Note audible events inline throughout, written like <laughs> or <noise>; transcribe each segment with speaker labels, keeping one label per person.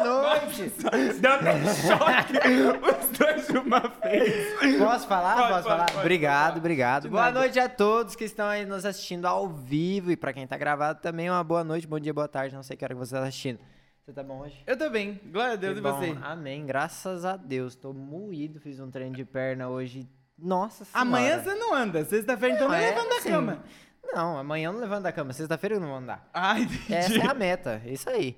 Speaker 1: Ixi,
Speaker 2: Deu até choque os dois de uma vez.
Speaker 1: posso falar?
Speaker 2: Pode,
Speaker 1: posso
Speaker 2: pode,
Speaker 1: falar?
Speaker 2: pode,
Speaker 1: obrigado,
Speaker 2: pode.
Speaker 1: obrigado.
Speaker 2: De
Speaker 1: boa
Speaker 2: nada.
Speaker 1: noite a todos que estão aí nos assistindo ao vivo e pra quem tá gravado também uma boa noite, bom dia, boa tarde, não sei que hora que você tá assistindo. Você tá bom hoje?
Speaker 3: Eu tô bem. Glória a Deus e
Speaker 1: Bom, Ah,
Speaker 3: você.
Speaker 1: Amém, graças a Deus. Tô moído, fiz um treino de perna hoje. Nossa senhora.
Speaker 3: Amanhã você não anda. Sexta-feira então não
Speaker 1: Amanhã,
Speaker 3: levanta a
Speaker 1: sim.
Speaker 3: cama.
Speaker 1: Não, amanhã eu não levanto da cama, sexta-feira eu não vou andar.
Speaker 3: Ah, entendi.
Speaker 1: Essa é a meta, isso aí.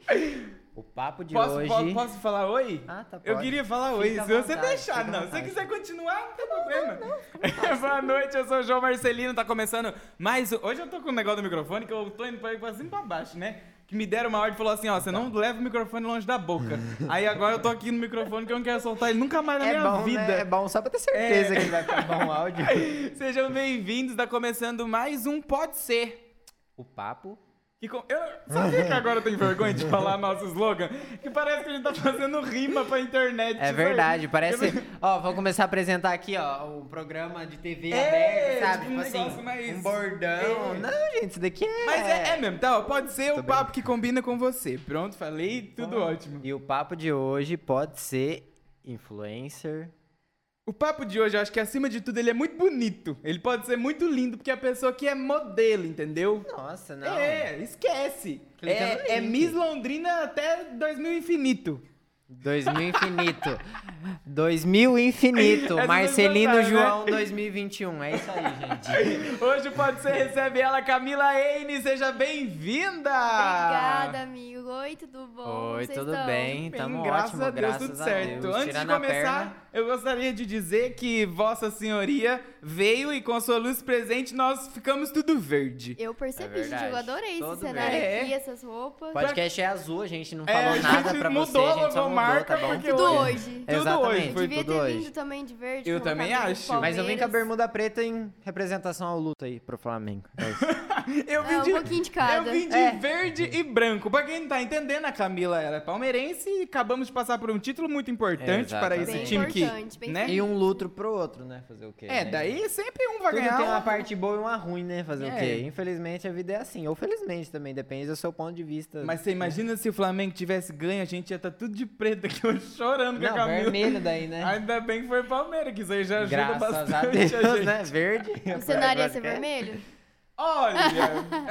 Speaker 1: O papo de
Speaker 3: posso,
Speaker 1: hoje.
Speaker 3: po- posso falar oi?
Speaker 1: Ah, tá, pode.
Speaker 3: Eu queria falar oi. Se
Speaker 1: Fica à
Speaker 3: você
Speaker 1: vontade,
Speaker 3: deixar,
Speaker 1: fica
Speaker 3: não.
Speaker 1: à
Speaker 3: Se você
Speaker 1: vontade.
Speaker 3: quiser continuar, não tem problema. <laughs> Boa noite, eu sou o João Marcelino. Tá começando mais. um- Hoje eu tô com um negócio do microfone que eu tô indo pra, pra cima e pra baixo, né? Que me deram uma ordem e falou assim: ó, você
Speaker 1: Tá.
Speaker 3: não leva o microfone longe da boca. Aí agora eu tô aqui no microfone que eu não quero soltar ele nunca mais na
Speaker 1: É
Speaker 3: minha
Speaker 1: bom,
Speaker 3: vida.
Speaker 1: né? É bom só pra ter certeza
Speaker 3: É.
Speaker 1: que vai ficar bom o áudio.
Speaker 3: <laughs> Sejam bem-vindos, tá começando mais um Pode Ser.
Speaker 1: O papo.
Speaker 3: Que com- Eu sabia que agora eu tenho vergonha de falar nosso slogan? Que parece que a gente tá fazendo rima pra internet.
Speaker 1: É
Speaker 3: sabe?
Speaker 1: verdade,
Speaker 3: Eu-
Speaker 1: parece. <laughs> Ó, vou começar a apresentar aqui, ó, um programa de TV
Speaker 3: É,
Speaker 1: aberto, sabe?
Speaker 3: tipo um
Speaker 1: Tipo, assim,
Speaker 3: negócio mais-
Speaker 1: um bordão.
Speaker 3: É.
Speaker 1: Não, gente, isso daqui é.
Speaker 3: Mas é, é mesmo, tá? ó, Pode ser o
Speaker 1: bem.
Speaker 3: papo que combina com você. Pronto, falei, tudo ótimo.
Speaker 1: E o papo de hoje pode ser influencer.
Speaker 3: O papo de hoje, eu acho que acima de tudo, ele é muito bonito. Ele pode ser muito lindo, porque a pessoa que é modelo, entendeu?
Speaker 1: Nossa, não.
Speaker 3: É, esquece.
Speaker 1: Clica no
Speaker 3: É, é
Speaker 1: link.
Speaker 3: Miss Londrina até 2000 infinito.
Speaker 1: <laughs> 2000 infinito. 2000 infinito.
Speaker 3: Essa
Speaker 1: Marcelino
Speaker 3: foi sensacional,
Speaker 1: João 2021. É isso
Speaker 3: <laughs>
Speaker 1: aí, gente.
Speaker 3: Hoje pode ser, recebe ela, Camila Eine, seja bem-vinda!
Speaker 4: Obrigada, amigo. Oi, tudo bom?
Speaker 1: Oi,
Speaker 4: Vocês
Speaker 1: tudo
Speaker 4: estão?
Speaker 1: bem?
Speaker 3: Bem,
Speaker 1: Tamo
Speaker 3: graças
Speaker 1: ótimo,
Speaker 3: a Deus,
Speaker 1: graças
Speaker 3: tudo
Speaker 1: a
Speaker 3: certo.
Speaker 1: Deus.
Speaker 3: Antes
Speaker 1: Tirando
Speaker 3: de
Speaker 1: a perna.
Speaker 3: começar, eu gostaria de dizer que Vossa Senhoria veio e com sua luz presente nós ficamos tudo verde.
Speaker 4: Eu percebi,
Speaker 1: É
Speaker 4: gente. Eu
Speaker 1: verdade.
Speaker 4: adorei
Speaker 1: Todo
Speaker 4: esse cenário
Speaker 3: bem.
Speaker 4: aqui, essas roupas.
Speaker 1: O podcast é azul, a gente não
Speaker 3: É,
Speaker 1: falou
Speaker 3: a gente
Speaker 1: nada pra você,
Speaker 3: mudou
Speaker 1: a gente só
Speaker 3: a
Speaker 1: mudou,
Speaker 3: marca
Speaker 1: tá bom?
Speaker 3: porque
Speaker 4: Tudo hoje.
Speaker 3: Tudo
Speaker 1: Exatamente,
Speaker 3: hoje,
Speaker 1: foi
Speaker 4: Devia
Speaker 1: tudo
Speaker 4: ter
Speaker 1: hoje.
Speaker 4: vindo também de verde.
Speaker 3: Eu
Speaker 4: com o
Speaker 3: também
Speaker 4: cabelo do
Speaker 3: acho.
Speaker 1: Mas eu vim com a
Speaker 4: Palmeiras.
Speaker 1: bermuda preta em representação ao luto aí pro Flamengo. É isso.
Speaker 3: Eu
Speaker 4: É, um pouquinho de cada.
Speaker 3: Eu vim de
Speaker 1: É.
Speaker 3: verde e branco. Pra quem não tá entendendo, a Camila ela é palmeirense e acabamos de passar por um título muito importante para esse
Speaker 4: Bem
Speaker 3: time
Speaker 4: importante,
Speaker 3: que,
Speaker 4: bem
Speaker 3: né?
Speaker 1: E um lucro pro outro, né? Fazer o quê?
Speaker 3: É,
Speaker 1: né?
Speaker 3: daí sempre um vai
Speaker 1: Tudo
Speaker 3: ganhar
Speaker 1: tem uma
Speaker 3: um-
Speaker 1: parte boa e uma ruim, né? Fazer o
Speaker 3: É.
Speaker 1: quê? Infelizmente a vida é assim. Ou felizmente também, depende do seu ponto de vista.
Speaker 3: Mas você imagina se o Flamengo tivesse ganho, a gente ia estar tudo de preto aqui hoje chorando com a
Speaker 1: Não,
Speaker 3: Camila.
Speaker 1: vermelho daí, né?
Speaker 3: Ainda bem que foi Palmeiras, que isso aí já ajuda
Speaker 1: Graças a
Speaker 3: bastante
Speaker 1: Deus,
Speaker 3: a gente.
Speaker 1: né? Verde.
Speaker 4: O cenário ia
Speaker 1: Agora
Speaker 4: ser
Speaker 1: quer?
Speaker 4: vermelho? <laughs>
Speaker 3: Olha,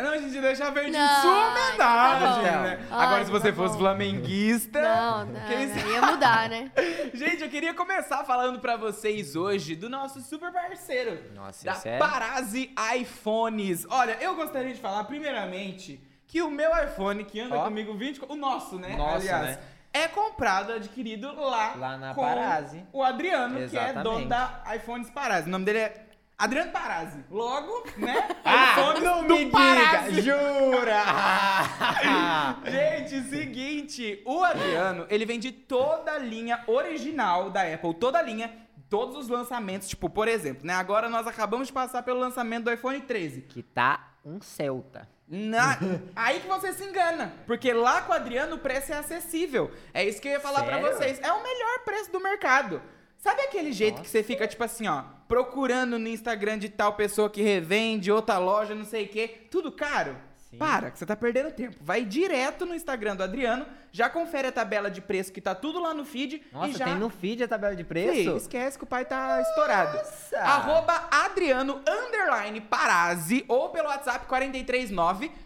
Speaker 3: não, a gente ia deixar verde em
Speaker 4: Não, então
Speaker 3: sua homenagem,
Speaker 1: tá bom.
Speaker 3: né?
Speaker 4: Ai,
Speaker 3: Agora, se
Speaker 4: tá
Speaker 3: você
Speaker 4: bom.
Speaker 3: fosse flamenguista... <laughs>
Speaker 4: Não, não,
Speaker 3: Quem sabe?
Speaker 4: não. Ia mudar, né?
Speaker 3: Gente, eu queria começar falando pra vocês hoje do nosso super parceiro.
Speaker 1: Nossa,
Speaker 3: da
Speaker 1: isso é-
Speaker 3: Parazzi iPhones. Olha, eu gostaria de falar primeiramente que o meu iPhone, que anda
Speaker 1: Ó.
Speaker 3: comigo 20, o nosso, né?
Speaker 1: Nosso,
Speaker 3: aliás,
Speaker 1: né?
Speaker 3: é comprado, adquirido lá,
Speaker 1: Lá na
Speaker 3: com
Speaker 1: Parazzi.
Speaker 3: O Adriano, que é
Speaker 1: Exatamente.
Speaker 3: dono da iPhones Parazzi. O nome dele é Adriano Parazzi. Logo, né?
Speaker 1: Ah,
Speaker 3: iPhones
Speaker 1: não
Speaker 3: do
Speaker 1: me
Speaker 3: Parazzi.
Speaker 1: diga, <laughs> jura!
Speaker 3: Gente, seguinte, o Adriano, ele vende toda a linha original da Apple, toda a linha, todos os lançamentos, tipo, por exemplo, né? Agora nós acabamos de passar pelo lançamento do iPhone 13.
Speaker 1: que tá um Celta. <laughs>
Speaker 3: Na- Aí que você se engana, porque lá com o Adriano o preço é acessível. É isso que eu ia falar pra
Speaker 1: Sério?
Speaker 3: vocês. É o melhor preço do mercado. Sabe aquele jeito que você fica tipo assim, ó, procurando no Instagram de tal pessoa que revende, outra loja, não sei o quê, tudo caro?
Speaker 1: Sim.
Speaker 3: Para, que você tá perdendo tempo. Vai direto no Instagram do Adriano, já confere a tabela de preço que tá tudo lá no feed e
Speaker 1: Nossa,
Speaker 3: já
Speaker 1: tem no feed a tabela de
Speaker 3: Ih,
Speaker 1: preço?
Speaker 3: esquece que o pai tá estourado.
Speaker 1: Nossa!
Speaker 3: Arroba Adriano underline Parazzi ou pelo WhatsApp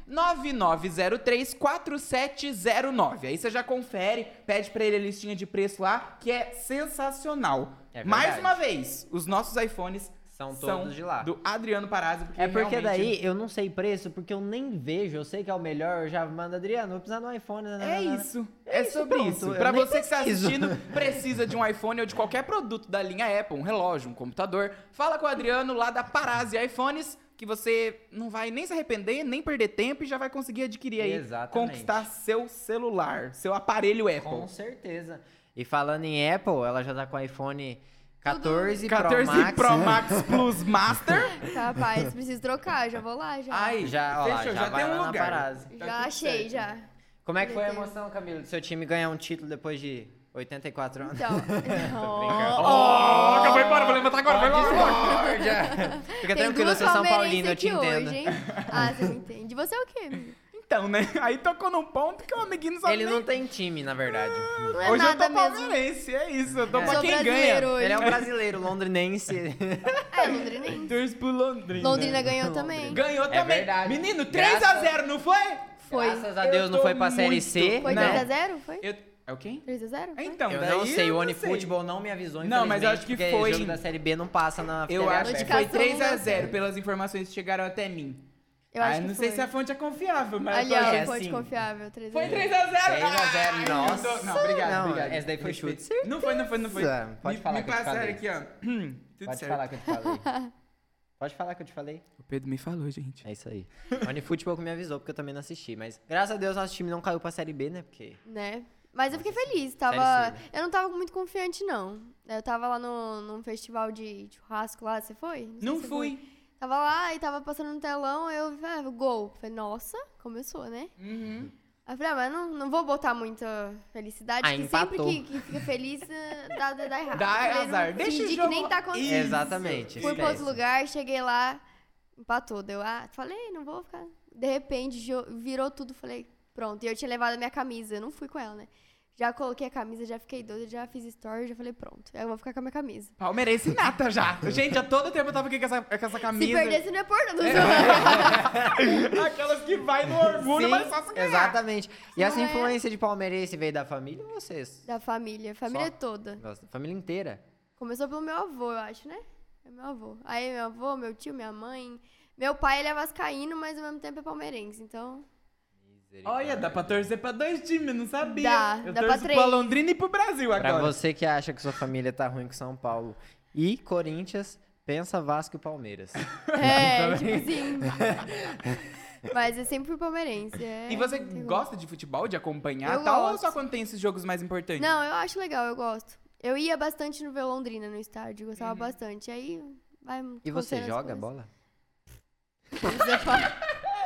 Speaker 3: 439-9903-4709. Aí você já confere, pede pra ele a listinha de preço lá, que é sensacional.
Speaker 1: É verdade.
Speaker 3: Mais uma vez, os nossos iPhones
Speaker 1: São todos de lá.
Speaker 3: do Adriano Parazzi. Porque
Speaker 1: É porque
Speaker 3: realmente-
Speaker 1: daí eu não sei preço, porque eu nem vejo. Eu sei que é o melhor, eu já mando, Adriano, vou precisar de um iPhone. né, né,
Speaker 3: É
Speaker 1: né, né."
Speaker 3: isso. É
Speaker 1: isso,
Speaker 3: sobre
Speaker 1: pronto.
Speaker 3: isso.
Speaker 1: Eu
Speaker 3: Pra
Speaker 1: nem
Speaker 3: você que está
Speaker 1: preciso.
Speaker 3: assistindo, precisa de um iPhone ou de qualquer produto da linha Apple, um relógio, um computador, fala com o Adriano lá da Parazzi iPhones, que você não vai nem se arrepender, nem perder tempo e já vai conseguir adquirir aí,
Speaker 1: Exatamente.
Speaker 3: conquistar seu celular, seu aparelho Apple.
Speaker 1: Com certeza. E falando em Apple, ela já tá com o iPhone 14 Pro
Speaker 3: 14
Speaker 1: Max. né?
Speaker 3: Pro Max Plus Master.
Speaker 4: Rapaz, preciso trocar. Já vou lá, já.
Speaker 3: Ai,
Speaker 1: Já, ó lá,
Speaker 3: fechou,
Speaker 1: já vai lá na Parazzi.
Speaker 3: Tá
Speaker 4: já
Speaker 3: tudo
Speaker 4: achei,
Speaker 3: certo.
Speaker 4: já.
Speaker 1: Como é que foi a
Speaker 4: Meu Deus.
Speaker 1: emoção, Camilo, do seu time ganhar um título depois de 84
Speaker 4: <laughs>
Speaker 1: anos?
Speaker 4: Então. <laughs>
Speaker 1: brincando.
Speaker 3: <laughs>
Speaker 4: ó,
Speaker 3: Ó, que eu vou embora, vou levantar agora, vou embora.
Speaker 1: Discórdia. Fica
Speaker 4: Tem
Speaker 1: tranquilo, eu
Speaker 4: duas
Speaker 1: sou São Paulino,
Speaker 4: palmeirenses
Speaker 1: eu te
Speaker 4: aqui
Speaker 1: entendo.
Speaker 4: hoje, hein? Ah, você me entende. Você é o quê? amigo?
Speaker 3: Então, né? <laughs> Aí tocou num ponto que o amiguinho não sabe
Speaker 1: Ele
Speaker 3: nem...
Speaker 1: não tem time, na verdade.
Speaker 4: Não é
Speaker 3: Hoje eu
Speaker 4: nada
Speaker 3: tô
Speaker 4: mesmo.
Speaker 3: palmeirense, é isso. Eu tô
Speaker 1: É.
Speaker 3: pra
Speaker 4: Sou
Speaker 3: quem
Speaker 4: brasileiro
Speaker 3: ganha.
Speaker 4: hoje.
Speaker 1: Ele é um brasileiro, londrinense.
Speaker 4: É, Londrina.
Speaker 3: Torço pro Londrina.
Speaker 4: Londrina ganhou também.
Speaker 3: Ganhou
Speaker 1: É
Speaker 3: também.
Speaker 1: verdade.
Speaker 3: Menino, 3x0,
Speaker 1: Graças-
Speaker 3: não foi?
Speaker 4: Foi.
Speaker 1: Graças a
Speaker 3: Eu
Speaker 1: Deus não
Speaker 3: tô
Speaker 1: foi pra Série
Speaker 3: muito-
Speaker 1: C.
Speaker 4: Foi
Speaker 1: né?
Speaker 4: 3x0? Foi?
Speaker 3: Eu... É o quem?
Speaker 4: 3x0? Foi?
Speaker 3: Então,
Speaker 1: Eu
Speaker 3: daí
Speaker 1: não sei,
Speaker 3: não
Speaker 1: o
Speaker 3: sei.
Speaker 1: OneFootball não me avisou,
Speaker 3: Não, mas eu acho
Speaker 1: infelizmente,
Speaker 3: que
Speaker 1: porque
Speaker 3: foi.
Speaker 1: jogo da Série B não passa na
Speaker 3: Eu
Speaker 1: TV
Speaker 3: acho que
Speaker 1: aberta.
Speaker 3: foi
Speaker 4: Notificação não
Speaker 3: 3x0
Speaker 4: deu.
Speaker 3: pelas informações que chegaram até mim.
Speaker 4: Eu acho
Speaker 3: ah,
Speaker 4: que
Speaker 3: não
Speaker 4: foi.
Speaker 3: sei se a fonte é confiável, mas
Speaker 4: Ali,
Speaker 3: eu tô
Speaker 4: ó,
Speaker 1: é
Speaker 3: achando.
Speaker 4: fonte
Speaker 1: assim.
Speaker 4: confiável. 3x0.
Speaker 3: Foi 3x0!
Speaker 1: 3x0,
Speaker 3: Ai, Ah, eu tô-
Speaker 1: nossa.
Speaker 3: Não, obrigado,
Speaker 1: Não,
Speaker 3: obrigado.
Speaker 1: essa daí foi chute.
Speaker 3: Não foi, não foi, não foi.
Speaker 1: Certeza. Pode
Speaker 3: me,
Speaker 1: falar
Speaker 3: me
Speaker 1: que eu te
Speaker 3: passaram
Speaker 1: falei.
Speaker 3: aqui, ó. <clears throat> Tudo
Speaker 1: É. Pode
Speaker 3: certo.
Speaker 1: falar que eu te <laughs> falei. Pode falar que eu te falei.
Speaker 3: O Pedro me falou, gente.
Speaker 1: É isso aí. OneFootball que me avisou, porque eu também não assisti. Mas graças a Deus nosso time não caiu pra Série B, né? Porque...
Speaker 4: Né? Mas eu fiquei feliz.
Speaker 1: Série
Speaker 4: Tava...
Speaker 1: C, né?
Speaker 4: Eu não tava muito confiante, não. Eu tava lá no, num festival de churrasco lá. Você foi? sei
Speaker 3: Não
Speaker 4: se você
Speaker 3: fui.
Speaker 4: Tava lá e tava passando no telão, aí eu vi, ah, gol. Falei, nossa, começou, né?
Speaker 3: Uhum.
Speaker 4: Aí eu falei, ah, mas não, não vou botar muita felicidade,
Speaker 1: Ah,
Speaker 4: que
Speaker 1: empatou.
Speaker 4: sempre que, que fica feliz eh, dá, dá, dá errado.
Speaker 3: Dá
Speaker 4: Eu falei, não
Speaker 3: azar. Deixa o
Speaker 4: fingi
Speaker 3: jogo-
Speaker 4: que nem tá acontecendo.
Speaker 3: Isso.
Speaker 1: Exatamente.
Speaker 4: Fui pra
Speaker 1: esquece.
Speaker 4: outro lugar, cheguei lá, empatou. Deu, ah, falei, não vou ficar. De repente, jo- virou tudo, falei, pronto. E eu tinha levado a minha camisa, eu não fui com ela, né? Já coloquei a camisa, já fiquei doida, já fiz story, já falei, pronto, eu vou ficar com a minha camisa.
Speaker 3: Palmeirense nata
Speaker 1: <laughs>
Speaker 3: já. Gente, a todo tempo eu tava aqui com essa, com essa camisa.
Speaker 4: Se perdesse, não é por nada.
Speaker 3: <laughs> Aquelas que vai no orgulho,
Speaker 1: Sim,
Speaker 3: mas só se ganhar.
Speaker 1: exatamente. E essa
Speaker 4: Não é.
Speaker 1: influência de palmeirense veio da família ou vocês?
Speaker 4: Da família, família toda.
Speaker 1: Nossa, família inteira.
Speaker 4: Começou pelo meu avô, eu acho, né? É meu avô. Aí meu avô, meu tio, minha mãe. Meu pai, ele é vascaíno, mas ao mesmo tempo é palmeirense, então...
Speaker 3: <laughs> Olha, dá pra torcer pra dois times, não sabia.
Speaker 4: Dá,
Speaker 3: eu
Speaker 4: dá pra
Speaker 3: torço
Speaker 4: três.
Speaker 3: pra Londrina e pro Brasil
Speaker 1: Pra
Speaker 3: agora.
Speaker 1: você que acha que sua família tá ruim com São Paulo e Corinthians, pensa Vasco e Palmeiras.
Speaker 4: É, tipo assim... mas eu sempre fui palmeirense, é,
Speaker 3: E você
Speaker 4: não tem como.
Speaker 3: gosta de futebol, de acompanhar
Speaker 4: Eu
Speaker 3: tal? Ou
Speaker 4: gosto.
Speaker 3: só quando tem esses jogos mais importantes?
Speaker 4: Não, eu acho legal, eu gosto. Eu ia bastante no Velondrina, no estádio, gostava bastante. Aí vai
Speaker 1: E você
Speaker 4: acontecendo as
Speaker 1: joga
Speaker 4: coisas.
Speaker 1: bola?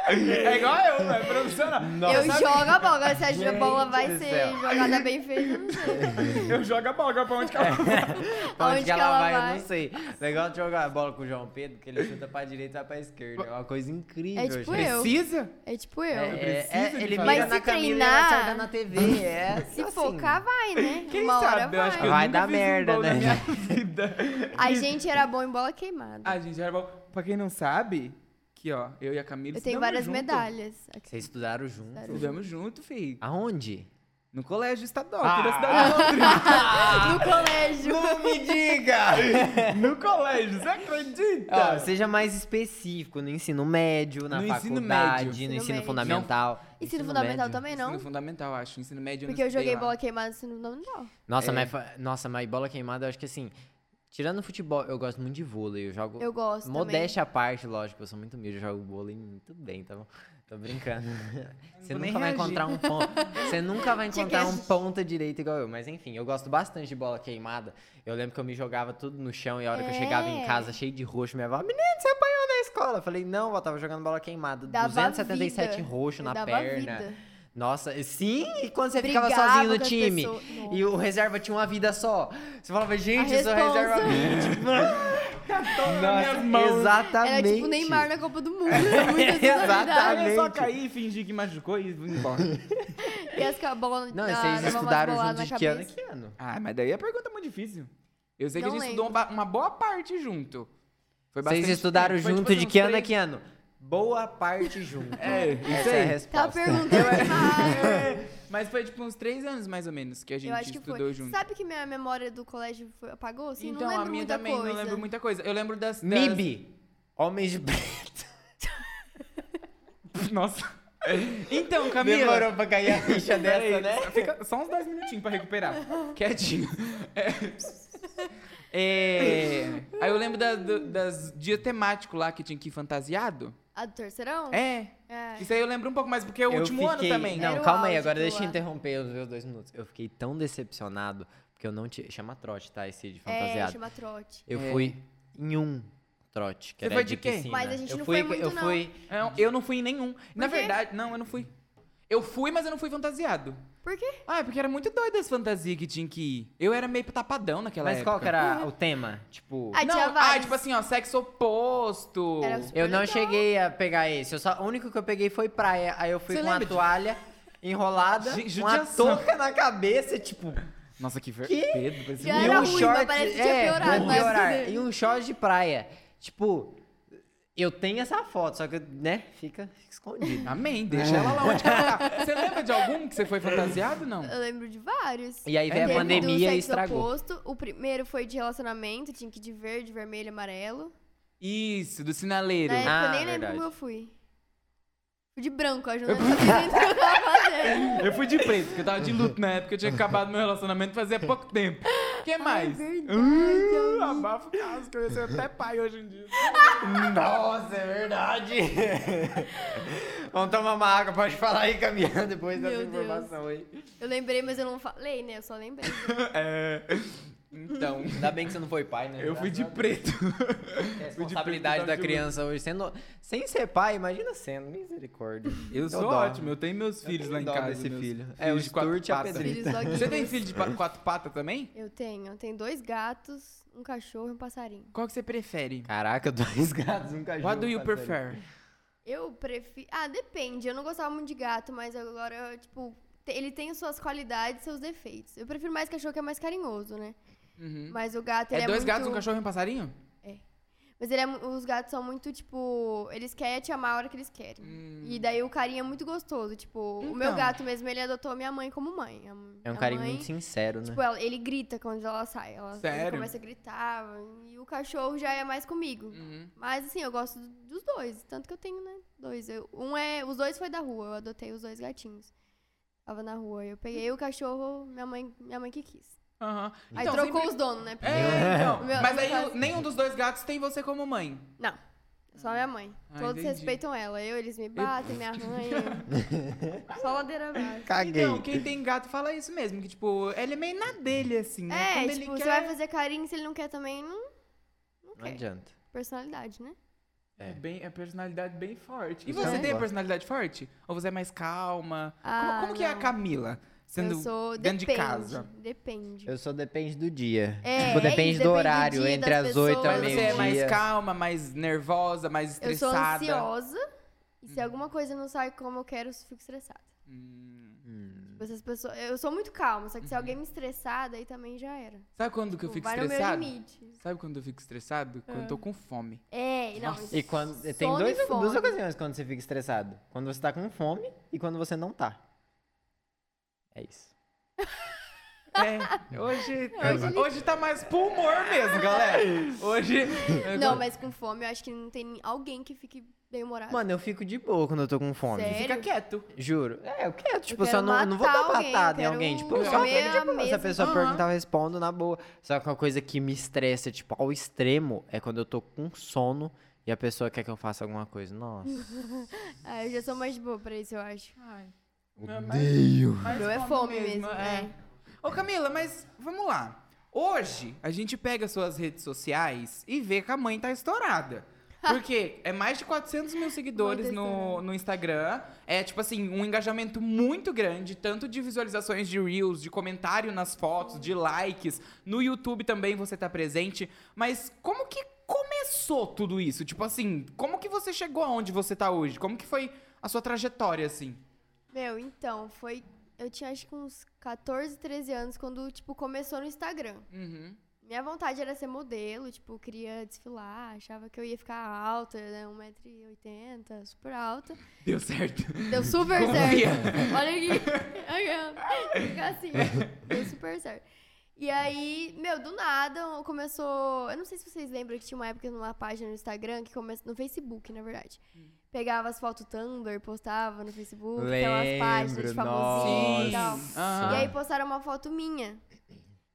Speaker 3: É igual eu, é profissional.
Speaker 4: <laughs> Eu jogo a bola, agora se a
Speaker 1: Gente
Speaker 4: bola vai
Speaker 1: do
Speaker 4: ser
Speaker 1: céu.
Speaker 4: jogada bem feita, eu não sei.
Speaker 3: Eu jogo a bola, agora pra onde que
Speaker 1: É.
Speaker 3: ela vai?
Speaker 1: Pra
Speaker 4: Aonde que ela
Speaker 1: eu
Speaker 4: vai?
Speaker 1: não sei. O negócio de jogar bola com o João Pedro, que ele chuta pra direita e vai pra esquerda. É uma coisa incrível,
Speaker 4: É tipo
Speaker 1: gente.
Speaker 4: eu.
Speaker 3: Precisa?
Speaker 4: É tipo
Speaker 1: É,
Speaker 4: eu.
Speaker 1: é,
Speaker 3: preciso
Speaker 1: é,
Speaker 3: de
Speaker 1: ele
Speaker 3: fazer.
Speaker 1: mira
Speaker 4: Mas
Speaker 1: na
Speaker 4: se
Speaker 1: Camila e
Speaker 4: treinar-
Speaker 1: acerta na
Speaker 4: <laughs>
Speaker 1: TV. É
Speaker 4: Se
Speaker 1: assim.
Speaker 4: focar, vai, né?
Speaker 3: Quem
Speaker 4: Uma
Speaker 3: sabe?
Speaker 4: hora
Speaker 3: eu acho que
Speaker 4: vai.
Speaker 3: eu
Speaker 1: Vai
Speaker 3: nunca
Speaker 1: dar
Speaker 3: fiz um
Speaker 1: merda,
Speaker 3: gol
Speaker 1: né?
Speaker 3: na minha
Speaker 4: <laughs>
Speaker 3: vida.
Speaker 4: A gente era bom em bola queimada.
Speaker 3: Ah, gente, era bom. Pra quem não sabe, que ó, eu e a Camila
Speaker 4: Eu tenho
Speaker 3: estudamos
Speaker 4: várias
Speaker 3: junto.
Speaker 4: medalhas. aqui.
Speaker 1: Vocês estudaram junto?
Speaker 3: Estudamos junto, filho.
Speaker 1: Aonde?
Speaker 3: No colégio estadual,
Speaker 1: Ah.
Speaker 3: aqui da cidade de Londrina.
Speaker 1: Não
Speaker 4: No colégio.
Speaker 1: me diga!
Speaker 3: <laughs>
Speaker 1: <laughs>
Speaker 3: No colégio, você acredita?
Speaker 1: Ó, Então, seja mais específico no ensino médio, na
Speaker 3: No ensino médio.
Speaker 1: faculdade, no
Speaker 4: Ensino
Speaker 1: ensino
Speaker 4: médio.
Speaker 1: fundamental.
Speaker 4: Ensino fundamental
Speaker 1: médio.
Speaker 4: também
Speaker 3: Ensino
Speaker 4: não.
Speaker 3: fundamental, acho. Ensino médio eu não
Speaker 4: Porque eu
Speaker 3: estudei
Speaker 4: joguei
Speaker 3: lá. <laughs>
Speaker 4: bola queimada no ensino fundamental.
Speaker 1: Nossa,
Speaker 3: É.
Speaker 1: mas, fa- nossa, mas bola queimada, eu acho que assim, tirando futebol, eu gosto muito de vôlei, eu jogo...
Speaker 4: Eu gosto também.
Speaker 1: Modéstia à parte, lógico, eu sou muito humilde, eu jogo vôlei muito bem, tá bom? Tô
Speaker 4: <laughs>
Speaker 1: brincando. Você
Speaker 3: vou nem
Speaker 1: nunca vai
Speaker 3: reagir.
Speaker 1: encontrar um ponto. Você nunca vai
Speaker 4: Tinha que
Speaker 1: encontrar um
Speaker 4: reagir.
Speaker 1: ponta direita igual eu. Mas enfim, eu gosto bastante de bola queimada. Eu lembro que eu me jogava tudo no chão e a hora que eu chegava em
Speaker 4: É.
Speaker 1: casa cheio de roxo, minha avó, menino, você apanhou na escola. Eu falei, não, eu tava jogando bola queimada.
Speaker 4: Dava
Speaker 1: 277
Speaker 4: vida.
Speaker 1: roxo
Speaker 4: Eu
Speaker 1: na
Speaker 4: dava
Speaker 1: perna.
Speaker 4: vida.
Speaker 1: Nossa, e sim, e quando você ficava
Speaker 4: Brigava
Speaker 1: sozinho no
Speaker 4: com as
Speaker 1: time
Speaker 4: pessoas.
Speaker 1: e o reserva tinha uma vida só. Você falava, gente, eu sou
Speaker 4: responsa.
Speaker 1: reserva 20.
Speaker 3: <laughs> minhas mãos.
Speaker 1: exatamente.
Speaker 4: é Era tipo Neymar na Copa do Mundo.
Speaker 3: <laughs>
Speaker 4: é Muitas Exatamente.
Speaker 1: Exatamente.
Speaker 3: Aí eu só caí e fingi que machucou e vim embora.
Speaker 4: E as ca- bola
Speaker 1: Não,
Speaker 4: na-
Speaker 1: vocês
Speaker 4: dava umas
Speaker 1: estudaram
Speaker 4: boladas
Speaker 1: junto
Speaker 4: na
Speaker 1: de que ano?
Speaker 4: cabeça.
Speaker 1: Que ano?
Speaker 3: <laughs> ah, mas daí a pergunta é muito difícil. Eu sei que
Speaker 4: Não
Speaker 3: a gente estudou uma, uma boa parte junto. Foi
Speaker 1: Vocês
Speaker 3: bastante
Speaker 1: estudaram
Speaker 3: tempo, foi
Speaker 1: junto
Speaker 3: tipo
Speaker 1: de
Speaker 3: uns
Speaker 1: que ano a
Speaker 3: <laughs> três-
Speaker 1: que ano? Boa parte junto.
Speaker 3: É, isso
Speaker 1: Essa é a
Speaker 3: aí.
Speaker 4: Tá
Speaker 1: resposta. <laughs>
Speaker 4: perguntando.
Speaker 3: É, <laughs> mas foi tipo uns três anos mais ou menos que a gente
Speaker 4: Eu acho que
Speaker 3: estudou
Speaker 4: foi.
Speaker 3: junto.
Speaker 4: Sabe que minha memória do colégio foi- apagou? Assim,
Speaker 3: então,
Speaker 4: não
Speaker 3: a
Speaker 4: lembro
Speaker 3: minha
Speaker 4: muita
Speaker 3: também
Speaker 4: coisa.
Speaker 3: não lembro muita coisa. Eu lembro das. das-
Speaker 1: MIB. Homens de preto.
Speaker 3: <laughs> Nossa. Então, Camila.
Speaker 1: Demorou pra
Speaker 3: <laughs>
Speaker 1: cair a ficha dessa,
Speaker 3: Peraí,
Speaker 1: né?
Speaker 3: Fica só uns 10 minutinhos pra
Speaker 1: <laughs>
Speaker 3: recuperar. Quietinho. É. É, Aí eu lembro da, do- das dia temático lá que tinha que ir fantasiado.
Speaker 4: A do terceirão?
Speaker 3: É.
Speaker 4: É.
Speaker 3: Isso aí eu lembro um pouco mais, porque é o
Speaker 1: Eu
Speaker 3: último
Speaker 1: fiquei-
Speaker 3: ano também.
Speaker 1: Não,
Speaker 4: Era o
Speaker 1: calma aí,
Speaker 4: auge
Speaker 1: agora
Speaker 4: do
Speaker 1: deixa eu
Speaker 4: ano.
Speaker 1: interromper os meus dois minutos. Eu fiquei tão decepcionado porque eu não tinha. Chama trote, tá? Esse de
Speaker 4: É,
Speaker 1: fantasiado.
Speaker 4: chama trote.
Speaker 1: Eu
Speaker 3: É.
Speaker 1: fui em um trote. Que
Speaker 3: Você
Speaker 1: era
Speaker 3: foi de quê?
Speaker 1: piscina.
Speaker 4: Mas a gente
Speaker 1: eu
Speaker 4: não
Speaker 1: fui,
Speaker 4: foi muito,
Speaker 3: É,
Speaker 1: Eu
Speaker 4: não.
Speaker 1: fui.
Speaker 3: Não, eu não fui em nenhum. Na
Speaker 4: quê?
Speaker 3: verdade, não, eu não fui. Eu fui, mas eu não fui fantasiado.
Speaker 4: Por quê?
Speaker 3: Ah, é porque era muito doido as fantasias que tinha que ir. Eu era meio tapadão naquela
Speaker 1: Mas
Speaker 3: época.
Speaker 1: qual que
Speaker 4: Uhum.
Speaker 1: era o tema? Tipo.
Speaker 4: Ah, tinha
Speaker 3: Não, ah,
Speaker 4: vários.
Speaker 3: tipo assim, ó, sexo oposto.
Speaker 4: Era super
Speaker 1: Eu não
Speaker 4: legal.
Speaker 1: cheguei a pegar esse. Eu só, o único que eu peguei foi praia. Aí eu fui
Speaker 3: Você
Speaker 1: com uma
Speaker 3: lembra de-
Speaker 1: toalha enrolada,
Speaker 3: Ju-
Speaker 1: uma
Speaker 3: judiação.
Speaker 1: touca na cabeça, tipo,
Speaker 3: Nossa, que ver...
Speaker 1: Que?
Speaker 3: Pedro, parece
Speaker 4: Já
Speaker 3: um-
Speaker 1: e
Speaker 4: era
Speaker 1: um
Speaker 4: ruim, mas
Speaker 1: short.
Speaker 4: parece que tinha
Speaker 1: é,
Speaker 4: piorado,
Speaker 1: bom
Speaker 4: mas
Speaker 1: piorar.
Speaker 4: tudo bem.
Speaker 1: E um short de praia. Tipo, eu tenho essa foto, só que, né, fica, fica escondido.
Speaker 3: Amém, deixa ela lá onde que ela tá. Você lembra de algum que você foi fantasiado, não?
Speaker 4: Eu lembro de vários.
Speaker 1: E aí veio
Speaker 4: Teve um
Speaker 1: a
Speaker 4: É do
Speaker 1: pandemia e
Speaker 4: sexo
Speaker 1: estragou.
Speaker 4: oposto. O primeiro foi de relacionamento, tinha que ir de verde, vermelho, amarelo.
Speaker 3: Isso, do
Speaker 4: Na
Speaker 3: sinaleiro.
Speaker 4: época
Speaker 1: Ah,
Speaker 4: eu nem lembro
Speaker 1: verdade.
Speaker 4: como eu fui. Fui de branco, acho que eu não
Speaker 1: <laughs>
Speaker 4: sabia nem o que eu tava fazendo.
Speaker 3: Eu fui de preto, porque eu tava de luto na época, eu tinha acabado meu relacionamento fazia pouco tempo. O que mais?
Speaker 4: É
Speaker 1: Hum.
Speaker 3: Uh,
Speaker 4: verdade,
Speaker 3: abafa o caso, que eu ia ser até pai hoje em dia.
Speaker 1: Nossa, é verdade. <laughs> Vamos tomar uma água, pode falar aí, caminhando depois
Speaker 4: Meu
Speaker 1: dessa
Speaker 4: Deus.
Speaker 1: informação aí.
Speaker 4: Eu lembrei, mas eu não falei, né? Eu só lembrei. <laughs>
Speaker 3: É,
Speaker 1: Então, ainda bem que você não foi pai, né?
Speaker 3: eu fui de
Speaker 1: Graças a
Speaker 3: preto.
Speaker 1: Deus. Responsabilidade
Speaker 3: preto,
Speaker 1: da
Speaker 3: tava de
Speaker 1: criança hoje, sendo, sem ser pai, imagina sendo, misericórdia.
Speaker 3: Eu sou
Speaker 1: dó.
Speaker 3: ótimo, eu tenho meus filhos
Speaker 1: tenho
Speaker 3: lá em
Speaker 1: dó
Speaker 3: casa.
Speaker 1: desse
Speaker 3: meus
Speaker 1: filho.
Speaker 3: filhos
Speaker 1: É, o
Speaker 3: de quatro
Speaker 1: Stuart e a
Speaker 3: patas.
Speaker 1: Pedrinha.
Speaker 4: Filhos logo
Speaker 3: Você tem filho de pa- quatro patas também?
Speaker 4: Eu tenho, eu tenho dois gatos, um cachorro e um passarinho.
Speaker 3: Qual que você prefere?
Speaker 1: Caraca, dois gatos, um cachorro.
Speaker 3: What do you
Speaker 1: passarinho.
Speaker 3: prefer?
Speaker 4: Eu prefiro. Ah, depende. Eu não gostava muito de gato, mas agora, eu, tipo, te- ele tem suas qualidades e seus defeitos. Eu prefiro mais cachorro que é mais carinhoso, né?
Speaker 3: Uhum.
Speaker 4: Mas o gato, ele
Speaker 3: É
Speaker 4: é,
Speaker 3: dois
Speaker 4: muito...
Speaker 3: gatos, um cachorro e um passarinho?
Speaker 4: Mas ele é mu- os gatos são muito, tipo, eles querem te amar a hora que eles querem. E daí o carinho é muito gostoso. Tipo, o meu
Speaker 3: Hum. Então.
Speaker 4: gato mesmo, ele adotou minha mãe como mãe. A m-
Speaker 1: É um
Speaker 4: a
Speaker 1: carinho
Speaker 4: mãe,
Speaker 1: muito sincero, né?
Speaker 4: Tipo, ela- ele grita quando ela sai. Ela, ele
Speaker 3: Sério?
Speaker 4: começa a gritar. E o cachorro já é mais comigo.
Speaker 3: Hum.
Speaker 4: Mas assim, eu gosto do- dos dois. Tanto que eu tenho, né? Dois. Eu- um é. Os dois foi da rua. Eu adotei os dois gatinhos. Tava na rua. Eu peguei o cachorro, minha mãe, minha mãe que quis.
Speaker 3: Aham.
Speaker 4: Aí
Speaker 3: Então,
Speaker 4: trocou
Speaker 3: sempre-
Speaker 4: os donos, né? Porque
Speaker 3: É, então.
Speaker 4: Meu- assim.
Speaker 3: Mas
Speaker 4: no
Speaker 3: aí
Speaker 4: caso-
Speaker 3: nenhum dos dois gatos tem você como mãe.
Speaker 4: Não. Só minha mãe.
Speaker 3: Ah,
Speaker 4: Todos
Speaker 3: entendi.
Speaker 4: respeitam ela. Eu, eles me batem, me arranham.
Speaker 3: <laughs>
Speaker 4: Só ladeira abaixo.
Speaker 1: Caguei.
Speaker 3: Então, quem tem gato fala isso mesmo, que tipo, ele é meio na dele, assim, né?
Speaker 4: É,
Speaker 3: Quando
Speaker 4: tipo,
Speaker 3: ele
Speaker 4: você
Speaker 3: quer...
Speaker 4: vai fazer carinho, se ele não quer também, não. Não
Speaker 1: Não
Speaker 4: quer.
Speaker 1: adianta.
Speaker 4: Personalidade, né?
Speaker 3: É, bem, é personalidade bem forte. E
Speaker 1: Então-
Speaker 3: você tem a personalidade forte? Ou você é mais calma?
Speaker 4: Ah,
Speaker 3: como como que é a
Speaker 4: não.
Speaker 3: Camila? Sendo
Speaker 4: eu sou.
Speaker 3: dentro
Speaker 4: depende,
Speaker 3: de casa.
Speaker 4: Depende.
Speaker 1: Eu sou depende do dia. tipo,
Speaker 4: É, é isso,
Speaker 1: depende
Speaker 4: depende
Speaker 1: do
Speaker 4: do
Speaker 1: horário,
Speaker 4: dia,
Speaker 1: entre
Speaker 4: das
Speaker 1: as 8
Speaker 4: pessoas.
Speaker 1: e
Speaker 3: Mas
Speaker 4: Também
Speaker 3: você é
Speaker 1: meio-dia.
Speaker 3: mais calma, mais nervosa, mais
Speaker 4: Eu sou
Speaker 3: estressada. Uhum.
Speaker 4: ansiosa. E se alguma coisa não sai como eu quero, eu fico estressada.
Speaker 3: Hum.
Speaker 1: Hum.
Speaker 4: Tipo, essas pessoas. Eu sou muito calma, só que se alguém me estressar, daí também já era.
Speaker 3: Sabe quando que Uhum. eu
Speaker 4: Tipo,
Speaker 3: fico
Speaker 4: vai no
Speaker 3: estressado?
Speaker 4: meu limite. Ah.
Speaker 3: Sabe quando eu fico estressado? Quando eu tô com
Speaker 4: <laughs>
Speaker 3: fome.
Speaker 4: É, e não.
Speaker 3: Nossa.
Speaker 1: E quando.
Speaker 4: sono
Speaker 1: Tem dois,
Speaker 4: e fome.
Speaker 1: duas ocasiões quando você fica estressado. Quando você tá com fome e quando você não tá. É isso.
Speaker 3: É, hoje,
Speaker 4: Hoje
Speaker 3: hoje,
Speaker 4: ele-
Speaker 3: tá mais pro humor mesmo,
Speaker 1: É
Speaker 3: galera. Hoje.
Speaker 4: Não, mas com fome eu acho que não tem nem- alguém que fique bem humorado.
Speaker 1: Mano, eu fico de boa quando eu tô com fome.
Speaker 4: Ah, Sério?
Speaker 3: Fica quieto.
Speaker 1: Juro. É, eu quero, tipo,
Speaker 4: quero
Speaker 1: só não, não vou dar
Speaker 4: matar alguém,
Speaker 1: patada em
Speaker 4: eu
Speaker 1: alguém.
Speaker 4: quero um
Speaker 1: Tipo, eu só
Speaker 4: comer
Speaker 1: fico de
Speaker 4: a
Speaker 1: boa. Se a
Speaker 4: mesa.
Speaker 1: pessoa
Speaker 3: Aham.
Speaker 1: perguntar, eu respondo na boa. Só que uma coisa que me estressa, tipo, ao extremo, é quando eu tô com sono e a pessoa quer que eu faça alguma coisa. Nossa.
Speaker 4: Ah, eu já sou mais de boa pra isso, eu acho.
Speaker 3: Odeio.
Speaker 4: O meu é fome mesmo. é.
Speaker 3: Ô Camila, mas vamos lá. Hoje a gente pega suas redes sociais e vê que a mãe tá
Speaker 4: <laughs>
Speaker 3: estourada. Porque é mais de 400 mil seguidores
Speaker 4: Muito
Speaker 3: no,
Speaker 4: estourada.
Speaker 3: no Instagram. É, tipo assim, um engajamento muito grande, tanto de visualizações de reels, de comentário nas fotos, de likes. No YouTube também você tá presente. Mas como que começou tudo isso? Tipo assim, como que você chegou aonde você tá hoje? Como que foi a sua trajetória, assim?
Speaker 4: Meu, então, foi. Eu tinha acho que uns 14, 13 anos quando, tipo, começou no Instagram.
Speaker 3: Uhum.
Speaker 4: Minha vontade era ser modelo, tipo, eu queria desfilar, achava que eu ia ficar alta, né? 1,80m, super alta.
Speaker 3: Deu certo.
Speaker 4: Deu super
Speaker 3: Como
Speaker 4: certo.
Speaker 3: que é?
Speaker 4: Olha aqui. Olha aqui. ó. Fica assim. ó. Deu super certo. E aí, meu, do nada começou. Eu não sei se vocês lembram que tinha uma época numa página no Instagram que começou. No Facebook, na verdade. Pegava as fotos Tumblr, postava no Facebook, aquelas páginas de famosinho e tal.
Speaker 1: nossa.
Speaker 3: Aham.
Speaker 4: E
Speaker 1: <laughs>
Speaker 4: aí postaram uma foto minha.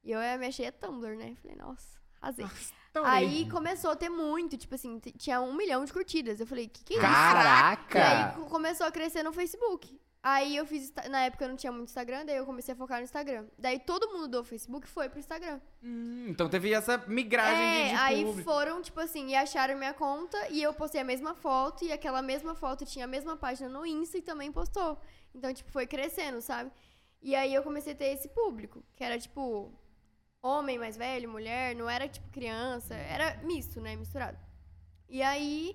Speaker 4: E eu eh, me achei a Tumblr, né? Falei, nossa, arrasei.
Speaker 3: Então,
Speaker 4: Aí começou a ter muito, tipo assim, t- tinha um milhão de curtidas. Eu falei, que que é isso?
Speaker 1: Caraca!
Speaker 4: E aí co- começou a crescer no Facebook. Aí eu fiz. Insta- Na época eu não tinha muito Instagram, daí eu comecei a focar no Instagram. Daí todo mundo do Facebook foi pro Instagram.
Speaker 3: Hum, então teve essa migragem de, de
Speaker 4: É, aí
Speaker 3: público.
Speaker 4: foram, tipo assim, e acharam minha conta e eu postei a mesma foto e aquela mesma foto tinha a mesma página no Insta e também postou. Então, tipo, foi crescendo, sabe? E aí eu comecei a ter esse público, que era tipo homem mais velho, mulher, não era tipo criança, era misto, né, misturado. E aí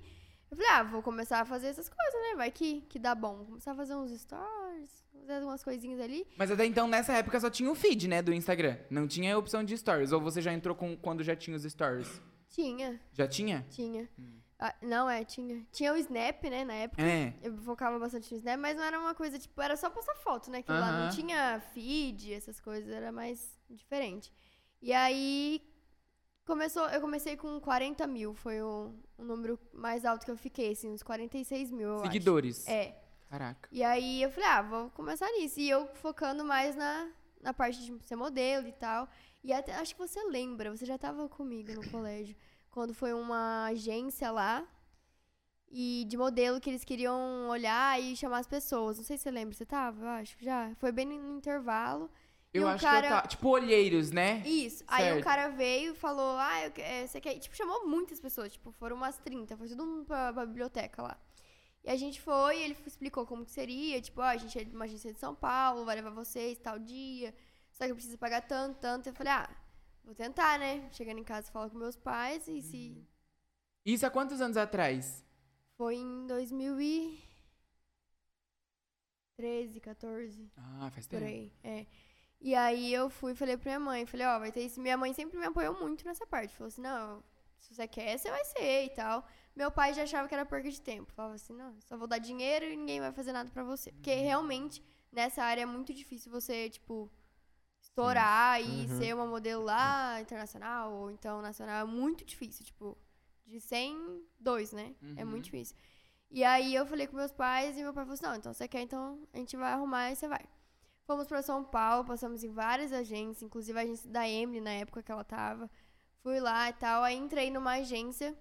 Speaker 4: eu falei, ah, vou começar a fazer essas coisas, né? Vai que que dá bom. Vou começar a fazer uns stories, fazer algumas coisinhas ali.
Speaker 3: Mas até então, nessa época, só tinha o feed, né, do Instagram. Não tinha a opção de stories. Ou você já entrou com quando já tinha os stories?
Speaker 4: Tinha,
Speaker 3: Já tinha?
Speaker 4: tinha.
Speaker 3: Hum.
Speaker 4: Ah, não é, tinha. Tinha o Snap, né, na época.
Speaker 3: É.
Speaker 4: Eu focava bastante no Snap, mas não era uma coisa, tipo, era só postar foto, né? Que lá não
Speaker 3: Aham.
Speaker 4: tinha feed, essas coisas, era mais diferente. E aí, começou, eu comecei com 40 mil, foi o, o número mais alto que eu fiquei, assim, uns 46 mil, eu acho.
Speaker 3: Seguidores.
Speaker 4: É.
Speaker 3: Caraca.
Speaker 4: E aí eu falei, ah, vou começar nisso. E eu focando mais na, na parte de ser modelo e tal. E até acho que você lembra, você já tava comigo no colégio, quando foi uma agência lá e de modelo que eles queriam olhar e chamar as pessoas. Não sei se você lembra, você tava, eu acho que já. Foi bem no intervalo. E
Speaker 3: Eu
Speaker 4: um
Speaker 3: acho que eu
Speaker 4: cara-
Speaker 3: tava. Tipo, olheiros, né?
Speaker 4: Isso. Aí um
Speaker 3: Certo.
Speaker 4: cara veio e falou, ah, eu, que- é, você quer. ir?" Tipo, chamou muitas pessoas, tipo, foram umas 30, foi todo mundo pra, pra biblioteca lá. E a gente foi, ele explicou como que seria, tipo, ó, a gente é de uma agência de São Paulo, vai levar vocês tal dia, só que eu preciso pagar tanto, tanto. Eu falei, ah, vou tentar, né? Chegando em casa, falo com meus pais, e se
Speaker 3: Isso há quantos anos atrás?
Speaker 4: foi em 2013, 14.
Speaker 3: Ah, faz
Speaker 4: Por
Speaker 3: tempo.
Speaker 4: aí, é. E aí eu fui e falei pra minha mãe, falei, ó, vai ter isso. Minha mãe sempre me apoiou muito nessa parte. Falou assim, não, se você quer, você vai ser e tal. Meu pai já achava que era perca de tempo. Falava assim, não, só vou dar dinheiro e ninguém vai fazer nada pra você. Porque
Speaker 3: Uhum.
Speaker 4: realmente, nessa área é muito difícil você, tipo, estourar
Speaker 3: Uhum.
Speaker 4: e ser uma modelo lá, internacional ou então nacional. É muito difícil, tipo, de 100, dois, né? É muito difícil. E aí eu falei com meus pais e meu pai falou assim, não, então você quer, então a gente vai arrumar e você vai. Fomos pra São Paulo, passamos em várias agências, inclusive a agência da Emily na época que ela tava. Fui lá e tal, aí entrei numa agência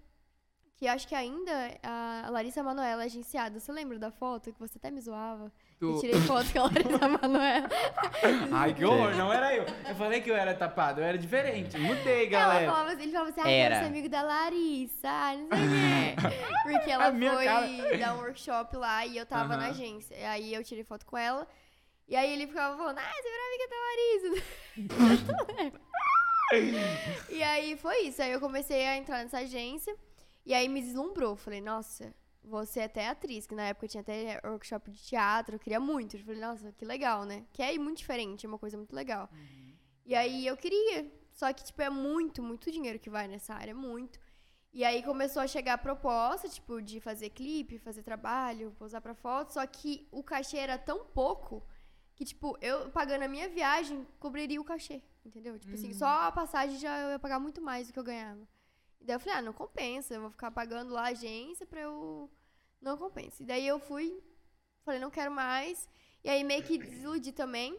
Speaker 4: que acho que ainda a Larissa Manoela é agenciada. Você lembra da foto que você até me zoava?
Speaker 3: Do-
Speaker 4: Eu tirei foto com a Larissa Manoela.
Speaker 3: Ai, que horror, não era eu. Eu falei que eu era tapado, eu era diferente.
Speaker 4: <laughs>
Speaker 3: Mudei,
Speaker 4: Ela
Speaker 3: galera.
Speaker 4: falava, assim- ele falava assim, ah, quero
Speaker 1: Era.
Speaker 4: ser amigo da Larissa, ah, não sei o quê. Porque ela
Speaker 3: <laughs> A minha
Speaker 4: foi
Speaker 3: cara.
Speaker 4: dar um workshop lá e eu tava na
Speaker 3: Aham.
Speaker 4: agência. E Aí eu tirei foto com ela. E aí ele ficava falando, ah, você virou amiga da Larissa. <laughs> e aí foi isso. Aí eu comecei a entrar nessa agência. E aí me deslumbrou. Falei, nossa, você até é atriz, que na época eu tinha até workshop de teatro, eu queria muito. Eu falei, nossa, que legal, né? Que é muito diferente, é uma coisa muito legal.
Speaker 3: Uhum.
Speaker 4: E aí eu queria. Só que, tipo, é muito, muito dinheiro que vai nessa área, é muito. E aí começou a chegar a proposta, tipo, de fazer clipe, fazer trabalho, posar pra foto. Só que o cachê era tão pouco que, tipo, eu pagando a minha viagem, cobriria o cachê, entendeu? Tipo assim, só a passagem já eu ia pagar muito mais do que eu ganhava. E daí eu falei, ah, não compensa, eu vou ficar pagando lá a agência pra eu. Não compensa. E daí eu fui, falei, não quero mais. E aí meio que desiludi também.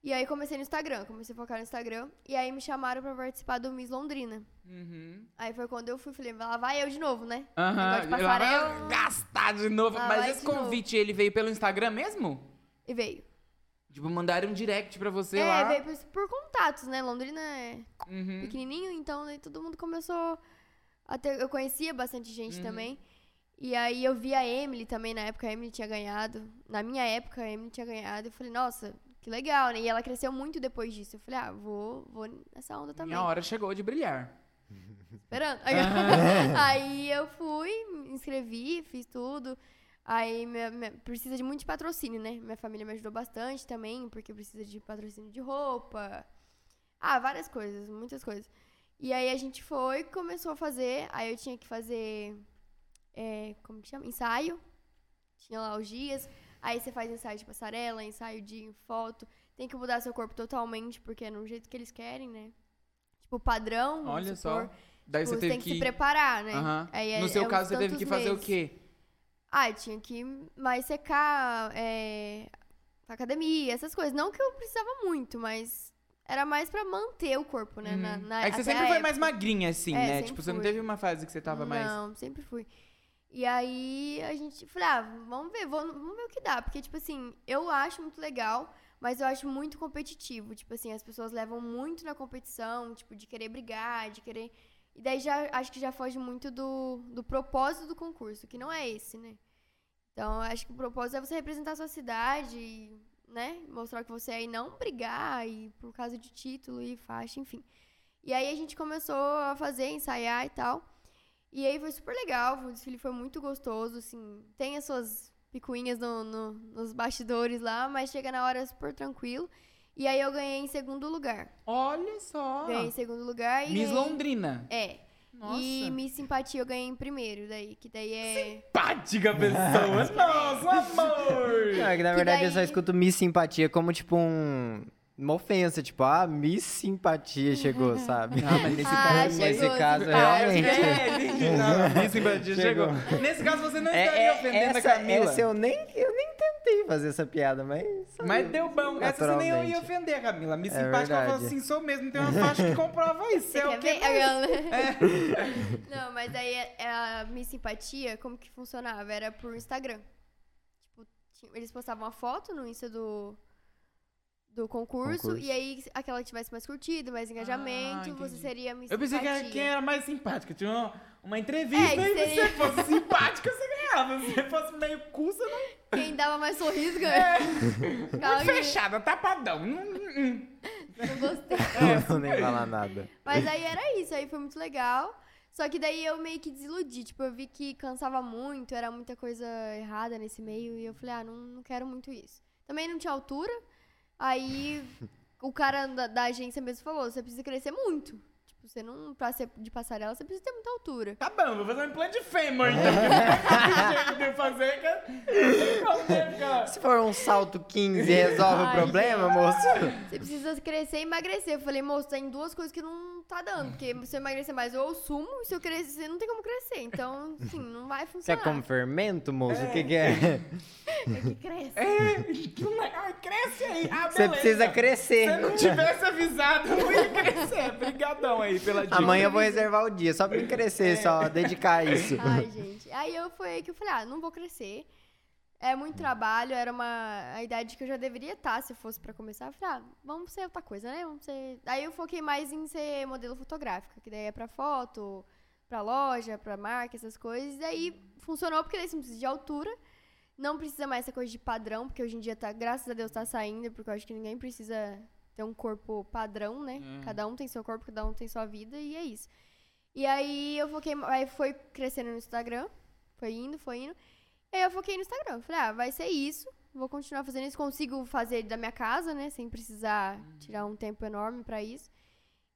Speaker 4: E aí comecei no Instagram, comecei a focar no Instagram. E aí me chamaram pra participar do Miss Londrina.
Speaker 3: Uhum.
Speaker 4: Aí foi quando eu fui, falei, lá vai eu de novo, né?
Speaker 3: Aham,
Speaker 4: Negócio de
Speaker 3: ela vai
Speaker 4: passarela.
Speaker 3: gastar de novo.
Speaker 4: Lá
Speaker 3: Mas
Speaker 4: vai
Speaker 3: esse
Speaker 4: de novo.
Speaker 3: convite, ele veio pelo Instagram mesmo?
Speaker 4: E veio.
Speaker 3: Tipo, mandaram um direct pra você
Speaker 4: é,
Speaker 3: lá.
Speaker 4: veio por, por contatos, né? Londrina é
Speaker 3: Uhum.
Speaker 4: pequenininho, então daí todo mundo começou a ter, eu conhecia bastante gente também. E aí eu vi a Emily também, na época a Emily tinha ganhado. Na minha época a Emily tinha ganhado. Eu falei, nossa, que legal, né? E ela cresceu muito depois disso. Eu falei, ah, vou, vou nessa onda também.
Speaker 3: Minha hora chegou de brilhar.
Speaker 4: esperando. Aí, Ah. <laughs> aí eu fui, me inscrevi, fiz tudo. Aí minha- minha- precisa de muito de patrocínio, né? Minha família me ajudou bastante também, porque precisa de patrocínio de roupa. Ah, várias coisas, muitas coisas. E aí a gente foi, começou a fazer. Aí eu tinha que fazer. é, como que chama? Ensaio. Tinha lá os dias. Aí você faz ensaio de passarela, ensaio de foto. Tem que mudar seu corpo totalmente, porque é no jeito que eles querem, né? Tipo, padrão. vamos
Speaker 3: Olha
Speaker 4: supor.
Speaker 3: só. Daí
Speaker 4: Tipo,
Speaker 3: você teve
Speaker 4: tem que,
Speaker 3: que.
Speaker 4: se preparar, né?
Speaker 3: Aham.
Speaker 4: Aí é-
Speaker 3: no seu
Speaker 4: é uns
Speaker 3: caso, você teve que
Speaker 4: tantos
Speaker 3: fazer o
Speaker 4: meses.
Speaker 3: quê?
Speaker 4: Ah, tinha que mais secar, é, pra academia, essas coisas. Não que eu precisava muito, mas era mais pra manter o corpo, né? Na, na-
Speaker 3: é que você
Speaker 4: até
Speaker 3: sempre
Speaker 4: a
Speaker 3: foi
Speaker 4: época.
Speaker 3: mais magrinha, assim,
Speaker 4: É,
Speaker 3: né?
Speaker 4: sempre
Speaker 3: Tipo, você não
Speaker 4: fui.
Speaker 3: teve uma fase que você tava mais.
Speaker 4: Não, sempre fui. E aí a gente, falei, ah, vamos ver, vou- vamos ver o que dá. Porque, tipo assim, eu acho muito legal, mas eu acho muito competitivo. Tipo assim, as pessoas levam muito na competição, tipo, de querer brigar, de querer. E daí já acho que já foge muito do, do propósito do concurso, que não é esse, né? Então, eu acho que o propósito é você representar a sua cidade, e, né? Mostrar o que você é e não brigar, e por causa de título e faixa, enfim. E aí a gente começou a fazer, ensaiar e tal. E aí foi super legal, o desfile foi muito gostoso, assim, tem as suas picuinhas no, no- nos bastidores lá, mas chega na hora super tranquilo. E aí eu ganhei em segundo lugar.
Speaker 2: Olha só.
Speaker 4: Ganhei em segundo lugar e.
Speaker 2: Ah. Miss
Speaker 4: ganhei-
Speaker 2: Londrina.
Speaker 4: É.
Speaker 2: Nossa.
Speaker 4: E Miss Simpatia eu ganhei em primeiro, daí, que daí é.
Speaker 3: Simpática pessoa.
Speaker 4: <laughs>
Speaker 3: Nossa, amor.
Speaker 1: Não, é que na
Speaker 4: Que
Speaker 1: verdade eu
Speaker 4: daí-
Speaker 1: só escuto Miss Simpatia como tipo um. Uma ofensa, tipo, ah, Miss Simpatia chegou, sabe?
Speaker 2: Ah, mas
Speaker 4: <laughs>
Speaker 2: nesse
Speaker 4: Ah, chegou,
Speaker 2: caso.
Speaker 4: né?
Speaker 1: Nesse caso,
Speaker 4: sim.
Speaker 1: realmente.
Speaker 3: É, entendi. Não, Miss Simpatia chegou. Nesse caso, você não estaria ofendendo
Speaker 1: É, essa,
Speaker 3: a Camila.
Speaker 1: essa eu nem, eu nem tentei fazer essa piada, mas.
Speaker 3: Mas deu bom. Essa você nem eu ia
Speaker 1: Naturalmente.
Speaker 3: ofender a Camila. Me
Speaker 1: É
Speaker 3: simpática, ela falou
Speaker 1: verdade.
Speaker 3: assim, sou mesmo. Tem uma faixa que comprova isso.
Speaker 4: Você
Speaker 3: é
Speaker 4: quer
Speaker 3: o que
Speaker 4: ver? <laughs> É. Não, mas daí é- é a Miss Simpatia, como que funcionava? Era por Instagram. Tipo, tinha- eles postavam uma foto no Insta do, do concurso,
Speaker 1: Concurso.
Speaker 4: e aí aquela que tivesse mais curtida, mais engajamento, você
Speaker 3: Ah, entendi.
Speaker 4: seria a Miss
Speaker 3: Eu pensei que era
Speaker 4: Simpatia.
Speaker 3: quem era mais simpática. Tinha uma, uma entrevista
Speaker 4: É, que
Speaker 3: e se você
Speaker 4: seria-
Speaker 3: fosse simpática, você ganhava. Se você fosse meio cu, você não
Speaker 4: Quem dava
Speaker 3: <laughs>
Speaker 4: mais sorriso ganhava. Ficava ali,
Speaker 3: fechada, tapadão. Hum, hum, hum.
Speaker 4: Não gostei.
Speaker 1: não vou nem falar nada.
Speaker 4: Mas aí era isso, aí foi muito legal. Só que daí eu meio que desiludi, tipo, eu vi que cansava muito, era muita coisa errada nesse meio, e eu falei, ah, não, não quero muito isso. Também não tinha altura, aí o cara da, da agência mesmo falou, você precisa crescer muito. Tipo, você não, pra ser de passarela, você precisa ter muita altura.
Speaker 3: Tá bom, vou fazer um implante de
Speaker 1: <laughs>
Speaker 3: fêmur. Então. O jeito de eu fazer que eu- Qual deve, cara?
Speaker 1: Se for um salto 15 resolve o
Speaker 4: Ai,
Speaker 1: problema, moço?
Speaker 4: Você precisa crescer e emagrecer. Eu falei, moço, tem duas coisas que não tá dando, porque se eu emagrecer mais, eu sumo, e se eu crescer, não tem como crescer. Então, assim, não vai
Speaker 1: Você é
Speaker 4: funcionar.
Speaker 1: como fermento, moço? O que, que é?
Speaker 4: É que cresce.
Speaker 3: É, que le- ah, cresce aí. Ah,
Speaker 1: Você
Speaker 3: beleza.
Speaker 1: precisa crescer.
Speaker 3: Se
Speaker 1: <laughs>
Speaker 3: eu não tivesse avisado, eu não ia crescer. Obrigadão aí pela dica.
Speaker 1: Amanhã eu vou reservar o dia, só pra me crescer, só dedicar a isso.
Speaker 4: Ai, gente. Aí eu foi aí que eu falei, ah, não vou crescer. É muito trabalho, era uma a idade que eu já deveria estar se fosse pra começar. Eu falei, ah, vamos ser outra coisa, né? Vamos ser. Aí eu foquei mais em ser modelo fotográfica, que daí é pra foto, pra loja, pra marca, essas coisas. E daí funcionou porque daí você não precisa de altura. Não precisa mais essa coisa de padrão, porque hoje em dia, tá, graças a Deus, tá saindo, porque eu acho que ninguém precisa ter um corpo padrão, né? Cada um tem seu corpo, cada um tem sua vida, e é isso. E aí eu foquei, aí foi crescendo no Instagram, foi indo, foi indo. E aí eu foquei no Instagram. Falei, ah, vai ser isso. Vou continuar fazendo isso. Consigo fazer da minha casa, né? Sem precisar tirar um tempo enorme pra isso.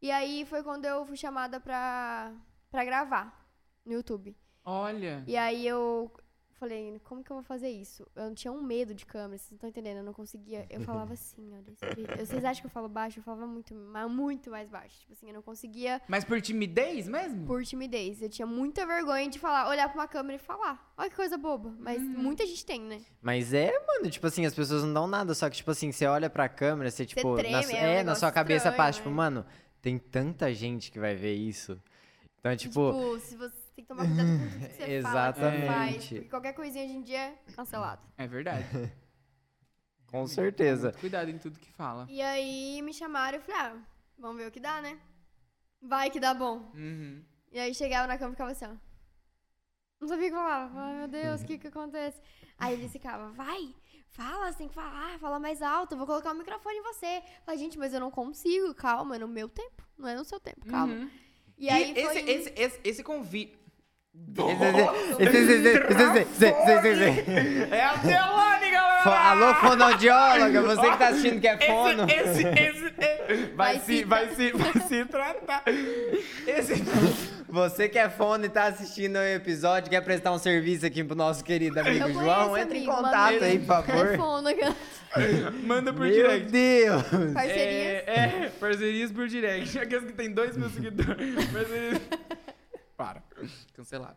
Speaker 4: E aí foi quando eu fui chamada pra, pra gravar no YouTube.
Speaker 2: Olha.
Speaker 4: E aí eu falei, como que eu vou fazer isso? Eu não tinha um medo de câmera, vocês não estão entendendo, eu não conseguia. Eu
Speaker 1: <laughs>
Speaker 4: falava assim, ó, desse jeito. Vocês acham que eu falo baixo? Eu falava muito, mas muito mais baixo. Tipo assim, eu não conseguia
Speaker 2: Mas por timidez mesmo?
Speaker 4: por timidez. Eu tinha muita vergonha de falar, olhar pra uma câmera e falar. Olha que coisa boba. Mas muita gente tem, né?
Speaker 1: Mas é, mano, tipo assim, as pessoas não dão nada, só que, tipo assim, você olha pra câmera, você, tipo, na
Speaker 4: treme,
Speaker 1: su-
Speaker 4: é um
Speaker 1: é, na
Speaker 4: negócio
Speaker 1: sua cabeça
Speaker 4: estranho,
Speaker 1: passa, tipo,
Speaker 4: né?
Speaker 1: mano, tem tanta gente que vai ver isso. Então, é,
Speaker 4: E,
Speaker 1: tipo,
Speaker 4: se você tem que tomar cuidado com tudo que você fala, que você faz.
Speaker 1: Exatamente.
Speaker 4: Porque qualquer coisinha hoje em dia é cancelado.
Speaker 2: É verdade.
Speaker 1: com certeza.
Speaker 2: Muito Cuidado em tudo que fala.
Speaker 4: E aí me chamaram e eu falei, ah, vamos ver o que dá, né? Vai que dá bom.
Speaker 3: Uhum.
Speaker 4: E aí chegava na cama e ficava assim, ó. Não sabia o que falava. Falava, Ai, meu Deus, o que que acontece? Aí eles ficavam, vai, fala, você tem que falar, fala mais alto, eu vou colocar o microfone em você. Eu Falei, gente, mas eu não consigo, calma, é no meu tempo, não é no seu tempo, calma.
Speaker 3: Uhum.
Speaker 4: E aí
Speaker 3: esse,
Speaker 4: foi... um
Speaker 3: esse, esse, esse convite. É a Delane, galera!
Speaker 1: Fo- Alô, fonodióloga, você que tá assistindo que é fono.
Speaker 3: Esse, esse, esse- Vai,
Speaker 4: Vai
Speaker 3: se,
Speaker 4: se-
Speaker 3: vai, se, vai se tratar. Esse.
Speaker 1: Você que é fono e tá assistindo o episódio, quer prestar um serviço aqui pro nosso querido amigo
Speaker 4: conheço,
Speaker 1: João, entra em
Speaker 4: amigo, É
Speaker 1: contato
Speaker 4: manda-
Speaker 1: aí, por favor.
Speaker 4: Telefone,
Speaker 3: <laughs>
Speaker 4: é
Speaker 3: Manda por
Speaker 1: Meu
Speaker 3: direct.
Speaker 1: Deus!
Speaker 4: parcerias.
Speaker 3: É, <laughs> é, parcerias por direct. <laughs> Aqueles que tem dois mil
Speaker 4: <laughs>
Speaker 3: seguidores. Parcerias. Para. Cancelado.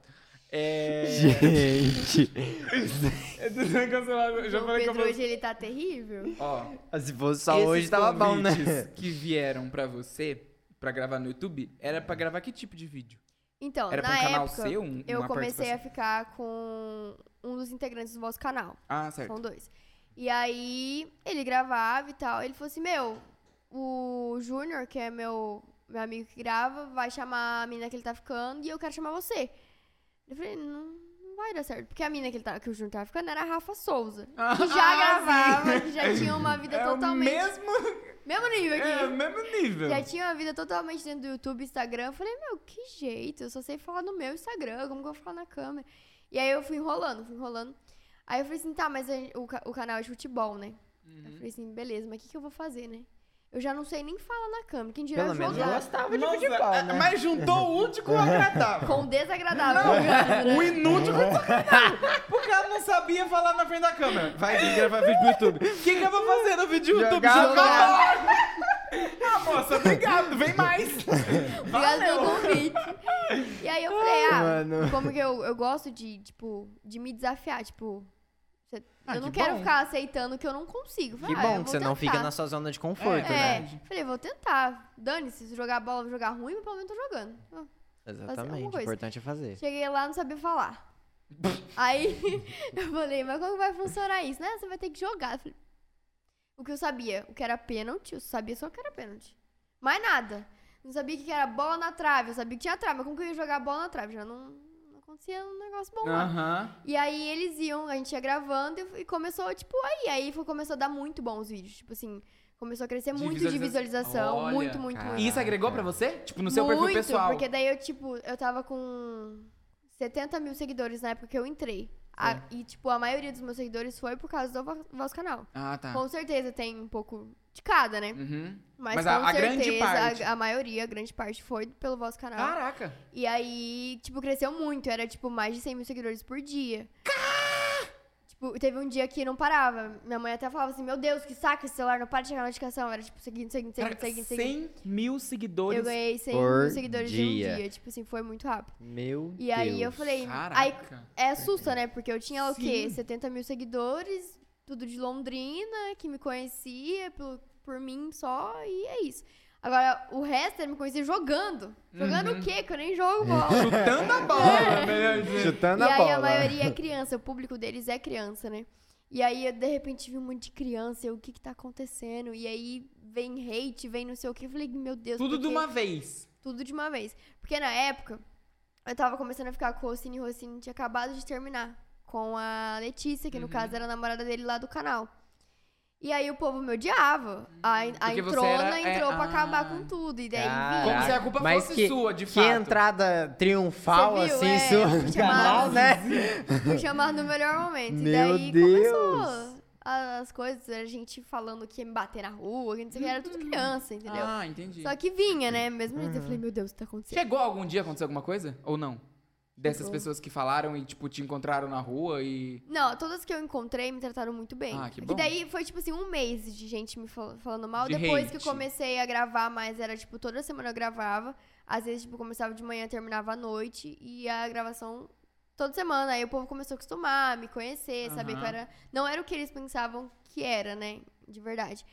Speaker 3: É.
Speaker 1: Gente,
Speaker 3: Eu tô sendo cancelado. Eu Já
Speaker 4: João
Speaker 3: falei que eu
Speaker 4: Pedro
Speaker 3: vou.
Speaker 4: hoje ele tá terrível.
Speaker 3: Ó,
Speaker 1: se fosse só
Speaker 3: Esses
Speaker 1: hoje tava bom, né? <laughs>
Speaker 3: convites que vieram pra você, pra gravar no YouTube, era pra gravar que tipo de vídeo?
Speaker 4: Então,
Speaker 3: Era pra
Speaker 4: na
Speaker 3: um canal
Speaker 4: época,
Speaker 3: seu? Um-
Speaker 4: eu
Speaker 3: uma
Speaker 4: comecei a
Speaker 3: participação?
Speaker 4: ficar com um dos integrantes do vosso canal.
Speaker 3: Ah, certo.
Speaker 4: São dois. E aí, ele gravava e tal. Ele falou assim: Meu, o Júnior, que é meu, meu amigo que grava, vai chamar a mina que ele tá ficando e eu quero chamar você. Eu falei: Não, não vai dar certo. Porque a mina que, ele tá, que o Júnior tava ficando era a Rafa Souza,
Speaker 3: <laughs>
Speaker 4: que já gravava, que já tinha uma vida
Speaker 3: Ah, É o
Speaker 4: totalmente.
Speaker 3: mesmo,
Speaker 4: mesmo nível aqui.
Speaker 3: é o mesmo nível.
Speaker 1: Hum.
Speaker 4: Já tinha uma vida totalmente dentro do YouTube, Instagram. Eu falei, meu, que jeito, eu só sei falar no meu Instagram, como que eu vou falar na câmera? E aí eu fui enrolando, fui enrolando. Aí eu falei assim, tá, mas a gente- o, ca- o canal é de futebol, né?
Speaker 1: Uhum.
Speaker 4: Eu falei assim, beleza, mas o que, que eu vou fazer, né? Eu já não sei nem falar na câmera, quem dirá
Speaker 1: Pelo menos eu
Speaker 4: jogar.
Speaker 1: gostava de
Speaker 3: Nossa,
Speaker 1: futebol,
Speaker 3: é,
Speaker 1: né?
Speaker 3: Mas juntou o útil com o agradável.
Speaker 4: Com o desagradável. <laughs>
Speaker 3: O inútil
Speaker 1: É.
Speaker 3: com o desagradável. Porque ela não sabia falar na frente da câmera.
Speaker 2: Vai vir gravar vídeo pro YouTube.
Speaker 3: O que, que eu vou fazer no vídeo do YouTube?
Speaker 1: Jogar
Speaker 3: Jogar bola. <laughs> Ah, moça, obrigado. Vem mais.
Speaker 4: Obrigado pelo
Speaker 3: Valeu.
Speaker 4: convite. E aí eu falei, ah,
Speaker 1: Mano.
Speaker 4: como que eu, eu gosto de, tipo, de me desafiar, tipo... cê-
Speaker 3: Ah,
Speaker 4: eu não
Speaker 3: que
Speaker 4: quero
Speaker 3: bom.
Speaker 4: ficar aceitando que eu não consigo.
Speaker 1: Que
Speaker 4: Falei, ah, eu
Speaker 1: bom que você
Speaker 4: vou
Speaker 1: não fica
Speaker 4: tentar.
Speaker 1: na sua zona de conforto,
Speaker 4: É,
Speaker 1: né?
Speaker 4: falei, vou tentar. Dane-se, se jogar bola, jogar ruim, mas pelo menos eu tô jogando. Ah,
Speaker 1: Exatamente, o
Speaker 4: coisa.
Speaker 1: importante é fazer.
Speaker 4: Cheguei lá, não sabia falar. Aí <laughs> eu falei, mas como que vai funcionar isso? Né? Você vai ter que jogar. Eu falei, o que eu sabia? O que era pênalti, eu sabia só o que era pênalti. Mais nada. Não sabia o que era bola na trave, eu sabia que tinha trave, mas como que eu ia jogar bola na trave? Já não, não acontecia um negócio bom lá.
Speaker 3: Aham.
Speaker 4: E aí eles iam, a gente ia gravando e- e começou, tipo, aí. Aí foi- começou a dar muito bom os vídeos. Tipo assim, começou a crescer
Speaker 3: De
Speaker 4: muito de
Speaker 3: visualiza-
Speaker 4: visualização.
Speaker 3: Olha,
Speaker 4: muito, muito, muito.
Speaker 3: E isso agregou pra você? Tipo, no seu perfil
Speaker 4: Muito,
Speaker 3: pessoal.
Speaker 4: Porque daí eu, tipo, eu tava com 70 mil seguidores na época que eu entrei. A- e, tipo, a maioria dos meus seguidores foi por causa do vo- vosso canal.
Speaker 3: Ah, tá.
Speaker 4: Com certeza tem um pouco de cada, né?
Speaker 3: Uhum.
Speaker 4: Mas,
Speaker 3: Mas
Speaker 4: com
Speaker 3: a- a grande
Speaker 4: certeza
Speaker 3: parte.
Speaker 4: A, a maioria, a grande parte foi pelo vosso canal.
Speaker 3: Caraca.
Speaker 4: E aí, tipo, cresceu muito. Era, tipo, mais de 100 mil seguidores por dia. Tipo, teve um dia que não parava. Minha mãe até falava assim, meu Deus, que saca esse celular, não para de chegar a notificação. Era, tipo, seguindo, seguindo, seguindo,
Speaker 3: Caraca,
Speaker 4: seguindo, seguindo.
Speaker 3: 100 mil seguidores.
Speaker 4: Eu ganhei 100
Speaker 1: por
Speaker 4: mil seguidores em
Speaker 1: dia.
Speaker 4: um dia. Tipo assim, foi muito rápido.
Speaker 1: Meu
Speaker 4: E aí eu
Speaker 1: Deus.
Speaker 4: falei... Aí,
Speaker 3: Caraca.
Speaker 4: é assusta, né? Porque eu tinha, o quê?
Speaker 3: Sim.
Speaker 4: 70 mil seguidores, tudo de Londrina, que me conhecia por, por mim só, e é isso. Agora, o resto, ele me conhecia jogando. Jogando o quê? Que eu nem
Speaker 3: <laughs>
Speaker 4: jogo bola.
Speaker 3: Chutando a
Speaker 4: É.
Speaker 3: bola, melhor dizer.
Speaker 1: Chutando
Speaker 4: E
Speaker 1: a Tá
Speaker 4: aí
Speaker 1: bola.
Speaker 4: a maioria é criança, o público deles é criança, né? E aí eu, de repente vi um monte de criança, eu, o que que tá acontecendo? E aí vem hate, vem não sei o que, eu falei, meu Deus,
Speaker 3: Tudo
Speaker 4: por
Speaker 3: de
Speaker 4: quê?
Speaker 3: uma vez.
Speaker 4: tudo de uma vez. Porque na época eu tava começando a ficar com o Rossini, e o Rossini tinha acabado de terminar com a Letícia,
Speaker 3: Uhum.
Speaker 4: que no caso era a namorada dele lá do canal. E aí o povo me odiava. A, a
Speaker 3: Porque você
Speaker 4: entrona
Speaker 3: era- é,
Speaker 4: entrou pra
Speaker 3: ah.
Speaker 4: acabar com tudo. E daí
Speaker 1: Caraca.
Speaker 4: vinha.
Speaker 3: Como se a culpa
Speaker 1: Mas
Speaker 3: fosse
Speaker 1: que-
Speaker 3: sua, de
Speaker 1: que
Speaker 3: fato.
Speaker 1: entrada triunfal,
Speaker 4: Você viu,
Speaker 1: assim,
Speaker 4: é,
Speaker 1: <laughs> sua canal,
Speaker 4: chamado.
Speaker 1: né?
Speaker 4: Fui chamar no melhor momento.
Speaker 1: Meu
Speaker 4: e daí
Speaker 1: Deus.
Speaker 4: começou a- as coisas, a gente falando que ia me bater na rua, que não sei o que, era tudo criança, entendeu?
Speaker 3: Hum. Ah, entendi. Hum.
Speaker 4: Só que vinha, né? Mesmo jeito, eu falei, meu Deus, o que tá acontecendo?
Speaker 3: Chegou algum dia a acontecer alguma coisa? Ou não? Dessas
Speaker 4: Chegou.
Speaker 3: pessoas que falaram e, tipo, te encontraram na rua e.
Speaker 4: Não, todas que eu encontrei me trataram muito bem.
Speaker 3: Ah, que
Speaker 4: E
Speaker 3: bom.
Speaker 4: daí foi, tipo assim, um mês de gente me fal- falando mal.
Speaker 3: De
Speaker 4: Depois que eu
Speaker 3: hate.
Speaker 4: comecei a gravar mais, era, tipo, toda semana eu gravava. Às vezes, tipo, começava de manhã, terminava à noite. E a gravação toda semana. Aí o povo começou a acostumar, a me conhecer, saber que eu
Speaker 3: Aham.
Speaker 4: era... Não era o que eles pensavam que era, né? De verdade.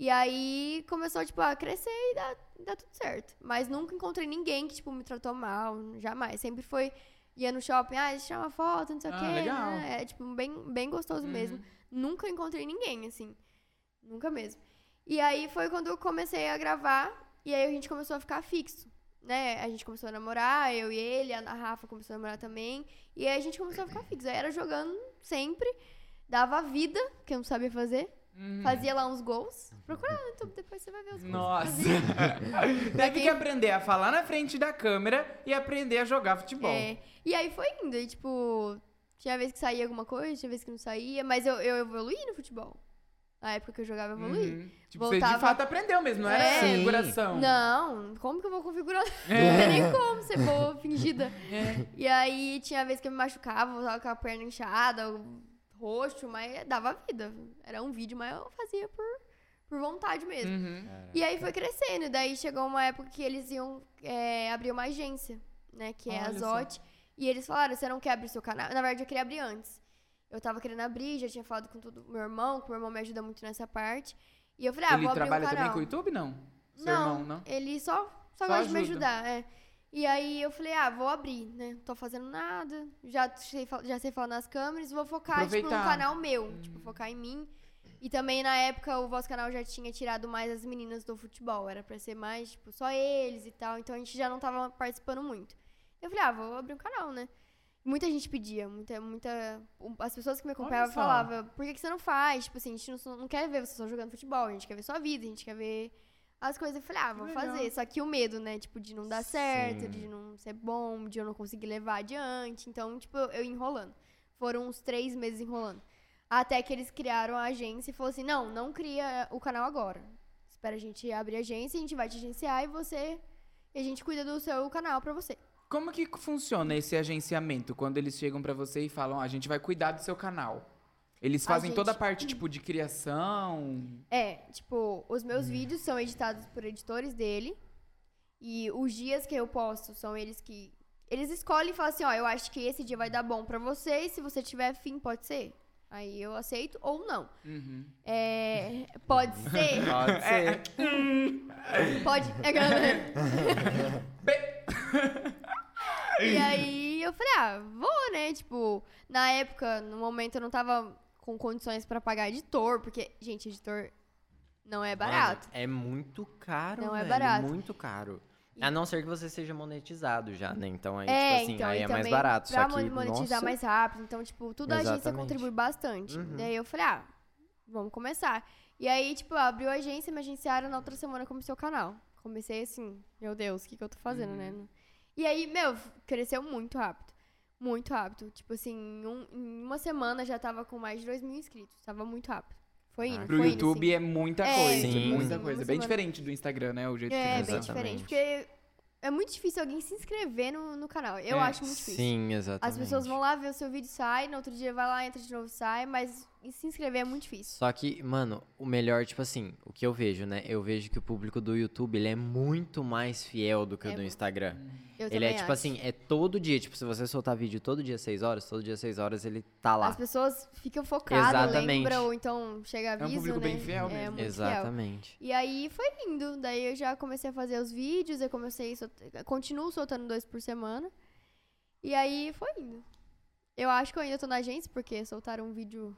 Speaker 4: E aí começou, tipo, a crescer e dar, dar tudo certo. Mas nunca encontrei ninguém que, tipo, me tratou mal. Jamais. Sempre foi... Ia no shopping, ah, deixa eu tirar uma foto, não sei
Speaker 3: Ah,
Speaker 4: o quê.
Speaker 3: legal.
Speaker 4: né? É, tipo, bem, bem gostoso
Speaker 3: Uhum.
Speaker 4: mesmo. Nunca encontrei ninguém, assim. Nunca mesmo. E aí foi quando eu comecei a gravar. E aí a gente começou a ficar fixo, né? A gente começou a namorar, eu e ele. A Rafa começou a namorar também. E aí a gente começou a ficar fixo. Aí era jogando sempre. Dava vida, que eu não sabia fazer.
Speaker 3: Hum.
Speaker 4: Fazia lá uns gols. Procura lá no YouTube, depois você vai ver os gols. <laughs>
Speaker 3: Nossa!
Speaker 4: Fazia.
Speaker 3: Teve que aprender a falar na frente da câmera e aprender a jogar futebol.
Speaker 4: É, e aí foi indo, e tipo, tinha vez que saía alguma coisa, tinha vez que não saía, mas eu, eu evoluí no futebol. Na época que eu jogava, eu evoluí.
Speaker 3: Uhum. Tipo, você de
Speaker 4: Voltava-
Speaker 3: fato aprendeu mesmo, não era
Speaker 4: É.
Speaker 1: Sim.
Speaker 3: configuração.
Speaker 4: Não, como que eu vou configurar? Não
Speaker 3: Então. É.
Speaker 4: tem nem como ser boa,
Speaker 3: <laughs>
Speaker 4: fingida.
Speaker 3: É.
Speaker 4: E aí tinha vez que eu me machucava, voltava com a perna inchada, o roxo, mas dava vida. Era um vídeo, mas eu fazia por, por vontade mesmo.
Speaker 3: Uhum.
Speaker 4: E aí foi crescendo, e daí chegou uma época que eles iam é, abrir uma agência, né? Que é a
Speaker 3: Olha só.
Speaker 4: Zote. E eles falaram, você não quer abrir seu canal? Na verdade, eu queria abrir antes. Eu tava querendo abrir, já tinha falado com tudo, meu irmão, que meu irmão me ajuda muito nessa parte. E eu falei, ah,
Speaker 3: Ele
Speaker 4: vou abrir um
Speaker 3: trabalha
Speaker 4: canal.
Speaker 3: também com o YouTube, não? Seu
Speaker 4: não,
Speaker 3: irmão, não?
Speaker 4: ele só,
Speaker 3: Só
Speaker 4: só, gosta de me
Speaker 3: ajuda.
Speaker 4: ajudar, é. E aí eu falei, ah, vou abrir, né? Não tô fazendo nada, já sei, fa- já sei falar nas câmeras, vou focar, tipo,
Speaker 3: Aproveitar.
Speaker 4: no canal meu. Tipo, focar em mim. E também, na época, o vosso canal já tinha tirado mais as meninas do futebol. Era pra ser mais, tipo, só eles e tal. Então, a gente já não tava participando muito. Eu falei, ah, vou abrir um canal, né? Muita gente pedia, muita, muita... um- As pessoas que me acompanhavam
Speaker 3: só.
Speaker 4: falavam, por que, que você não faz? Tipo assim, a gente não, não quer ver você só jogando futebol. A gente quer ver sua vida, a gente quer ver as coisas. Eu falei, ah, vou
Speaker 3: legal.
Speaker 4: fazer. Só que o medo, né? Tipo, de não dar certo,
Speaker 5: Sim.
Speaker 4: de não ser bom, de eu não conseguir levar adiante. Então, tipo, eu, eu enrolando. Foram uns três meses enrolando. Até que eles criaram a agência e falou assim: não, não cria o canal agora. Espera a gente abrir a agência, a gente vai te agenciar e você. E a gente cuida do seu canal pra você.
Speaker 3: Como que funciona esse agenciamento quando eles chegam pra você e falam, "Ó, a gente vai cuidar do seu canal? Eles
Speaker 4: A
Speaker 3: fazem
Speaker 4: gente-
Speaker 3: toda a parte, tipo, de criação.
Speaker 4: É, tipo, os meus vídeos são editados por editores dele. E os dias que eu posto são eles que. Eles escolhem e falam assim: ó, eu acho que esse dia vai dar bom pra você. E se você tiver fim, pode ser. Aí eu aceito ou não. É, pode ser.
Speaker 1: <laughs> Pode
Speaker 4: É
Speaker 1: ser.
Speaker 4: Pode. É grana. <laughs> e aí eu falei, ah, vou, né? Tipo, na época, no momento eu não tava com condições pra pagar editor, porque, gente, editor não é barato.
Speaker 1: Mano, é muito caro,
Speaker 4: Não é
Speaker 1: velho,
Speaker 4: barato.
Speaker 1: muito caro. A não ser que você seja monetizado já, né? Então aí,
Speaker 4: é,
Speaker 1: tipo assim,
Speaker 4: então,
Speaker 1: aí
Speaker 4: e
Speaker 1: é mais
Speaker 4: também
Speaker 1: barato.
Speaker 4: Pra
Speaker 1: Só que,
Speaker 4: monetizar
Speaker 1: nossa,
Speaker 4: mais rápido. Então, tipo, tudo a agência
Speaker 1: Exatamente. Uhum.
Speaker 4: contribui bastante. Daí eu falei, ah, vamos começar. E aí, tipo, abriu a agência, me agenciaram, na outra semana comecei o canal. Comecei assim, meu Deus, o que, que eu tô fazendo,
Speaker 1: Uhum.
Speaker 4: né? E aí, meu, cresceu muito rápido. Muito rápido. Tipo assim, em, um- em uma semana já tava com mais de 2 mil inscritos. Tava muito rápido.
Speaker 1: Ah,
Speaker 4: Foi indo,
Speaker 3: Pro
Speaker 4: foi indo,
Speaker 3: YouTube
Speaker 4: assim.
Speaker 3: é muita
Speaker 4: É,
Speaker 3: coisa,
Speaker 1: Sim.
Speaker 3: muita
Speaker 4: sim,
Speaker 3: coisa. Bem
Speaker 4: uma semana.
Speaker 3: diferente do Instagram, né? O jeito
Speaker 4: É,
Speaker 3: que
Speaker 4: bem
Speaker 3: funciona.
Speaker 1: Exatamente.
Speaker 4: diferente. Porque é muito difícil alguém se inscrever no, no canal. Eu
Speaker 3: É,
Speaker 4: acho muito difícil.
Speaker 1: Sim, exatamente.
Speaker 4: As pessoas vão lá ver o seu vídeo sai, no outro dia vai lá, entra de novo e sai, mas e se inscrever é muito difícil.
Speaker 1: Só que, mano, o melhor, tipo assim, o que eu vejo, né? Eu vejo que o público do YouTube, ele é muito mais fiel do que
Speaker 4: É
Speaker 1: o do
Speaker 4: mu-
Speaker 1: Instagram.
Speaker 4: Eu
Speaker 1: ele é,
Speaker 4: também
Speaker 1: tipo
Speaker 4: acho.
Speaker 1: assim, é todo dia. Tipo, se você soltar vídeo todo dia às 6 horas, todo dia às 6 horas ele tá lá.
Speaker 4: As pessoas ficam focadas,
Speaker 1: Exatamente.
Speaker 4: lembram, ou então chega aviso,
Speaker 3: um público
Speaker 4: né?
Speaker 3: bem fiel
Speaker 4: É
Speaker 3: mesmo.
Speaker 4: muito fiel.
Speaker 1: Exatamente.
Speaker 4: E aí foi lindo, daí eu já comecei a fazer os vídeos, eu comecei, sol- continuo soltando dois por semana, e aí foi indo. Eu acho que eu ainda tô na agência, porque soltaram um vídeo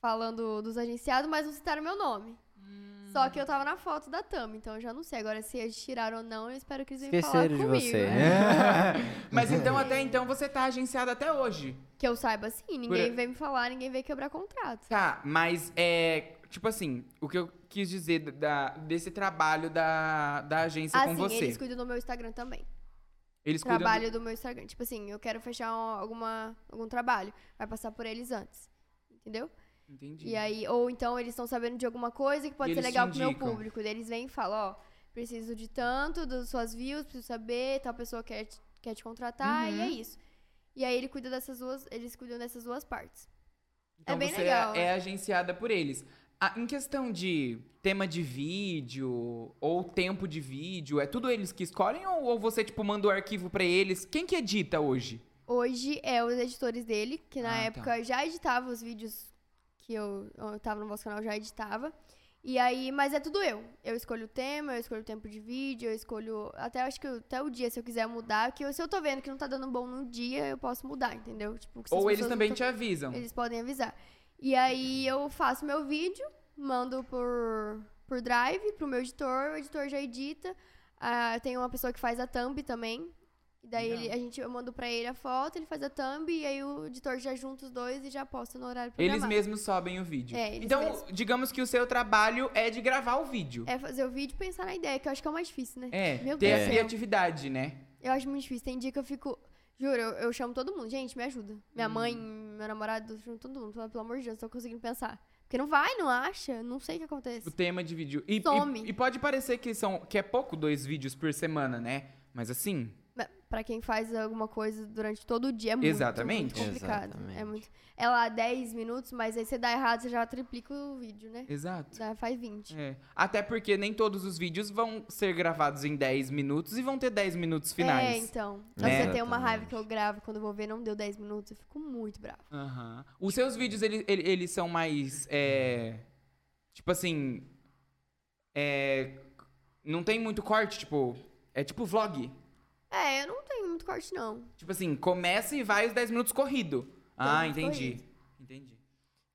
Speaker 4: falando dos agenciados, mas não citaram meu nome.
Speaker 3: Hum.
Speaker 4: Só que eu tava na foto da Tama, então eu já não sei. Agora, se eles tiraram ou não, eu espero que eles venham falar
Speaker 1: Esqueceram de
Speaker 4: comigo.
Speaker 1: você.
Speaker 4: né?
Speaker 1: né?
Speaker 3: É. <laughs> Mas então, até então, você tá agenciado até hoje.
Speaker 4: Que eu saiba, sim. Ninguém
Speaker 3: Por-
Speaker 4: veio me falar, ninguém veio quebrar contrato.
Speaker 3: Tá, mas é. Tipo assim, o que eu quis dizer da, desse trabalho da, da agência
Speaker 4: assim,
Speaker 3: é com você.
Speaker 4: eles cuidam do meu Instagram também.
Speaker 3: Eles cuidam do-
Speaker 4: trabalho do meu Instagram. Tipo assim, eu quero fechar um- alguma, algum trabalho. Vai passar por eles antes. Entendeu?
Speaker 3: Entendi.
Speaker 4: E aí, ou então eles estão sabendo de alguma coisa que pode
Speaker 3: E
Speaker 4: ser
Speaker 3: eles te
Speaker 4: legal pro meu
Speaker 3: indicam.
Speaker 4: público. Daí eles vêm e falam, ó, preciso de tanto, das suas views, preciso saber, tal pessoa quer te, quer te contratar, e
Speaker 3: Uhum.
Speaker 4: é isso. E aí ele cuida dessas duas, eles cuidam dessas duas partes.
Speaker 3: Então
Speaker 4: é bem
Speaker 3: você
Speaker 4: legal.
Speaker 3: é agenciada por eles. Ah, em questão de tema de vídeo ou tempo de vídeo, é tudo eles que escolhem ou, ou você, tipo, manda o arquivo pra eles? Quem que edita hoje?
Speaker 4: Hoje é os editores dele, que na
Speaker 3: Ah, tá.
Speaker 4: época já editava os vídeos que eu, eu tava no vosso canal, já editava. E aí, mas é tudo eu. Eu escolho o tema, eu escolho o tempo de vídeo, eu escolho até acho que eu- até o dia, se eu quiser mudar, que eu- se eu tô vendo que não tá dando bom no dia, eu posso mudar, entendeu? Tipo, se as
Speaker 3: Ou eles
Speaker 4: pessoas não
Speaker 3: também
Speaker 4: tão-
Speaker 3: te avisam?
Speaker 4: eles podem avisar. E aí eu faço meu vídeo, mando por, por drive pro meu editor, o editor já edita. Ah, tem uma pessoa que faz a thumb também. E daí ele- a gente, eu mando pra ele a foto, ele faz a thumb, e aí o editor já junta os dois e já posta no horário
Speaker 3: Eles
Speaker 4: programado.
Speaker 3: mesmos sobem o vídeo.
Speaker 4: É, eles
Speaker 3: então,
Speaker 4: mesmos.
Speaker 3: digamos que o seu trabalho é de gravar o vídeo.
Speaker 4: É fazer o vídeo e pensar na ideia, que eu acho que é o mais difícil, né?
Speaker 3: É,
Speaker 4: Meu
Speaker 3: ter
Speaker 4: Deus
Speaker 3: a
Speaker 4: do céu.
Speaker 3: criatividade, né?
Speaker 4: Eu acho muito difícil. Tem dia que eu fico. Juro, eu, eu chamo todo mundo. Gente, me ajuda.
Speaker 3: Hum.
Speaker 4: Minha mãe, meu namorado, eu chamo todo mundo. Falo, Pelo amor de Deus, não tô conseguindo pensar. Porque não vai, não acha, não sei o que acontece.
Speaker 3: O tema de vídeo. E, e-
Speaker 4: Some.
Speaker 3: e pode parecer que, são, que é pouco dois vídeos por semana, né? Mas assim,
Speaker 4: Ma- Pra quem faz alguma coisa durante todo o dia é muito,
Speaker 3: Exatamente.
Speaker 4: muito complicado.
Speaker 1: Exatamente.
Speaker 4: É muito. É lá 10 minutos, mas aí você dá errado, você já triplica o vídeo, né?
Speaker 3: exato.
Speaker 4: Já faz 20.
Speaker 3: É. Até porque nem todos os vídeos vão ser gravados em 10 minutos e vão ter 10 minutos
Speaker 4: É,
Speaker 3: finais.
Speaker 4: então.
Speaker 1: Né?
Speaker 4: Você tem uma raiva
Speaker 1: Exatamente.
Speaker 4: que eu gravo quando eu vou ver, não deu 10 minutos, eu fico muito brava.
Speaker 3: Aham. Os seus vídeos, ele- ele- eles são mais. é, tipo assim. é, não tem muito corte, tipo. É tipo vlog.
Speaker 4: É, eu não tenho muito corte, não.
Speaker 3: Tipo assim, começa e vai os 10 minutos corrido. ah,
Speaker 4: minutos
Speaker 3: entendi.
Speaker 4: corrido.
Speaker 3: Entendi.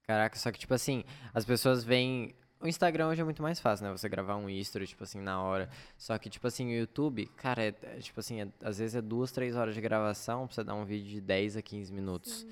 Speaker 1: Caraca, só que, tipo assim, as pessoas veem. O Instagram hoje é muito mais fácil, né? Você gravar um history, tipo assim, na hora. Só que, tipo assim, o YouTube, cara, é, é, tipo assim, é- às vezes é duas, três horas de gravação pra você dar um vídeo de 10 a 15 minutos.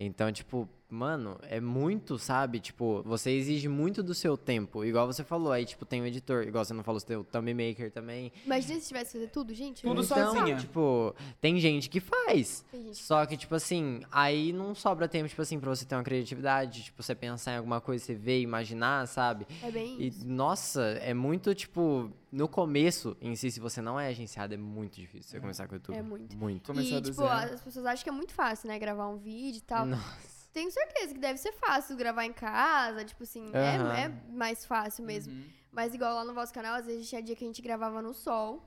Speaker 1: Então, tipo, mano, é muito, sabe? Tipo, você exige muito do seu tempo. Igual você falou, aí, tipo, tem o editor. Igual você não falou, você tem o thumb maker também.
Speaker 4: Imagina se tivesse que fazer tudo, gente.
Speaker 3: Tudo
Speaker 4: Não
Speaker 3: sozinho.
Speaker 4: dá.
Speaker 1: Então,
Speaker 3: sozinha.
Speaker 1: tipo, tem gente que faz.
Speaker 4: Tem gente que
Speaker 1: Só que, tipo assim, aí não sobra tempo, tipo assim, pra você ter uma criatividade, tipo, você pensar em alguma coisa, você ver, imaginar, sabe?
Speaker 4: É bem
Speaker 1: E,
Speaker 4: isso.
Speaker 1: nossa, é muito, tipo, no começo, em si, se você não é agenciado, é muito difícil você começar com o YouTube.
Speaker 4: É muito.
Speaker 1: Muito.
Speaker 6: Começou
Speaker 4: e,
Speaker 6: do
Speaker 4: tipo,
Speaker 6: zero.
Speaker 4: as pessoas acham que é muito fácil, né? Gravar um vídeo e tal.
Speaker 1: Nossa.
Speaker 4: Tenho certeza que deve ser fácil gravar em casa, tipo assim, é-
Speaker 1: Aham.
Speaker 4: é, mais fácil mesmo. Mas igual lá no vosso canal, às vezes tinha dia que a gente gravava no sol,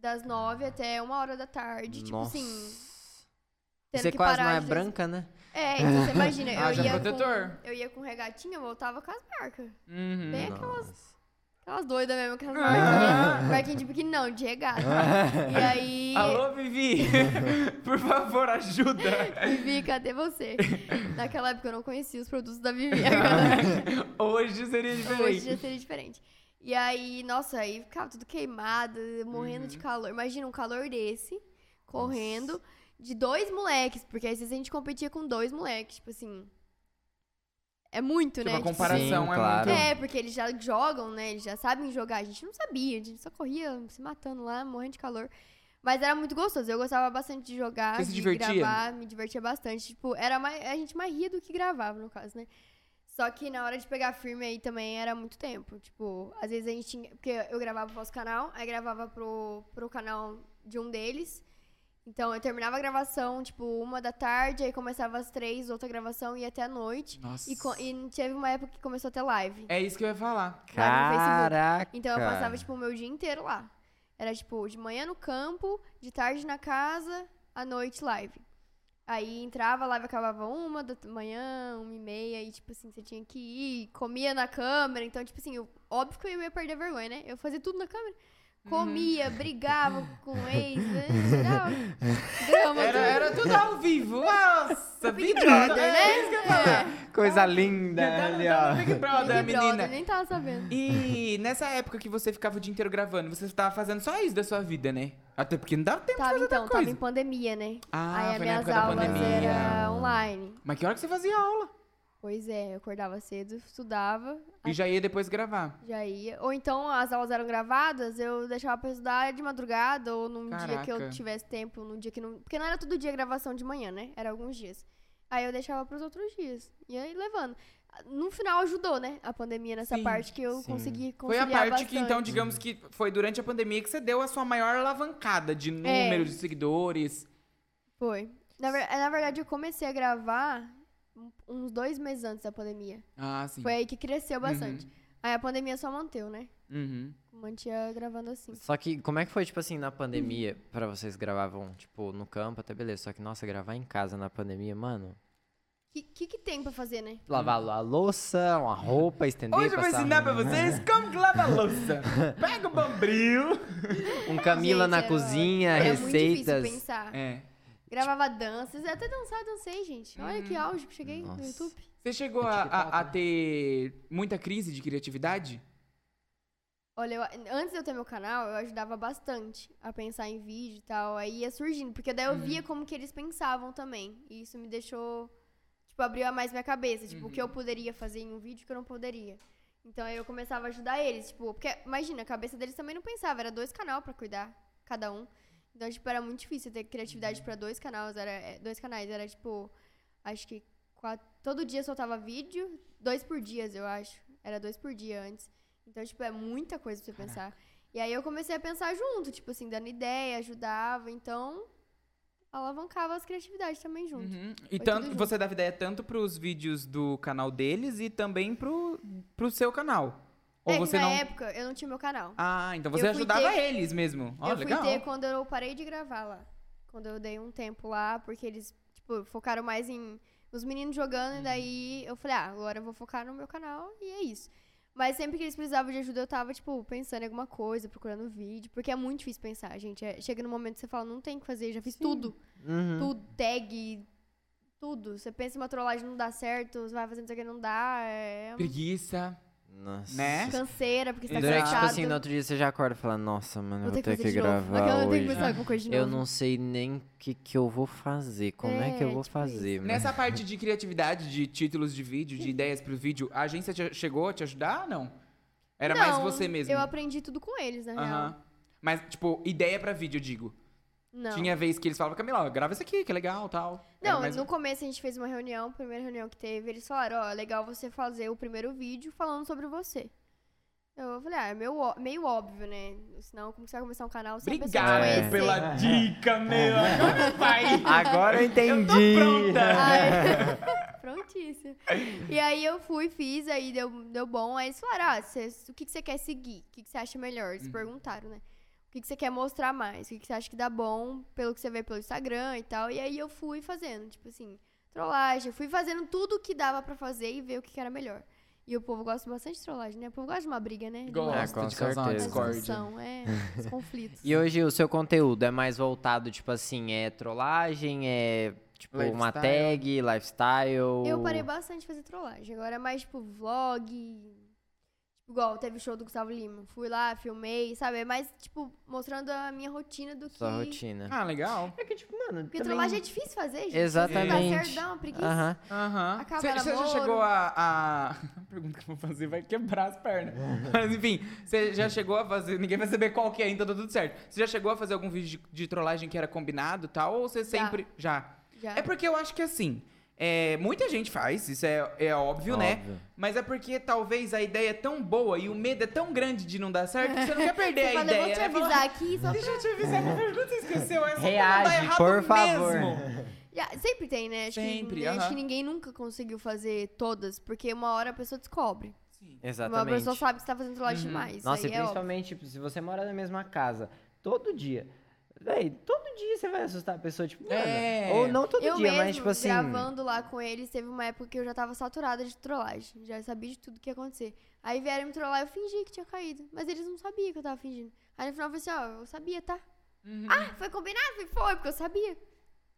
Speaker 4: das nove até uma hora da tarde, tipo
Speaker 1: nossa.
Speaker 4: assim,
Speaker 1: E
Speaker 4: tendo
Speaker 1: você
Speaker 4: que
Speaker 1: quase
Speaker 4: parar
Speaker 1: não é
Speaker 4: de-
Speaker 1: branca, né?
Speaker 4: É, então você imagina,
Speaker 3: <laughs> Haja
Speaker 4: eu ia
Speaker 3: Ah, protetor.
Speaker 4: com eu ia com regatinha, eu voltava com as marcas.
Speaker 3: Uhum.
Speaker 4: Bem É aquelas
Speaker 1: Nossa.
Speaker 4: Aquelas doidas mesmo, aquelas
Speaker 3: Ah.
Speaker 4: marcas. Marquinhos de biquíni, não,
Speaker 3: <laughs>
Speaker 4: de regata. E aí,
Speaker 3: Alô, Vivi! <laughs> Por favor, ajuda!
Speaker 1: <laughs>
Speaker 4: Vivi,
Speaker 3: <laughs>
Speaker 4: cadê você? Naquela época eu não conhecia os produtos da Vivi.
Speaker 3: Hoje seria
Speaker 4: Hoje é
Speaker 3: diferente. Tipo,
Speaker 4: já seria diferente. E aí, nossa, aí ficava tudo queimado, morrendo
Speaker 3: Uhum.
Speaker 4: de calor. Imagina um calor desse, correndo, de dois moleques, porque às vezes a gente competia com dois moleques, tipo assim. É muito,
Speaker 3: Tipo,
Speaker 4: né?
Speaker 3: a
Speaker 4: Tipo,
Speaker 3: comparação
Speaker 1: Sim,
Speaker 3: é muito...
Speaker 1: claro.
Speaker 4: É, porque eles já jogam, né? Eles já sabem jogar. A gente não sabia, a gente só corria se matando lá, morrendo de calor. Mas era muito gostoso. Eu gostava bastante de jogar,
Speaker 3: Você se
Speaker 4: de
Speaker 3: divertia?
Speaker 4: gravar, me divertia bastante. Tipo, era mais, a gente mais ria do que gravava, no caso, né? Só que na hora de pegar firme aí também era muito tempo. Tipo, às vezes a gente tinha. Porque eu gravava pro nosso canal, aí gravava pro, pro canal de um deles. Então eu terminava a gravação, tipo, uma da tarde, aí começava às três, outra gravação ia até a noite.
Speaker 3: Nossa.
Speaker 4: É, E, co- e teve uma época que começou a ter live.
Speaker 3: É isso que eu ia falar.
Speaker 4: Lá no Facebook.
Speaker 1: Caraca.
Speaker 4: Então eu passava, tipo, o meu dia inteiro lá. Era, tipo, de manhã no campo, de tarde na casa, à noite live. Aí entrava, a live acabava uma da manhã, uma e meia, e tipo assim, você tinha que ir, comia na câmera. Então, tipo assim, eu- óbvio que eu ia perder a vergonha, né? Eu fazia tudo na câmera.
Speaker 3: Uhum.
Speaker 4: Comia, brigava com o ex, né? Era drama,
Speaker 3: Era,
Speaker 4: tudo.
Speaker 3: era tudo ao vivo. Nossa, Big
Speaker 4: Big Brother,
Speaker 3: Brother!
Speaker 4: né? É.
Speaker 1: Coisa linda ali,
Speaker 3: Tá no
Speaker 1: ó.
Speaker 3: Big Brother,
Speaker 4: Big Brother, né?
Speaker 3: menina.
Speaker 4: nem tava sabendo.
Speaker 3: E nessa época que você ficava o dia inteiro gravando, você tava fazendo só isso da sua vida, né? Até porque não dava tempo de
Speaker 4: Tava
Speaker 3: fazer
Speaker 4: então,
Speaker 3: outra coisa.
Speaker 4: tava em pandemia, né?
Speaker 3: Ah,
Speaker 4: Aí as
Speaker 3: foi na
Speaker 4: minhas
Speaker 3: época da
Speaker 4: aulas
Speaker 3: pandemia.
Speaker 4: eram online.
Speaker 3: Mas que hora que você fazia aula?
Speaker 4: Pois é, eu acordava cedo, estudava,
Speaker 3: E já ia depois gravar.
Speaker 4: já ia. Ou então as aulas eram gravadas, eu deixava pra estudar de madrugada ou num dia que eu
Speaker 3: Caraca.
Speaker 4: tivesse tempo, num dia que não. Porque não era todo dia gravação de manhã, né? Era alguns dias. Aí eu deixava pros outros dias. E aí levando. No final ajudou, né? A pandemia nessa
Speaker 3: Sim,
Speaker 4: parte que eu
Speaker 1: sim.
Speaker 4: consegui
Speaker 3: Foi a
Speaker 4: conciliar
Speaker 3: parte que, então,
Speaker 4: bastante.
Speaker 3: digamos que foi durante a pandemia que você deu a sua maior alavancada
Speaker 4: É.
Speaker 3: de número de seguidores.
Speaker 4: Foi. Na, ver- na verdade, eu comecei a gravar um- uns dois meses antes da pandemia.
Speaker 3: Ah, sim.
Speaker 4: Foi aí que cresceu bastante. Aí a pandemia só manteu, né?
Speaker 3: Uhum.
Speaker 4: Mantinha gravando assim.
Speaker 1: Só que como é que foi, tipo assim, na pandemia,
Speaker 4: Uhum.
Speaker 1: pra vocês gravavam, tipo, no campo, até beleza. Só que, nossa, gravar em casa na pandemia, mano.
Speaker 4: O que, que, que tem pra fazer, né?
Speaker 1: Lavar a louça, uma roupa, estender,
Speaker 3: Hoje eu vou
Speaker 1: passar
Speaker 3: ensinar pra
Speaker 1: um-
Speaker 3: vocês como que lava a louça. Pega o bombril.
Speaker 1: um Camila
Speaker 4: Gente,
Speaker 1: na
Speaker 4: era-
Speaker 1: cozinha,
Speaker 4: era
Speaker 1: É, receitas.
Speaker 4: É muito difícil pensar.
Speaker 3: É.
Speaker 4: Gravava danças, até dançar dancei, gente. Olha que auge que cheguei
Speaker 1: Nossa.
Speaker 4: no YouTube.
Speaker 3: Você chegou a, a- a ter muita crise de criatividade?
Speaker 4: Olha, eu- antes de eu ter meu canal, eu ajudava bastante a pensar em vídeo e tal. Aí ia surgindo, porque daí eu via como que eles pensavam também. E isso me deixou, tipo, abriu mais minha cabeça. Tipo, o que eu poderia fazer em um vídeo que eu não poderia. Então aí eu começava a ajudar eles, tipo, porque imagina, a cabeça deles também não pensava, era dois canais pra cuidar, cada um. Então, tipo, era muito difícil ter criatividade pra dois canais, era é, dois canais, era tipo, acho que quatro, todo dia soltava vídeo, dois por dia, eu acho. Era dois por dia antes. Então, tipo, é muita coisa pra você pensar. E aí eu comecei a pensar junto, tipo assim, dando ideia, ajudava, então alavancava as criatividades também junto.
Speaker 3: Uhum. E
Speaker 4: Foi
Speaker 3: tanto,
Speaker 4: tudo junto.
Speaker 3: você dava ideia tanto pros vídeos do canal deles e também pro, pro seu canal. Ou
Speaker 4: é
Speaker 3: você
Speaker 4: que na
Speaker 3: não.
Speaker 4: época eu não tinha meu canal.
Speaker 3: Ah, então você
Speaker 4: Eu fui
Speaker 3: ajudava
Speaker 4: ter-
Speaker 3: eles mesmo. Ó,
Speaker 4: eu fui
Speaker 3: Ah, legal.
Speaker 4: ter quando eu parei de gravar lá. Quando eu dei um tempo lá, porque eles, tipo, focaram
Speaker 3: Uhum.
Speaker 4: mais em os meninos jogando, e daí eu falei, ah, agora eu vou focar no meu canal e é isso. Mas sempre que eles precisavam de ajuda, eu tava, tipo, pensando em alguma coisa, procurando vídeo. Porque é muito difícil pensar, gente. É- chega no momento que você fala, não tem o que fazer, já fiz tudo.
Speaker 3: Uhum.
Speaker 1: Uhum.
Speaker 4: Tudo, tag, tudo. Você pensa em uma trollagem, não dá certo. Você vai fazendo isso aqui, não dá. É uma
Speaker 3: Preguiça.
Speaker 1: Nossa.
Speaker 7: Né?
Speaker 4: canseira, porque você tá
Speaker 3: Então é
Speaker 1: Durante, tipo
Speaker 4: cansado.
Speaker 1: assim, no outro dia você já acorda e fala, nossa, mano, eu vou ter que,
Speaker 4: de novo.
Speaker 1: gravar
Speaker 4: Aquela, Eu tenho
Speaker 1: hoje.
Speaker 4: que pensar em alguma coisa de
Speaker 1: Eu
Speaker 4: novo.
Speaker 1: não sei nem o que, que eu vou fazer. Como é, que eu
Speaker 4: É,
Speaker 1: vou
Speaker 4: tipo
Speaker 1: fazer, mano?
Speaker 3: Nessa parte de criatividade, de títulos de vídeo, de ideias pro vídeo, a agência te- chegou a te ajudar? Não. Era mais
Speaker 4: Não,
Speaker 3: você mesmo.
Speaker 4: Eu aprendi tudo com eles, na real.
Speaker 3: Aham. Mas, tipo, ideia pra vídeo, eu digo.
Speaker 4: Não.
Speaker 3: Tinha vez que eles falavam, Camila, ó, grava isso aqui, que é legal, tal. Era
Speaker 4: Não,
Speaker 3: mais-
Speaker 4: no começo a gente fez uma reunião, a primeira reunião que teve, eles falaram, ó, é legal você fazer o primeiro vídeo falando sobre você. Eu falei, ah, é meio, ó- meio óbvio, né? Senão, como que você vai começar um canal sem a pessoa te
Speaker 1: Obrigado
Speaker 4: conhecer?
Speaker 7: Pela dica, meu.
Speaker 1: É.
Speaker 4: <laughs>
Speaker 1: Agora eu entendi.
Speaker 4: Ai, <laughs> prontíssimo. E aí eu fui, fiz, aí deu, deu bom. Aí eles falaram, ah, cê- o que, que você quer seguir? O que, que você acha melhor? Eles perguntaram, né? O que, que você quer mostrar mais? O que, que você acha que dá bom pelo que você vê pelo Instagram e tal. E aí eu fui fazendo, tipo assim, trollagem. Eu fui fazendo tudo o que dava pra fazer e ver o que, que era melhor. E o povo gosta bastante de trollagem, né? O povo gosta de uma briga, né? De uma-
Speaker 1: Ah,
Speaker 3: Gosta
Speaker 1: com
Speaker 3: de causar uma
Speaker 1: certeza.
Speaker 4: uma
Speaker 3: discórdia.
Speaker 4: discussão, é, os conflitos.
Speaker 1: <laughs> E hoje o seu conteúdo é mais voltado, tipo assim, é trollagem, é tipo uma
Speaker 3: Lifestyle.
Speaker 1: tag, lifestyle.
Speaker 4: Eu parei bastante de fazer trollagem. Agora é mais tipo vlog. Tipo, igual teve o show do Gustavo Lima. Fui lá, filmei, sabe? É mais tipo mostrando a minha rotina do
Speaker 1: Sua
Speaker 4: que.
Speaker 1: rotina.
Speaker 3: Ah, legal.
Speaker 1: É que, tipo, mano.
Speaker 4: Porque trollagem é difícil fazer, gente. Se não dá
Speaker 1: Exatamente.
Speaker 4: certo, dá uma preguiça.
Speaker 1: Aham.
Speaker 3: Aham.
Speaker 4: Acaba
Speaker 3: Você já
Speaker 4: namoro.
Speaker 3: chegou a, a. <laughs> A pergunta que eu vou fazer vai quebrar as pernas. Mas enfim, você já chegou a fazer. Ninguém vai saber qual que é ainda, tá tudo certo. Você já chegou a fazer algum vídeo de, de trollagem que era combinado e tal? Ou você
Speaker 4: Já.
Speaker 3: sempre. Já.
Speaker 4: Já.
Speaker 3: É porque eu acho que assim. é, muita gente faz, isso é, é óbvio,
Speaker 1: Óbvio.
Speaker 3: né? Mas é porque talvez a ideia é tão boa e o medo é tão grande de não dar certo que você não
Speaker 4: <laughs>
Speaker 3: quer perder
Speaker 4: Você
Speaker 3: a
Speaker 4: fala,
Speaker 3: ideia.
Speaker 4: eu vou te
Speaker 3: né? Fala,
Speaker 4: avisar
Speaker 3: <laughs>
Speaker 4: aqui. Só...
Speaker 3: Deixa eu te avisar que a pergunta você esqueceu essa.
Speaker 1: Reage,
Speaker 3: vai dar
Speaker 1: por
Speaker 3: errado
Speaker 1: favor. <laughs>
Speaker 3: mesmo.
Speaker 4: Já- sempre tem, né? Acho
Speaker 3: Sempre,
Speaker 4: que, Acho
Speaker 3: aham.
Speaker 4: que ninguém nunca conseguiu fazer todas, porque uma hora a pessoa descobre. Uma
Speaker 1: Exatamente. Uhum.
Speaker 4: pessoa sabe que você tá fazendo trollagem demais.
Speaker 1: Nossa, e
Speaker 4: aí é óbvio.
Speaker 1: principalmente, tipo, se você mora na mesma casa todo dia. Véi, todo dia você vai assustar a pessoa, tipo, mano.
Speaker 3: É.
Speaker 1: Ou não todo
Speaker 4: eu
Speaker 1: dia,
Speaker 4: mesmo,
Speaker 1: mas tipo assim.
Speaker 4: gravando lá com eles, teve uma época que eu já tava saturada de trollagem. Já sabia de tudo que ia acontecer. Aí vieram me trollar, eu fingi que tinha caído. Mas eles não sabiam que eu tava fingindo. Aí no final eu falei assim, ó, eu sabia, tá?
Speaker 1: Uhum.
Speaker 4: Ah, foi combinado? Falei, Foi, porque eu sabia.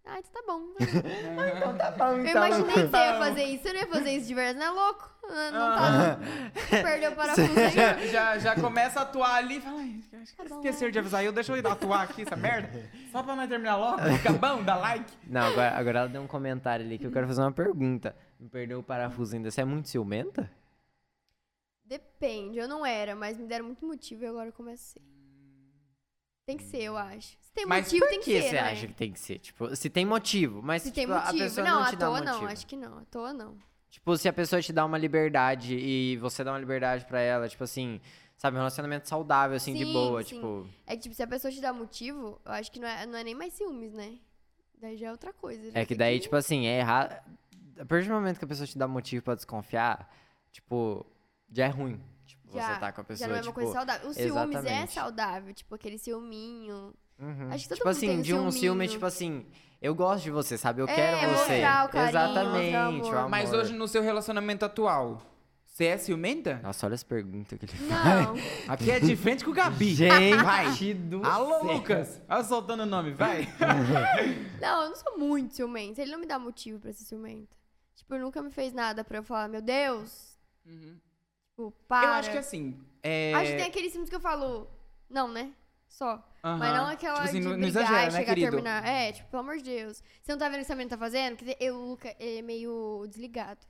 Speaker 4: Ah, então tá
Speaker 1: <laughs>
Speaker 4: bom.
Speaker 1: Tá Então
Speaker 4: Eu imaginei que você ia fazer isso. Você não ia fazer isso de verdade, não é louco? Ah, Não tá. Perdeu o parafuso aí.
Speaker 1: <laughs>
Speaker 3: Já, já começa a atuar ali e fala, "Ai, acho que
Speaker 4: Tá bom,
Speaker 3: esqueceram de avisar eu, deixa eu ir atuar aqui essa
Speaker 1: <laughs>
Speaker 3: merda. Só pra nós terminar logo,
Speaker 1: É.
Speaker 3: fica bom, dá like.
Speaker 1: Não, agora, agora ela deu um comentário ali que eu quero fazer uma pergunta. Não perdeu o parafuso ainda. Você é muito ciumenta?
Speaker 4: Depende, eu não era, mas me deram muito motivo e agora eu comecei. Tem que ser, eu acho. Se tem
Speaker 1: Mas
Speaker 4: motivo,
Speaker 1: por
Speaker 4: tem que,
Speaker 1: que
Speaker 4: ser.
Speaker 1: você
Speaker 4: né?
Speaker 1: acha que tem que ser? Tipo, se tem motivo, mas
Speaker 4: Se
Speaker 1: tipo,
Speaker 4: tem
Speaker 1: a
Speaker 4: motivo.
Speaker 1: pessoa
Speaker 4: Não,
Speaker 1: não,
Speaker 4: à
Speaker 1: te dá
Speaker 4: toa
Speaker 1: motivo.
Speaker 4: não, acho que não, à toa não.
Speaker 1: Tipo, se a pessoa te dá uma liberdade e você dá uma liberdade pra ela, tipo assim, sabe, um relacionamento saudável, assim, de
Speaker 4: Sim,
Speaker 1: boa,
Speaker 4: sim.
Speaker 1: tipo.
Speaker 4: É que, tipo, se a pessoa te dá motivo, eu acho que não é, não é nem mais ciúmes, né? Daí já é outra coisa. já
Speaker 1: É que
Speaker 4: tem
Speaker 1: daí, tipo assim, é errado. A partir do momento que a pessoa te dá motivo pra desconfiar, tipo, já é ruim. Tipo,
Speaker 4: já-
Speaker 1: você tá com a pessoa,
Speaker 4: Já não é uma
Speaker 1: tipo.
Speaker 4: coisa saudável. O ciúmes é
Speaker 1: exatamente.
Speaker 4: saudável, tipo,
Speaker 1: <laughs>
Speaker 4: aquele ciúminho.
Speaker 1: uhum.
Speaker 4: Acho que todo
Speaker 1: Tipo
Speaker 4: mundo tem
Speaker 1: assim,
Speaker 4: um
Speaker 1: de um ciúme,
Speaker 4: ciúminho.
Speaker 1: tipo assim, eu gosto de você, sabe? Eu
Speaker 4: É,
Speaker 1: quero
Speaker 4: é
Speaker 1: você.
Speaker 4: mostrar o carinho, mostrar o
Speaker 1: Exatamente,
Speaker 4: amor.
Speaker 1: o amor.
Speaker 3: Mas hoje no seu relacionamento atual, você é ciumenta?
Speaker 1: Nossa, olha as perguntas que ele faz.
Speaker 4: Não,
Speaker 3: Aqui é de frente com o Gabi.
Speaker 1: Gente do
Speaker 3: Alô,
Speaker 1: céu.
Speaker 3: Lucas. Olha eu soltando o nome, vai.
Speaker 4: não, eu não sou muito ciumenta. Ele não me dá motivo pra ser ciumenta. Tipo, nunca me fez nada pra eu falar, meu Deus.
Speaker 1: Uhum.
Speaker 4: Tipo, para.
Speaker 3: Eu acho que assim, é...
Speaker 4: Acho que tem aquele ciúmes que eu falo, não, né? Só.
Speaker 3: Aham.
Speaker 4: Mas não é aquela
Speaker 3: Tipo assim,
Speaker 4: de
Speaker 3: não- não
Speaker 4: brigar
Speaker 3: exagera,
Speaker 4: e
Speaker 3: né,
Speaker 4: chegar a
Speaker 3: querido?
Speaker 4: terminar. É, tipo, pelo amor de Deus. Você não tá vendo o que essa menina tá fazendo? Quer dizer, eu, o Luca, ele é meio desligado.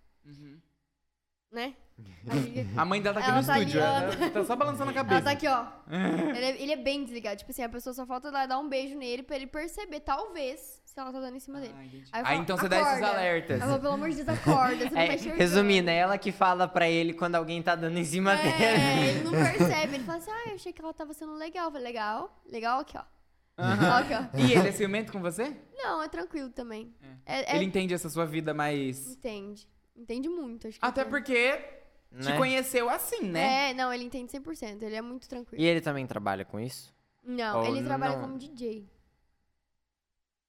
Speaker 4: Né? Aí,
Speaker 3: A mãe dela Uhum. tá aqui
Speaker 4: Ela
Speaker 3: no
Speaker 4: tá
Speaker 3: estúdio,
Speaker 4: ali,
Speaker 3: ela tá só balançando a cabeça.
Speaker 4: ela tá aqui, ó. ele, é, ele é bem desligado. Tipo assim, a pessoa só falta lá dar um beijo nele pra ele perceber, talvez, se ela tá dando em cima dele. Aí, eu
Speaker 3: Ah,
Speaker 4: falo,
Speaker 3: então você dá esses
Speaker 4: "Acorda." <laughs>
Speaker 3: alertas. né?
Speaker 4: Aí eu falo, pelo amor de Deus, acorda.
Speaker 3: <laughs>
Speaker 4: Você não
Speaker 1: É,
Speaker 4: tá enxergando.
Speaker 1: resumindo, é ela que fala pra ele quando alguém tá dando em cima dele.
Speaker 4: É, ele não percebe. Ele fala assim, ah, eu achei que ela tava sendo legal. Eu falei, legal, legal aqui, ó. Ó Aqui, ó.
Speaker 3: E ele é ciumento com você?
Speaker 4: Não, é tranquilo também. É- é-
Speaker 3: Ele entende essa sua vida mais...
Speaker 4: entende. Entende muito, acho que.
Speaker 3: Até
Speaker 4: entende.
Speaker 3: porque te
Speaker 1: Né?
Speaker 3: conheceu assim, né?
Speaker 4: É, não, ele entende 100%. Ele é muito tranquilo.
Speaker 1: E ele também trabalha com isso?
Speaker 4: Não,
Speaker 1: Ou
Speaker 4: ele trabalha
Speaker 1: não-
Speaker 4: como DJ.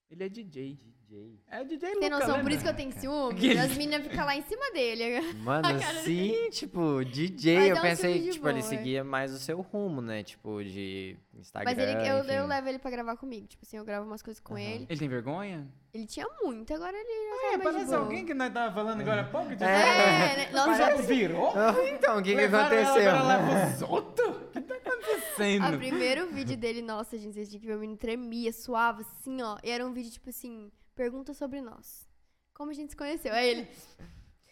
Speaker 3: Ele é DJ.
Speaker 1: DJ.
Speaker 3: É o DJ Luca,
Speaker 4: Tem noção? Por
Speaker 3: lembra?
Speaker 4: isso que eu tenho ciúme.
Speaker 3: Que-
Speaker 4: As meninas ficam lá em cima
Speaker 3: <laughs>
Speaker 4: dele.
Speaker 1: Mano, sim, tipo,
Speaker 4: Vai
Speaker 1: DJ.
Speaker 4: dar
Speaker 1: Eu
Speaker 4: um
Speaker 1: pensei que
Speaker 4: filme de
Speaker 1: tipo, ele
Speaker 4: boa.
Speaker 1: seguia mais o seu rumo, né? Tipo, de Instagram.
Speaker 4: Mas ele, eu,
Speaker 1: enfim.
Speaker 4: eu levo ele pra gravar comigo. Tipo assim, eu gravo umas coisas com
Speaker 1: Aham.
Speaker 4: ele.
Speaker 3: Ele tem vergonha?
Speaker 4: Ele tinha muito, agora ele já
Speaker 3: É,
Speaker 4: tá mais de
Speaker 3: parece
Speaker 4: boa.
Speaker 3: alguém que nós tava falando agora há pouco. De... <laughs>
Speaker 4: É, né? Nós já-
Speaker 3: Parece um virou?
Speaker 2: Ah,
Speaker 1: <laughs> Então, o que, que
Speaker 3: Levaram ela
Speaker 1: aconteceu?
Speaker 3: pra lá pros outros? O que tá
Speaker 4: O
Speaker 3: acontecendo?
Speaker 4: primeiro vídeo dele, nossa, gente, vocês tinham que ver, o menino tremia, suava, assim, ó. E era um vídeo, tipo assim, pergunta sobre nós. Como a gente se conheceu? Aí ele...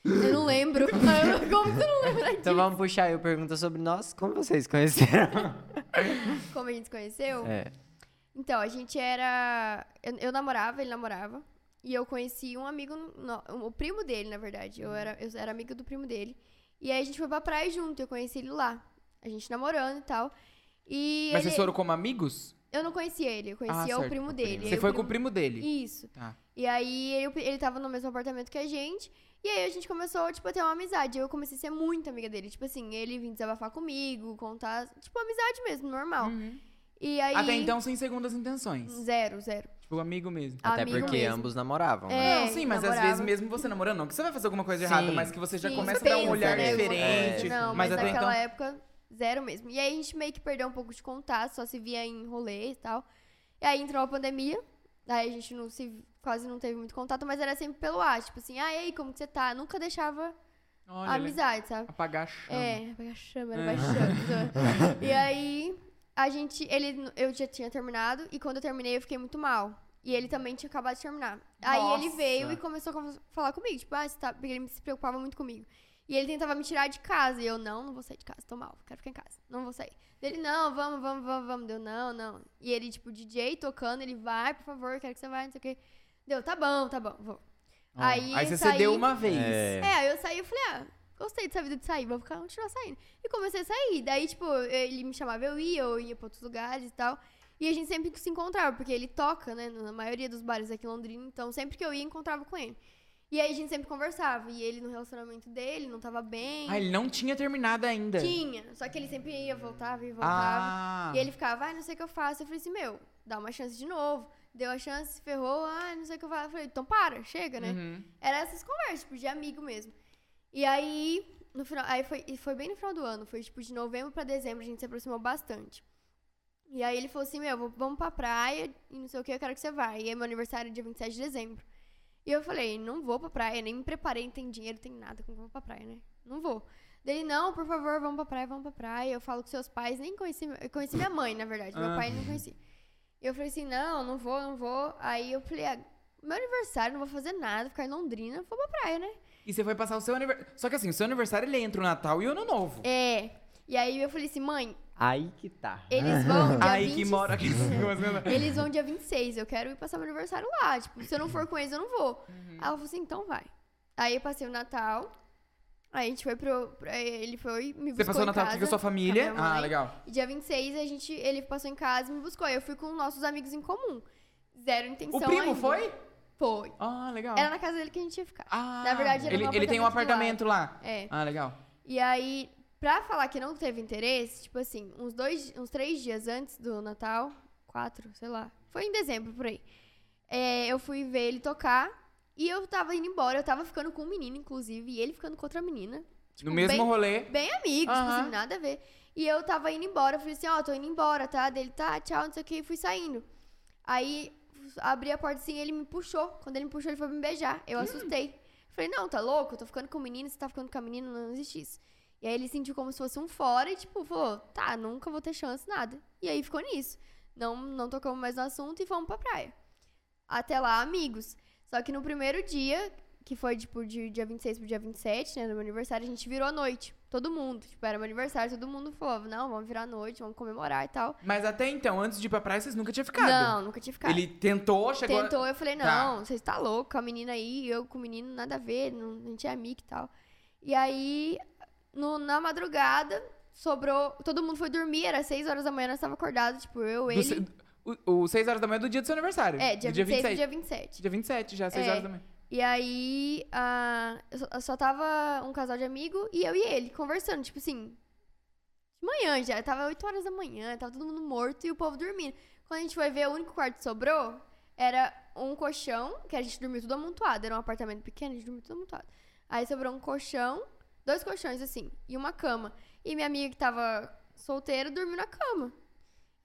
Speaker 4: Eu não lembro. <laughs> Aí eu, Como você não lembra disso?
Speaker 1: <laughs> Então vamos puxar aí o pergunta sobre nós. Como vocês
Speaker 4: <laughs>
Speaker 1: conheceram?
Speaker 4: Como a gente se conheceu?
Speaker 1: É.
Speaker 4: Então, a gente era... Eu, eu namorava, ele namorava. E eu conheci um amigo, no- o primo dele, na verdade.
Speaker 2: Uhum.
Speaker 4: Eu era, eu era amiga do primo dele. E aí a gente foi pra praia junto, eu conheci ele lá. A gente namorando e tal. E
Speaker 2: Mas
Speaker 4: ele-
Speaker 2: vocês foram como amigos?
Speaker 4: Eu não conhecia ele, eu
Speaker 2: Ah,
Speaker 4: conhecia o
Speaker 2: certo,
Speaker 4: primo
Speaker 2: o
Speaker 4: dele.
Speaker 2: Você
Speaker 4: Aí
Speaker 2: foi com o primo dele?
Speaker 4: Isso.
Speaker 2: Tá.
Speaker 4: E aí ele, ele tava no mesmo apartamento que a gente. E aí a gente começou, tipo, a ter uma amizade. Eu comecei a ser muito amiga dele. Tipo assim, ele vinha desabafar comigo, contar. Tipo, amizade mesmo, normal. E aí.
Speaker 2: Uhum.
Speaker 4: Hum.
Speaker 2: Até então, sem segundas intenções.
Speaker 4: Zero, zero.
Speaker 2: Tipo, amigo mesmo.
Speaker 1: Até
Speaker 4: Amigo
Speaker 1: porque
Speaker 4: mesmo.
Speaker 1: ambos namoravam, né?
Speaker 4: Ah, É,
Speaker 2: não, sim, mas às
Speaker 4: namorava.
Speaker 2: vezes mesmo você namorando, não que você vai fazer alguma coisa
Speaker 1: Sim.
Speaker 2: errada, mas que você já
Speaker 4: Sim,
Speaker 2: começa a dar um
Speaker 4: pensa,
Speaker 2: olhar
Speaker 4: né, alguma
Speaker 2: diferente.
Speaker 4: coisa. Não, mas,
Speaker 2: mas
Speaker 4: é
Speaker 2: até então.
Speaker 4: naquela época, zero mesmo. E aí a gente meio que perdeu um pouco de contato, só se via em rolê e tal. E aí entrou a pandemia, aí a gente não se, quase não teve muito contato, mas era sempre pelo ar. Tipo assim, ah, e aí, como que você tá? Nunca deixava
Speaker 2: Olha,
Speaker 4: a
Speaker 2: ele-
Speaker 4: amizade, sabe?
Speaker 2: Apagar a chama.
Speaker 4: É, apagar a chama, era
Speaker 2: <laughs>
Speaker 4: baixando. e aí, a gente, ele, eu já tinha terminado, e quando eu terminei, eu fiquei muito mal. E ele também tinha acabado de terminar. Aí ele
Speaker 2: Nossa.
Speaker 4: veio e começou a conversa- falar comigo, tipo, ah, você tá... porque ele se preocupava muito comigo. E ele tentava me tirar de casa, e eu, não, não vou sair de casa, tô mal, quero ficar em casa, não vou sair. Ele, não, vamos, vamos, vamos, vamos, deu, não, não. E ele, tipo, DJ tocando, ele, vai, por favor, quero que você vá, não sei o quê. Deu, tá bom, tá bom, vou.
Speaker 2: Ó,
Speaker 4: Aí,
Speaker 2: você
Speaker 4: saí-
Speaker 2: cedeu uma vez.
Speaker 4: é, aí eu saí e falei, ah, gostei dessa vida de sair, vou ficar, continuar saindo. E comecei a sair. Daí, tipo, ele me chamava, eu ia, eu ia pra outros lugares e tal. E a gente sempre se encontrava, porque ele toca, né, na maioria dos bares aqui em Londrina. Então, sempre que eu ia, encontrava com ele. E aí a gente sempre conversava. E ele no relacionamento dele, não tava bem.
Speaker 2: Ah, ele não tinha terminado ainda.
Speaker 4: tinha. Só que ele sempre ia, voltava e voltava.
Speaker 2: Ah.
Speaker 4: E ele ficava, ah, não sei o que eu faço. Eu falei assim, meu, dá uma chance de novo. Deu a chance, ferrou, ah, não sei o que eu faço. Eu falei, então para, chega, né?
Speaker 2: Uhum.
Speaker 4: Era essas conversas, tipo, de amigo mesmo. E aí, no final, aí foi, e foi bem no final do ano, foi tipo de novembro pra dezembro, a gente se aproximou bastante. E aí ele falou assim: Meu, vou- vamos pra praia e não sei o que, eu quero que você vá. E aí meu aniversário é dia 27 de dezembro. E eu falei: Não vou pra praia, nem me preparei, não tem dinheiro, não tem nada, como que eu vou pra praia, né? Não vou. Dele, não, por favor, vamos pra praia, vamos pra praia. Eu falo com seus pais, nem conheci, eu conheci minha mãe, na verdade, meu pai não conheci. E eu falei assim: Não, não vou, não vou. Aí eu falei: ah, Meu aniversário, não vou fazer nada, ficar em Londrina, vou pra praia, né?
Speaker 2: E você foi passar o seu aniversário. Só que assim, o seu aniversário ele entra o Natal e o Ano Novo.
Speaker 4: É. E aí eu falei assim: Mãe,
Speaker 1: Aí que tá.
Speaker 4: eles vão. Dia
Speaker 2: Aí
Speaker 4: 20
Speaker 2: que mora aqui. né?
Speaker 4: Eles vão dia 26, eu quero ir passar meu aniversário lá. Tipo, se eu não for com eles, eu não vou.
Speaker 2: Uhum.
Speaker 4: Aí ela falou assim, então vai. Aí eu passei o Natal. Aí a gente foi pro. pra- ele foi me buscou.
Speaker 2: Você passou o
Speaker 4: em
Speaker 2: Natal
Speaker 4: casa,
Speaker 2: aqui com a sua família.
Speaker 4: minha
Speaker 2: Ah,
Speaker 4: mãe.
Speaker 2: legal.
Speaker 4: E dia 26 a gente, ele passou em casa e me buscou. Eu fui com nossos amigos em comum. Zero intenção.
Speaker 2: O primo
Speaker 4: ainda.
Speaker 2: foi?
Speaker 4: Foi.
Speaker 2: Ah, legal.
Speaker 4: Era na casa dele que a gente ia ficar.
Speaker 2: Ah,
Speaker 4: Na verdade, era
Speaker 2: ele,
Speaker 4: no
Speaker 2: ele tem um
Speaker 4: apartamento
Speaker 2: apartamento lá.
Speaker 4: É.
Speaker 2: Ah, legal.
Speaker 4: E aí, pra falar que não teve interesse, tipo assim, uns dois, uns três dias antes do Natal, quatro, sei lá, foi em dezembro, por aí. é, eu fui ver ele tocar e eu tava indo embora, eu tava ficando com um menino, inclusive, e ele ficando com outra menina. Tipo,
Speaker 2: no mesmo
Speaker 4: bem,
Speaker 2: rolê.
Speaker 4: Bem amigo, tipo
Speaker 2: Aham.
Speaker 4: assim, nada a ver. E eu tava indo embora, eu falei assim, ó, tô indo embora, tá? Dele, tá, tchau, não sei o que, e fui saindo. Aí, abri a porta assim, ele me puxou. Quando ele me puxou, ele foi me beijar. Eu assustei. Falei, não, tá louco? Eu tô ficando com o menino, você tá ficando com a menina, não existe isso. E aí ele sentiu como se fosse um fora e, tipo, falou, tá, nunca vou ter chance, nada. E aí ficou nisso. Não, não tocamos mais no assunto e fomos pra praia. Até lá, amigos. Só que no primeiro dia, que foi, tipo, de dia 26 pro dia 27, né, no meu aniversário, a gente virou à noite. Todo mundo, tipo, era meu aniversário, todo mundo falou, não, vamos virar à noite, vamos comemorar e tal.
Speaker 2: Mas até então, antes de ir pra praia, vocês nunca tinham ficado.
Speaker 4: Não, nunca tinha ficado.
Speaker 2: Ele tentou, chegou. a-
Speaker 4: Tentou, eu falei,
Speaker 2: Tá.
Speaker 4: não, você está louco com a menina aí, eu com o menino, nada a ver, não, a gente é amigo e tal. E aí, no- na madrugada, sobrou, todo mundo foi dormir, era 6 horas da manhã, nós tava acordados, tipo, eu,
Speaker 2: do
Speaker 4: ele...
Speaker 2: se- O, o 6 horas da manhã é do dia do seu aniversário.
Speaker 4: É, dia
Speaker 2: do dia
Speaker 4: 26 e dia
Speaker 2: 27.
Speaker 4: 27.
Speaker 2: Dia 27, já, 6
Speaker 4: É.
Speaker 2: horas da manhã.
Speaker 4: E aí, ah, eu só, eu só tava um casal de amigo e eu e ele conversando, tipo assim, de manhã já, tava 8 horas da manhã, tava todo mundo morto e o povo dormindo. Quando a gente foi ver, o único quarto que sobrou era um colchão, que a gente dormiu tudo amontoado. Era um apartamento pequeno, a gente dormiu tudo amontoado. Aí sobrou um colchão, dois colchões, assim, e uma cama. E minha amiga que tava solteira dormiu na cama.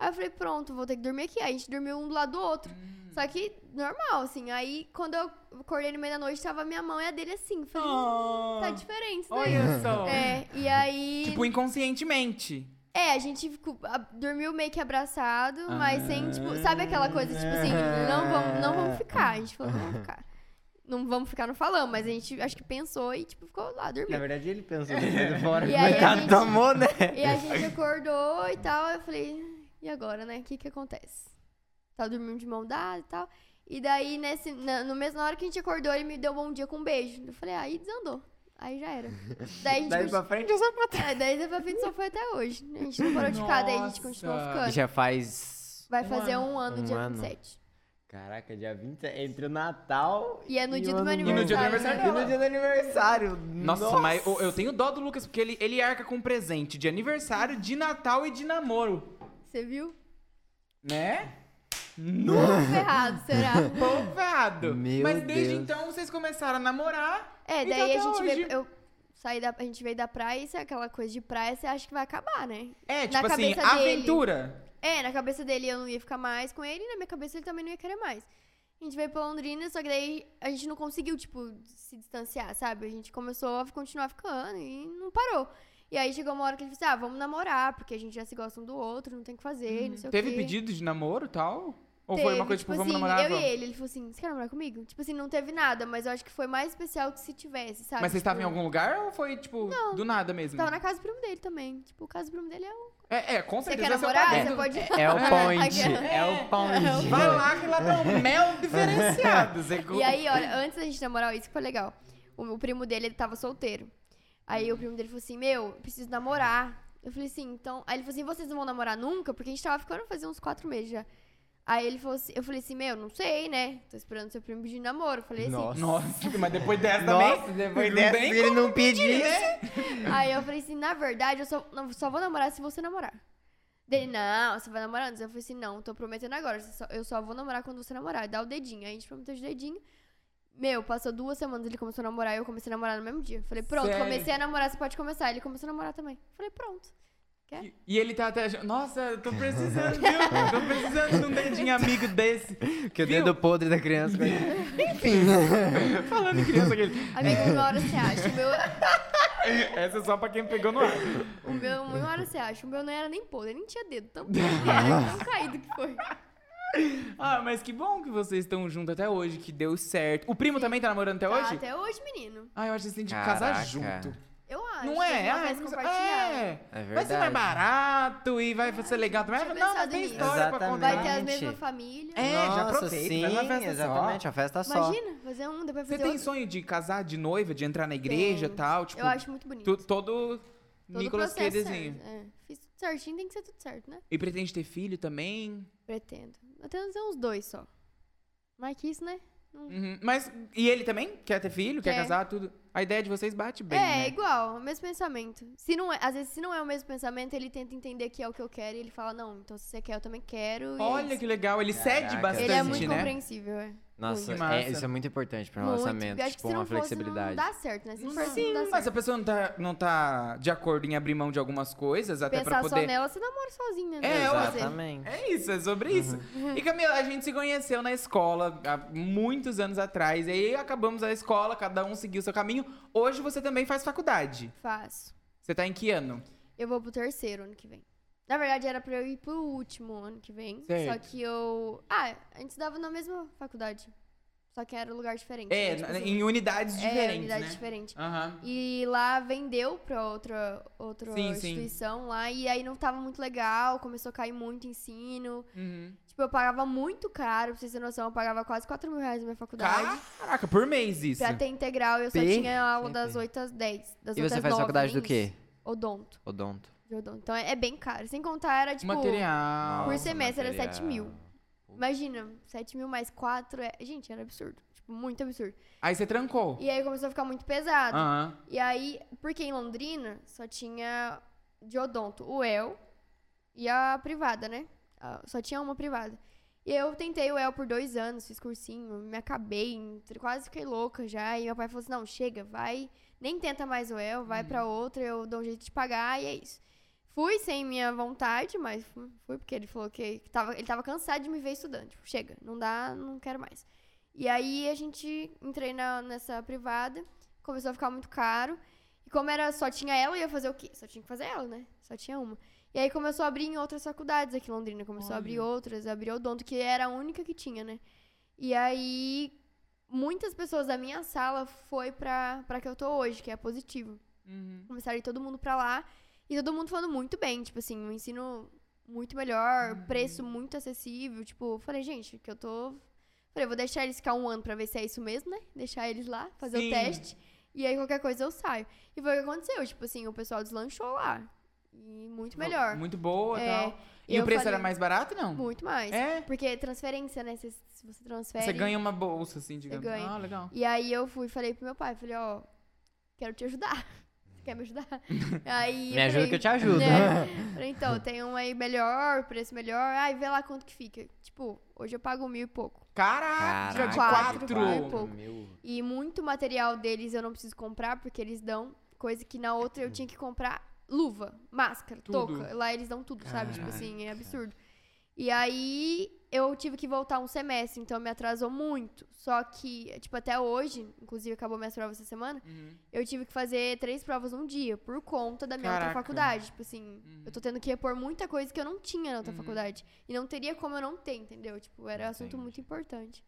Speaker 4: Aí eu falei, pronto, vou ter que dormir aqui. Aí a gente dormiu um do lado do outro.
Speaker 3: Hum.
Speaker 4: Só que normal, assim. Aí quando eu acordei no meio da noite, tava minha mão e a dele assim. Falei,
Speaker 3: Oh,
Speaker 4: tá diferente, isso daí.
Speaker 3: olha só.
Speaker 4: É, e aí.
Speaker 3: Tipo, inconscientemente.
Speaker 4: É, a gente ficou- a- dormiu meio que abraçado, mas sem, tipo, sabe aquela coisa, tipo assim, não vamos, não vamos ficar. A gente falou, não vamos ficar. Não vamos ficar, não falamos, mas a gente acho que pensou e, tipo, ficou lá
Speaker 1: Na
Speaker 4: dormindo.
Speaker 1: verdade, ele pensou
Speaker 4: <laughs>
Speaker 1: depois fora.
Speaker 4: E aí a
Speaker 1: Coitado,
Speaker 4: gente-
Speaker 1: tomou, né?
Speaker 4: E a gente acordou e tal, eu falei, e agora, né? O que que acontece? Tava dormindo de mão dada e tal. E daí, nesse, na, no mesmo na hora que a gente acordou, ele me deu bom dia com um beijo. Eu falei, aí desandou. Aí já era. Daí a gente
Speaker 1: Daí pra
Speaker 4: continu-
Speaker 1: frente, eu só
Speaker 4: é, daí pra frente só foi até hoje. A gente não parou de ficar, daí a gente continuou
Speaker 3: Nossa.
Speaker 4: ficando.
Speaker 1: Já faz.
Speaker 4: Vai fazer um ano,
Speaker 1: Um
Speaker 4: dia
Speaker 1: ano.
Speaker 4: 27.
Speaker 1: Caraca, dia 20 é entre o Natal
Speaker 4: E é no dia
Speaker 1: o
Speaker 4: do meu
Speaker 1: Ano
Speaker 4: aniversário.
Speaker 3: E no dia do
Speaker 4: né?
Speaker 1: Novo. E no dia do aniversário.
Speaker 3: Nossa, mas eu, eu tenho dó do Lucas, porque ele, ele arca com presente de aniversário, de Natal e de namoro.
Speaker 4: Você viu?
Speaker 3: Né?
Speaker 4: Tudo errado, será? <laughs>
Speaker 3: Povado!
Speaker 1: Meu
Speaker 3: Mas desde
Speaker 1: Deus.
Speaker 3: então vocês começaram a namorar.
Speaker 4: É,
Speaker 3: E
Speaker 4: daí
Speaker 3: até
Speaker 4: a gente
Speaker 3: hoje.
Speaker 4: veio. Eu saí da, a gente veio da praia e se é aquela coisa de praia, você acha que vai acabar, né?
Speaker 3: É,
Speaker 4: Na
Speaker 3: tipo assim,
Speaker 4: cabeça dele.
Speaker 3: aventura.
Speaker 4: É, na cabeça dele eu não ia ficar mais com ele, e na minha cabeça ele também não ia querer mais. A gente veio pra Londrina, só que daí a gente não conseguiu, tipo, se distanciar, sabe? A gente começou a continuar ficando e não parou. E aí chegou uma hora que ele disse, ah, vamos namorar, porque a gente já se gosta um do outro, não tem o que fazer, não sei o
Speaker 3: Teve
Speaker 4: quê.
Speaker 3: pedido de namoro e tal? Ou foi uma
Speaker 4: Teve,
Speaker 3: coisa tipo, vamos
Speaker 4: assim,
Speaker 3: namorar?
Speaker 4: Eu
Speaker 3: vamos?
Speaker 4: e ele, ele falou assim, você quer namorar comigo? Tipo assim, não teve nada, mas eu acho que foi mais especial que se tivesse, sabe?
Speaker 3: Mas vocês
Speaker 4: Tipo,
Speaker 3: estavam em algum lugar ou foi, tipo, do nada mesmo?
Speaker 4: Tava na casa do primo dele também. Tipo, a casa do primo dele é um...
Speaker 3: É, é, com
Speaker 4: Você
Speaker 3: certeza.
Speaker 4: quer
Speaker 3: esse é o
Speaker 4: namorar?
Speaker 3: padrão
Speaker 4: Você
Speaker 3: do-
Speaker 4: pode... <laughs>
Speaker 1: É o point.
Speaker 4: Aquela-
Speaker 1: É o point.
Speaker 3: Vai lá que lá dá um mel diferenciado. Zé Gu-
Speaker 4: E
Speaker 3: <laughs>
Speaker 4: aí, olha, antes da gente namorar, isso que foi legal. O, o primo dele, ele tava solteiro. Aí o primo dele falou assim, meu, preciso namorar. Eu falei assim, então... Aí ele falou assim, vocês não vão namorar nunca? Porque a gente tava ficando fazia uns quatro meses já. Aí ele falou assim, eu falei assim, meu, não sei, né? Tô esperando seu primo pedir namoro. Eu falei assim,
Speaker 1: Nossa.
Speaker 3: Nossa, mas depois dessa
Speaker 1: Nossa,
Speaker 3: também.
Speaker 1: depois
Speaker 3: não
Speaker 1: dessa,
Speaker 3: tem
Speaker 1: se ele não pedir.
Speaker 4: né? Aí eu falei assim, na verdade, eu só, não, só vou namorar se você namorar. Dele, não, você vai namorar antes. Eu falei assim, não, tô prometendo agora. você só- eu só vou namorar quando você namorar. Dá o dedinho. Aí a gente prometeu de dedinho. Meu, passou duas semanas, ele começou a namorar e eu comecei a namorar no mesmo dia. Falei, pronto,
Speaker 3: Sério?
Speaker 4: comecei a namorar, você pode começar. Ele começou a namorar também. Falei, pronto.
Speaker 3: E- E ele tá até achando, nossa, eu tô precisando, viu? Tô precisando de um dedinho amigo desse.
Speaker 1: Porque o
Speaker 3: Viu?
Speaker 1: dedo podre da criança. vai-
Speaker 3: Falando em criança aquele.
Speaker 4: Amigo,
Speaker 3: É.
Speaker 4: uma hora você acha. O meu,
Speaker 3: <laughs> Essa é só pra quem pegou no ar.
Speaker 4: o meu, uma hora você acha. O meu não era nem podre, nem tinha dedo.
Speaker 3: <laughs>
Speaker 4: Tão podre, era tão caído que foi.
Speaker 3: Ah, mas que bom que vocês estão juntos até hoje, que deu certo. O primo também tá namorando até
Speaker 4: Tá,
Speaker 3: hoje?
Speaker 4: até hoje, menino.
Speaker 3: Ah, eu acho que vocês têm que
Speaker 1: Caraca.
Speaker 3: casar junto.
Speaker 4: Eu acho.
Speaker 3: Não é?
Speaker 4: tem uma
Speaker 3: Ah,
Speaker 4: vez
Speaker 3: não sei-
Speaker 4: compartilhada.
Speaker 3: é.
Speaker 1: É
Speaker 3: Vai ser mais
Speaker 1: verdade.
Speaker 3: barato e vai ser legal também.
Speaker 4: Tinha
Speaker 3: Não, mas
Speaker 4: pensado
Speaker 3: tem
Speaker 4: nisso.
Speaker 3: história pra
Speaker 1: Exatamente.
Speaker 3: contar.
Speaker 4: Vai ter a
Speaker 1: Gente.
Speaker 4: mesma família.
Speaker 3: É, já
Speaker 1: Nossa,
Speaker 3: aproveita,
Speaker 1: Sim,
Speaker 3: faz uma festa só.
Speaker 1: exatamente, uma festa só.
Speaker 4: Imagina, fazer um, depois
Speaker 3: Você
Speaker 4: fazer
Speaker 3: tem
Speaker 4: outro.
Speaker 3: sonho de casar de noiva, de entrar na igreja e
Speaker 4: Tem.
Speaker 3: tal? Tipo,
Speaker 4: Eu acho muito bonito.
Speaker 3: tu- todo
Speaker 4: Todo o
Speaker 3: Nicolas
Speaker 4: processo
Speaker 3: Cagezinho.
Speaker 4: certo, é. Fiz tudo certinho, tem que ser tudo certo, né?
Speaker 3: E pretende ter filho também?
Speaker 4: Pretendo. Até fazer uns dois só. Mas que isso, né? Não-
Speaker 3: Uhum. Mas, e ele também? Quer ter filho? Quer,
Speaker 4: Quer.
Speaker 3: casar? Tudo. A ideia de vocês bate bem,
Speaker 4: é,
Speaker 3: né?
Speaker 4: igual, o mesmo pensamento. Se não é, às vezes, se não é o mesmo pensamento, ele tenta entender que é o que eu quero e ele fala, não, então se você quer, eu também quero. e é
Speaker 3: Olha
Speaker 4: isso.
Speaker 3: que legal, ele cede
Speaker 1: Caraca.
Speaker 3: bastante,
Speaker 4: Ele é muito
Speaker 3: né?
Speaker 4: compreensível, é.
Speaker 1: Nossa,
Speaker 3: Muito.
Speaker 1: é- isso é muito importante para um
Speaker 4: Muito.
Speaker 1: relacionamento.
Speaker 4: Eu acho que
Speaker 1: Tipo,
Speaker 4: se
Speaker 1: uma
Speaker 4: não fosse, não-
Speaker 1: flexibilidade.
Speaker 4: não dá certo, né? Se
Speaker 3: Não
Speaker 4: for
Speaker 3: dá.
Speaker 4: assim, não dá certo.
Speaker 3: Mas se a pessoa não tá, não tá de acordo em abrir mão de algumas coisas, até
Speaker 4: Pensar
Speaker 3: pra
Speaker 4: só
Speaker 3: poder.
Speaker 4: nela, você namora sozinha, né?
Speaker 3: É,
Speaker 4: Não tem o que
Speaker 3: ué.
Speaker 4: fazer.
Speaker 1: Exatamente.
Speaker 3: É isso, é sobre isso.
Speaker 4: Uhum.
Speaker 3: E Camila, a gente se conheceu na escola há muitos anos atrás, e aí acabamos a escola, cada um seguiu seu caminho. Hoje você também faz faculdade.
Speaker 4: Faço.
Speaker 3: Você tá em que ano?
Speaker 4: Eu vou pro terceiro ano que vem. Na verdade, era pra eu ir pro último ano que vem.
Speaker 3: Certo.
Speaker 4: Só que eu. Ah, a gente estudava na mesma faculdade. Só que era lugar diferente.
Speaker 3: É,
Speaker 4: né? Tipo
Speaker 3: na-
Speaker 4: assim,
Speaker 3: em unidades
Speaker 4: é,
Speaker 3: diferentes,
Speaker 4: unidade
Speaker 3: né?
Speaker 4: diferente.
Speaker 3: Aham.
Speaker 4: E lá vendeu pra outra, outra
Speaker 3: Sim, sim.
Speaker 4: instituição lá. E aí não tava muito legal, começou a cair muito ensino.
Speaker 3: Uhum.
Speaker 4: Tipo, eu pagava muito caro, pra vocês terem noção, eu pagava quase 4 mil reais na minha faculdade.
Speaker 3: Caraca, por mês isso.
Speaker 4: Pra ter integral, eu só
Speaker 1: Pi-
Speaker 4: tinha aula
Speaker 1: Pi-
Speaker 4: das 8 às 10. Das
Speaker 1: E
Speaker 4: 8
Speaker 1: você
Speaker 4: às
Speaker 1: faz
Speaker 4: 9,
Speaker 1: faculdade
Speaker 4: nem
Speaker 1: do quê?
Speaker 4: isso. Odonto.
Speaker 1: Odonto.
Speaker 4: de odonto. Então é, é bem caro. Sem contar, era tipo.
Speaker 3: Material.
Speaker 4: por
Speaker 1: Nossa,
Speaker 4: semestre era
Speaker 1: material.
Speaker 4: 7 mil. Imagina, 7 mil mais 4 é. Gente, era absurdo. Tipo, muito absurdo.
Speaker 3: Aí você trancou.
Speaker 4: E aí começou a ficar muito pesado.
Speaker 3: Aham.
Speaker 4: E aí, porque em Londrina só tinha de odonto o EL e a privada, né? Ah, Só tinha uma privada. E eu tentei o El por dois anos, fiz cursinho, me acabei, entre- quase fiquei louca já. E meu pai falou assim: não, chega, vai, nem tenta mais o El, vai pra outra, eu dou um jeito de pagar, e é isso. Fui sem minha vontade, mas fu- fui porque ele falou que que tava, ele tava cansado de me ver estudando. Tipo, chega, não dá, não quero mais. E aí a gente entrei na- nessa privada, começou a ficar muito caro. E como era só tinha ela, eu ia fazer o quê? Só tinha que fazer ela, né? Só tinha uma. E aí começou a abrir em outras faculdades aqui em Londrina. Começou a abrir outras, abriu odonto, que era a única que tinha, né? E aí muitas pessoas da minha sala foi pra, pra que eu tô hoje, que é positivo. Começaram a ir todo mundo pra lá. E todo mundo falando muito bem, tipo assim, um ensino muito melhor, preço muito acessível. Tipo, eu falei, gente, que eu tô. Falei, vou deixar eles ficar um ano pra ver se é isso mesmo, né? Deixar eles lá, fazer
Speaker 3: Sim.
Speaker 4: o teste. E aí qualquer coisa eu saio. E foi o que aconteceu. Tipo assim, o pessoal deslanchou lá. E muito melhor.
Speaker 2: Muito boa e
Speaker 4: É,
Speaker 2: tal. E
Speaker 4: eu
Speaker 2: o preço
Speaker 4: falei-
Speaker 2: era mais barato, não?
Speaker 4: Muito mais.
Speaker 2: É?
Speaker 4: Porque transferência, né? Se, se você transfere.
Speaker 2: Você ganha uma bolsa, assim, digamos.
Speaker 4: ganha.
Speaker 2: Ah,
Speaker 1: um
Speaker 2: legal.
Speaker 4: E aí eu fui, falei pro meu pai, falei, ó, quero te ajudar. <laughs> Você quer me ajudar?
Speaker 1: <laughs>
Speaker 4: aí
Speaker 1: Me ajuda que eu te ajudo. <laughs>
Speaker 4: É. Falei, então, tem um aí melhor, preço melhor. Ai, vê lá quanto que fica. Tipo, hoje eu pago mil e pouco.
Speaker 2: Caraca,
Speaker 4: Quatro,
Speaker 2: de quatro.
Speaker 4: quatro. pouco.
Speaker 1: Meu.
Speaker 4: E muito material deles eu não preciso comprar, porque eles dão coisa que na outra eu tinha que comprar luva, máscara,
Speaker 2: Tudo.
Speaker 4: touca. Lá eles dão tudo, sabe? Tipo
Speaker 1: Caraca.
Speaker 4: assim, é absurdo. E aí eu tive que voltar um semestre, então me atrasou muito. Só que, tipo, até hoje, inclusive acabou minhas provas essa semana,
Speaker 2: Uhum,
Speaker 4: eu tive que fazer três provas num dia, por conta da minha outra
Speaker 2: Caraca. Uhum.
Speaker 4: faculdade. Tipo assim, eu tô tendo que repor muita coisa que eu não tinha na outra faculdade. E não teria como eu não ter, entendeu? Tipo, era assunto
Speaker 1: Entendi.
Speaker 4: muito importante.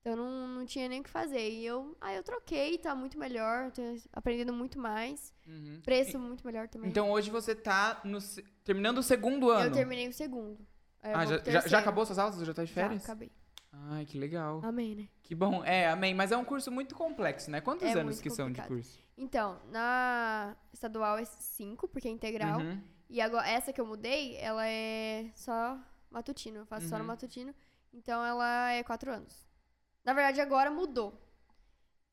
Speaker 4: Então não, não tinha nem o que fazer. E eu, aí eu troquei, tá muito melhor, tô aprendendo muito mais.
Speaker 2: Uhum.
Speaker 4: Preço muito melhor também.
Speaker 2: Então hoje você tá no se- terminando o segundo ano.
Speaker 4: eu terminei o segundo. Aí eu
Speaker 2: Ah,
Speaker 4: vou
Speaker 2: já,
Speaker 4: pro
Speaker 2: já- já
Speaker 4: terceiro.
Speaker 2: acabou suas aulas? Já tá de
Speaker 4: Já,
Speaker 2: férias?
Speaker 4: acabei.
Speaker 2: Ai, que legal.
Speaker 4: Amei, né?
Speaker 2: Que bom. É, amém. Mas é um curso muito complexo, né? Quantos
Speaker 4: É
Speaker 2: anos
Speaker 4: muito
Speaker 2: que são de
Speaker 4: complicado.
Speaker 2: curso?
Speaker 4: Então, na estadual é cinco, porque é integral.
Speaker 2: Uhum.
Speaker 4: E agora, essa que eu mudei, ela é só matutino. Eu faço só no
Speaker 2: Uhum.
Speaker 4: matutino. Então ela é quatro anos. Na verdade, agora mudou.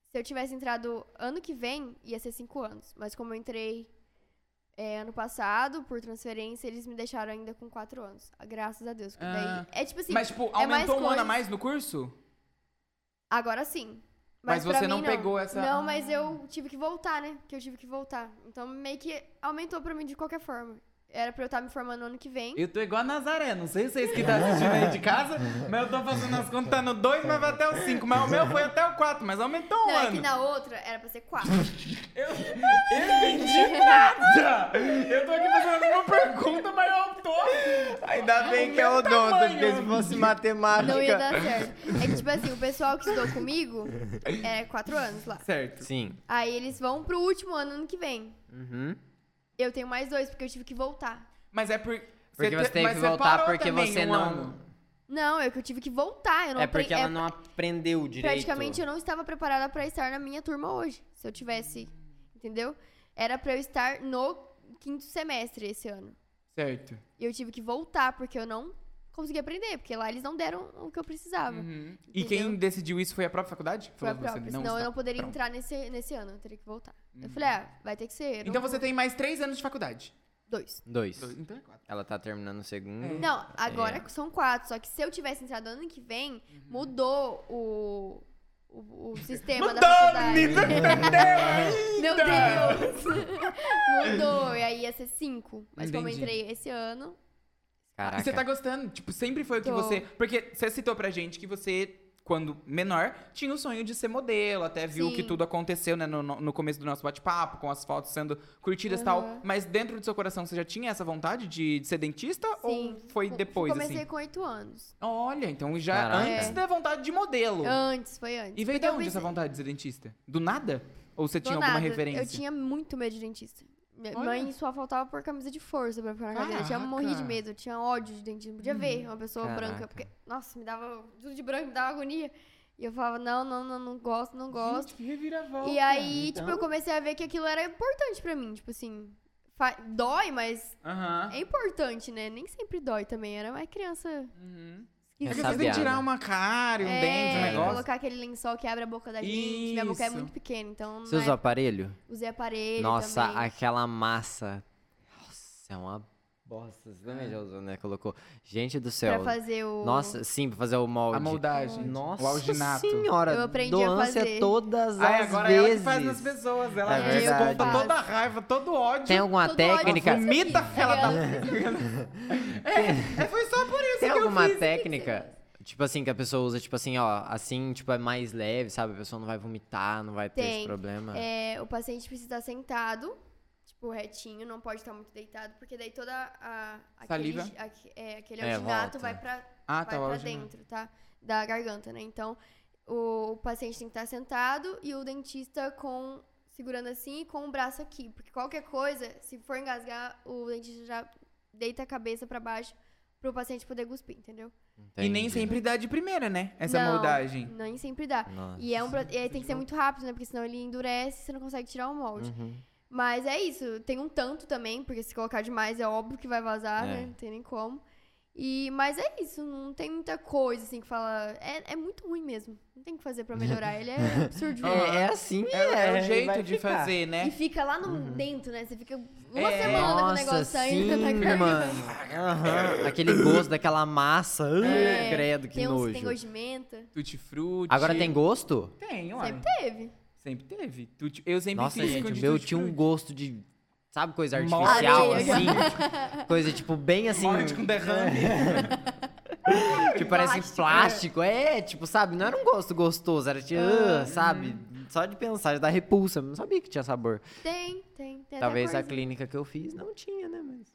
Speaker 4: Se eu tivesse entrado ano que vem, ia ser cinco anos. Mas como eu entrei é, ano passado, por transferência, eles me deixaram ainda com quatro anos. Ah, Graças a Deus. porque daí-
Speaker 2: Ah.
Speaker 4: é tipo assim,
Speaker 2: Mas, tipo,
Speaker 4: é mais
Speaker 2: aumentou um ano a
Speaker 4: coisa-
Speaker 2: mais no curso?
Speaker 4: agora sim.
Speaker 2: Mas
Speaker 4: pra
Speaker 2: você
Speaker 4: mim,
Speaker 2: não pegou essa- Ah.
Speaker 4: Não, mas eu tive que voltar, né? Que eu tive que voltar. Então meio que aumentou pra mim de qualquer forma. Era pra eu estar me formando ano que vem.
Speaker 3: Eu tô igual a Nazaré, não sei se vocês que tá assistindo aí de casa, mas eu tô fazendo as contas, tá no 2, mas vai até o 5. Mas o meu foi até o 4, mas aumentou um
Speaker 4: Não, é
Speaker 3: ano.
Speaker 4: que na outra era pra ser
Speaker 1: <laughs>
Speaker 4: quatro.
Speaker 3: Tá, Eu tô aqui fazendo uma pergunta, mas eu tô.
Speaker 1: Ainda bem que é odonto,
Speaker 3: tamanho.
Speaker 1: porque se fosse
Speaker 4: Não ia
Speaker 1: matemática.
Speaker 4: dar certo. É que, tipo assim, o pessoal que estudou comigo é quatro anos lá.
Speaker 2: Certo.
Speaker 1: Sim.
Speaker 4: Aí eles vão pro último ano ano que vem.
Speaker 1: Uhum.
Speaker 4: Eu tenho mais dois, porque eu tive que voltar.
Speaker 2: Mas é por...
Speaker 1: Porque
Speaker 2: te-
Speaker 1: você teve
Speaker 2: mas
Speaker 1: que
Speaker 2: você
Speaker 1: voltar
Speaker 2: parou
Speaker 1: porque
Speaker 2: também
Speaker 1: você
Speaker 2: um
Speaker 1: não.
Speaker 2: ano.
Speaker 4: Não, é que eu tive que voltar. Eu não
Speaker 1: É
Speaker 4: apre-
Speaker 1: porque ela não aprendeu direito.
Speaker 4: Praticamente eu não estava preparada pra estar na minha turma hoje. Se eu tivesse. Entendeu? Era pra eu estar no quinto semestre esse ano.
Speaker 2: Certo.
Speaker 4: E eu tive que voltar, porque eu não consegui aprender. Porque lá eles não deram o que eu precisava.
Speaker 2: Uhum. E
Speaker 4: Tá Entendeu?
Speaker 2: quem decidiu isso foi a própria faculdade?
Speaker 4: Foi a
Speaker 2: Falou, você
Speaker 4: própria. Senão eu
Speaker 2: assim, está
Speaker 4: não poderia
Speaker 2: pronto. Uhum.
Speaker 4: entrar nesse, nesse ano. Eu teria que voltar. Eu falei, ah, vai ter que ser. eu não
Speaker 2: Então
Speaker 4: vou-
Speaker 2: você tem mais três anos de faculdade.
Speaker 4: Dois.
Speaker 1: Dois.
Speaker 2: Dois, Então é quatro.
Speaker 1: Ela tá terminando o segundo.
Speaker 4: É. Não, agora
Speaker 2: É.
Speaker 4: são quatro. Só que se eu tivesse entrado ano que vem,
Speaker 2: Uhum.
Speaker 4: mudou o,
Speaker 2: <laughs>
Speaker 4: o, o sistema da faculdade. <laughs> Meu Deus! mudou. E aí ia ser cinco. Mas como eu
Speaker 2: Entendi.
Speaker 4: entrei esse ano,
Speaker 1: Caraca.
Speaker 2: E você tá gostando? Tipo, sempre foi o que
Speaker 4: Tô.
Speaker 2: você. Porque você citou pra gente que você, quando menor, tinha o sonho de ser modelo, até viu
Speaker 4: Sim.
Speaker 2: que tudo aconteceu, né, no, no começo do nosso bate-papo, com as fotos sendo curtidas e tal.
Speaker 4: Aham.
Speaker 2: Mas dentro do seu coração, você já tinha essa vontade de, de ser dentista?
Speaker 4: sim.
Speaker 2: Ou foi
Speaker 4: co-
Speaker 2: depois,
Speaker 4: Comecei
Speaker 2: assim?
Speaker 4: com oito anos.
Speaker 2: Olha, então já
Speaker 1: Caraca.
Speaker 2: antes
Speaker 4: É.
Speaker 2: da vontade de modelo.
Speaker 4: Antes, foi antes.
Speaker 2: E veio
Speaker 4: Porque
Speaker 2: de
Speaker 4: eu
Speaker 2: onde essa
Speaker 4: pensei-
Speaker 2: vontade de ser dentista? Do nada? Ou você
Speaker 4: então Do
Speaker 2: tinha alguma
Speaker 4: nada,
Speaker 2: referência?
Speaker 4: Eu tinha muito medo de dentista. Minha
Speaker 2: Olha.
Speaker 4: mãe só faltava por camisa de força pra ficar na cadeira. Eu tinha
Speaker 2: Caraca. Uhum.
Speaker 4: morri de medo, eu tinha ódio de dentista. Não podia ver uma pessoa branca.
Speaker 1: Caraca.
Speaker 4: Porque, nossa, me dava. Tudo de branco, me dava agonia. E eu falava, não, não, não, não gosto, não um gosto.
Speaker 3: Gente, que reviravolta.
Speaker 4: e aí,
Speaker 1: então-
Speaker 4: tipo, eu comecei a ver que aquilo era importante pra mim. Tipo assim, fa- dói, mas
Speaker 2: Aham.
Speaker 4: é importante, né? Nem sempre dói também. Era mais criança.
Speaker 2: Uhum.
Speaker 1: É
Speaker 2: É que
Speaker 4: esquisita.
Speaker 2: você tem que
Speaker 1: sabiá,
Speaker 2: tirar
Speaker 1: né?
Speaker 2: uma cara, um dente, um
Speaker 4: É,
Speaker 2: negócio.
Speaker 4: colocar aquele lençol que abre a boca da gente. Minha boca é
Speaker 2: Isso.
Speaker 4: muito pequena, então.
Speaker 1: Você
Speaker 4: Não
Speaker 1: usou
Speaker 4: é...
Speaker 1: aparelho?
Speaker 4: Usei aparelho.
Speaker 1: Nossa,
Speaker 4: também.
Speaker 1: aquela massa. Nossa, é uma Bosta, você também já usou, né? Colocou. Gente do céu.
Speaker 4: Pra fazer o.
Speaker 1: Então, Nossa, sim, pra fazer o molde.
Speaker 2: A moldagem.
Speaker 1: Nossa
Speaker 2: O alginato.
Speaker 1: senhora,
Speaker 4: Eu aprendi a
Speaker 1: doância
Speaker 4: fazer.
Speaker 1: todas
Speaker 3: Ai,
Speaker 1: as
Speaker 3: agora
Speaker 2: é
Speaker 3: ela que
Speaker 1: vezes.
Speaker 3: faz nas pessoas. Ela
Speaker 1: É verdade.
Speaker 3: desconta toda a raiva, todo o ódio.
Speaker 1: Tem um alguma
Speaker 4: Todo ódio
Speaker 1: técnica?
Speaker 4: que você
Speaker 3: Vomita,
Speaker 4: fica,
Speaker 3: fela
Speaker 2: <laughs>
Speaker 3: da-
Speaker 4: né?
Speaker 3: É, foi só por isso
Speaker 1: Tem
Speaker 3: que eu
Speaker 1: alguma
Speaker 3: fiz.
Speaker 1: técnica? Tipo assim, que a pessoa usa, tipo assim, ó, assim, tipo, é mais leve, sabe? A pessoa não vai vomitar, não vai ter
Speaker 4: Tem.
Speaker 1: esse problema.
Speaker 4: É, o paciente precisa estar sentado, tipo, retinho, não pode estar muito deitado, porque daí toda a.
Speaker 2: Saliva.
Speaker 4: Aquele, aque- é, aquele
Speaker 1: É,
Speaker 4: alginato
Speaker 1: volta.
Speaker 4: vai pra,
Speaker 2: Ah,
Speaker 4: vai
Speaker 2: tá, o
Speaker 4: pra
Speaker 2: alginato.
Speaker 4: dentro, tá? Da garganta, né? Então, o, o paciente tem que estar sentado e o dentista com. segurando assim e com o braço aqui. Porque qualquer coisa, se for engasgar, o dentista já deita a cabeça pra baixo pro paciente poder cuspir, entendeu?
Speaker 2: E nem
Speaker 1: Entendi.
Speaker 2: sempre dá de primeira, né? Essa
Speaker 4: Não,
Speaker 2: moldagem.
Speaker 4: Nem sempre dá.
Speaker 1: Nossa.
Speaker 4: E, é um, pro- e aí tem que ser muito rápido, né? Porque senão ele endurece e você não consegue tirar o
Speaker 2: Hum.
Speaker 4: molde.
Speaker 1: Uhum.
Speaker 4: Mas é isso, tem um tanto também, porque se colocar demais é óbvio que vai vazar,
Speaker 1: É.
Speaker 4: né? Não tem nem como. E, mas é isso, não tem muita coisa assim que fala. É, é muito ruim mesmo. Não tem o que fazer pra melhorar. Ele
Speaker 2: <laughs>
Speaker 4: é absurdo.
Speaker 1: É, é assim, é.
Speaker 2: É, o
Speaker 1: vai
Speaker 2: jeito de
Speaker 1: ficar.
Speaker 2: fazer,
Speaker 4: E
Speaker 2: né?
Speaker 4: fica lá no dentro, né? Você fica uma
Speaker 2: É.
Speaker 4: semana com o negócio <laughs> tá saindo na
Speaker 1: sim,
Speaker 4: garganta.
Speaker 1: mano. Aham, Aquele gosto daquela massa. Ai, credo, que
Speaker 4: É, tem uns que
Speaker 1: nojo.
Speaker 4: tem gosto de menta.
Speaker 2: Tutti frutti.
Speaker 1: Agora tem gosto?
Speaker 2: Tem, ué.
Speaker 4: Sempre
Speaker 2: Sempre,
Speaker 4: teve.
Speaker 2: teve. Tutti- Eu sempre
Speaker 1: Nossa,
Speaker 2: fiz
Speaker 1: gente,
Speaker 2: com
Speaker 1: o
Speaker 2: de
Speaker 1: meu
Speaker 2: tutti
Speaker 1: tinha um
Speaker 2: frutti.
Speaker 1: gosto de. Sabe, coisa
Speaker 2: Molde.
Speaker 1: artificial,
Speaker 4: Areia.
Speaker 1: assim?
Speaker 4: <laughs>
Speaker 1: Tipo, coisa, tipo, bem assim.
Speaker 3: Molde com
Speaker 1: <laughs>
Speaker 3: derrame.
Speaker 1: Que parece
Speaker 4: Plástico,
Speaker 1: plástico. É, tipo, sabe? Não era um gosto gostoso, era tipo, ah, sabe? Só de pensar, já dá repulsa. Não sabia que tinha sabor.
Speaker 4: Tem, tem. tem até
Speaker 1: Talvez a
Speaker 4: coisa.
Speaker 1: clínica que eu fiz não tinha, né?
Speaker 2: <laughs>
Speaker 1: Mas.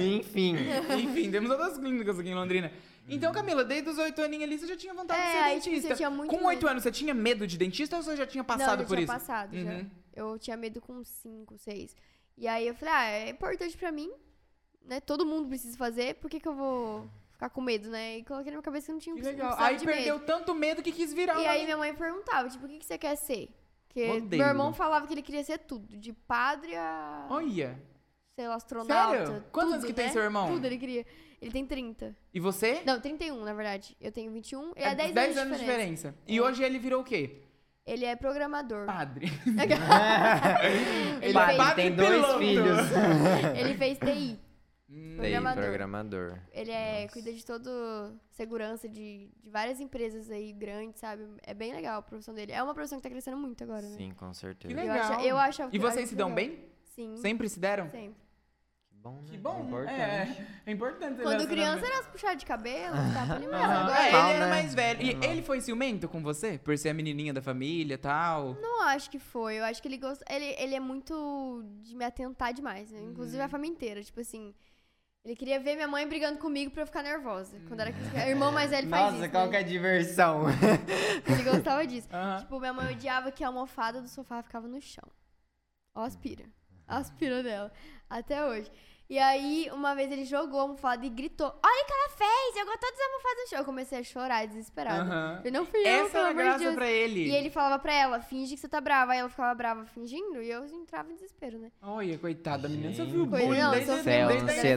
Speaker 1: Enfim.
Speaker 3: Enfim, temos outras clínicas aqui em Londrina.
Speaker 1: Uhum.
Speaker 2: Então, Camila, desde os oito aninhos ali, você já tinha vontade
Speaker 4: É,
Speaker 2: de ser
Speaker 4: aí, tipo,
Speaker 2: dentista.
Speaker 4: você tinha muito
Speaker 2: com oito
Speaker 4: medo.
Speaker 2: anos, você tinha medo de dentista ou você já tinha
Speaker 4: não,
Speaker 2: passado
Speaker 4: eu
Speaker 2: por
Speaker 4: tinha
Speaker 2: isso?
Speaker 4: passado já.
Speaker 2: Uhum.
Speaker 4: Eu tinha medo com 5, 6. E aí eu falei, ah, é importante pra mim, né? Todo mundo precisa fazer, por que, que eu vou ficar com medo, né? E coloquei na minha cabeça que não tinha
Speaker 2: Que
Speaker 4: não
Speaker 2: legal.
Speaker 4: precisava
Speaker 2: Aí
Speaker 4: de
Speaker 2: perdeu né?
Speaker 4: medo.
Speaker 2: tanto medo que quis virar.
Speaker 4: E
Speaker 2: uma-
Speaker 4: aí minha mãe perguntava, tipo, o que, que você quer ser? Porque
Speaker 2: Modelo.
Speaker 4: meu irmão falava que ele queria ser tudo, de padre a,
Speaker 2: Olha.
Speaker 4: sei lá, astronauta.
Speaker 2: Sério? Quantos
Speaker 4: tudo,
Speaker 2: anos que
Speaker 4: né?
Speaker 2: tem seu irmão?
Speaker 4: Tudo ele queria. Ele tem 30.
Speaker 2: E você?
Speaker 4: Não, 31, na verdade. Eu tenho 21. Ele é, 10, anos, de diferença. É.
Speaker 2: diferença. E hoje ele virou o quê?
Speaker 4: Ele é programador.
Speaker 2: Padre.
Speaker 4: <laughs> ele,
Speaker 1: Pai,
Speaker 4: fez,
Speaker 3: Padre
Speaker 1: tem dois
Speaker 3: piloto.
Speaker 1: filhos.
Speaker 4: ele fez TI.
Speaker 1: Tem
Speaker 4: programador.
Speaker 1: programador.
Speaker 4: Ele é, cuida de todo segurança de, de várias empresas aí grandes, sabe? É bem legal a profissão dele. É uma profissão que tá crescendo muito agora, né?
Speaker 1: Sim, com certeza.
Speaker 2: Que
Speaker 4: Eu
Speaker 2: legal.
Speaker 4: acho, eu acho
Speaker 2: E vocês se dão
Speaker 4: legal.
Speaker 2: bem?
Speaker 4: Sim.
Speaker 2: Sempre se deram?
Speaker 4: Uhum. sempre.
Speaker 1: Que bom, né?
Speaker 3: Que bom.
Speaker 1: Importante.
Speaker 3: É, é importante.
Speaker 4: Quando
Speaker 3: essa
Speaker 4: criança
Speaker 3: também.
Speaker 4: era as puxadas de
Speaker 2: <laughs>
Speaker 4: cabelo, tá ali mesmo.
Speaker 2: Ah,
Speaker 4: Agora
Speaker 2: é,
Speaker 4: eu
Speaker 1: Normal,
Speaker 2: ele era
Speaker 1: né?
Speaker 2: mais velho. E
Speaker 1: Normal.
Speaker 2: ele foi ciumento com você? Por ser a menininha da família e tal?
Speaker 4: não acho que foi. Eu acho que ele gosta. Ele, ele é muito de me atentar demais, né? Inclusive
Speaker 2: Uhum.
Speaker 4: a família inteira. Tipo assim. Ele queria ver minha mãe brigando comigo pra eu ficar nervosa. Quando era criança. O irmão mais velho faz isso.
Speaker 1: Nossa, qual
Speaker 4: né?
Speaker 1: que é a <laughs> diversão?
Speaker 4: Ele gostava disso.
Speaker 2: Aham.
Speaker 4: Tipo, minha mãe odiava que a almofada do sofá ficava no chão. Ó, aspira. Aspira dela. Até hoje. E aí, uma vez ele jogou a almofada e gritou: Olha o que ela fez! Jogou todas as almofadas no chão. Eu comecei a chorar, desesperada.
Speaker 2: Aham.
Speaker 4: Eu não fui eu,
Speaker 2: Essa
Speaker 4: pelo
Speaker 2: era a
Speaker 4: amor de
Speaker 2: graça
Speaker 4: Deus.
Speaker 2: pra ele.
Speaker 4: E ele falava pra ela: Finge que você tá brava. Aí ela ficava brava fingindo e eu entrava em desespero, né?
Speaker 2: Olha, coitada da menina. Você viu o
Speaker 1: Gente.
Speaker 2: bullying
Speaker 4: Não,
Speaker 2: desde,
Speaker 4: sou
Speaker 1: Céu,
Speaker 2: desde a infância.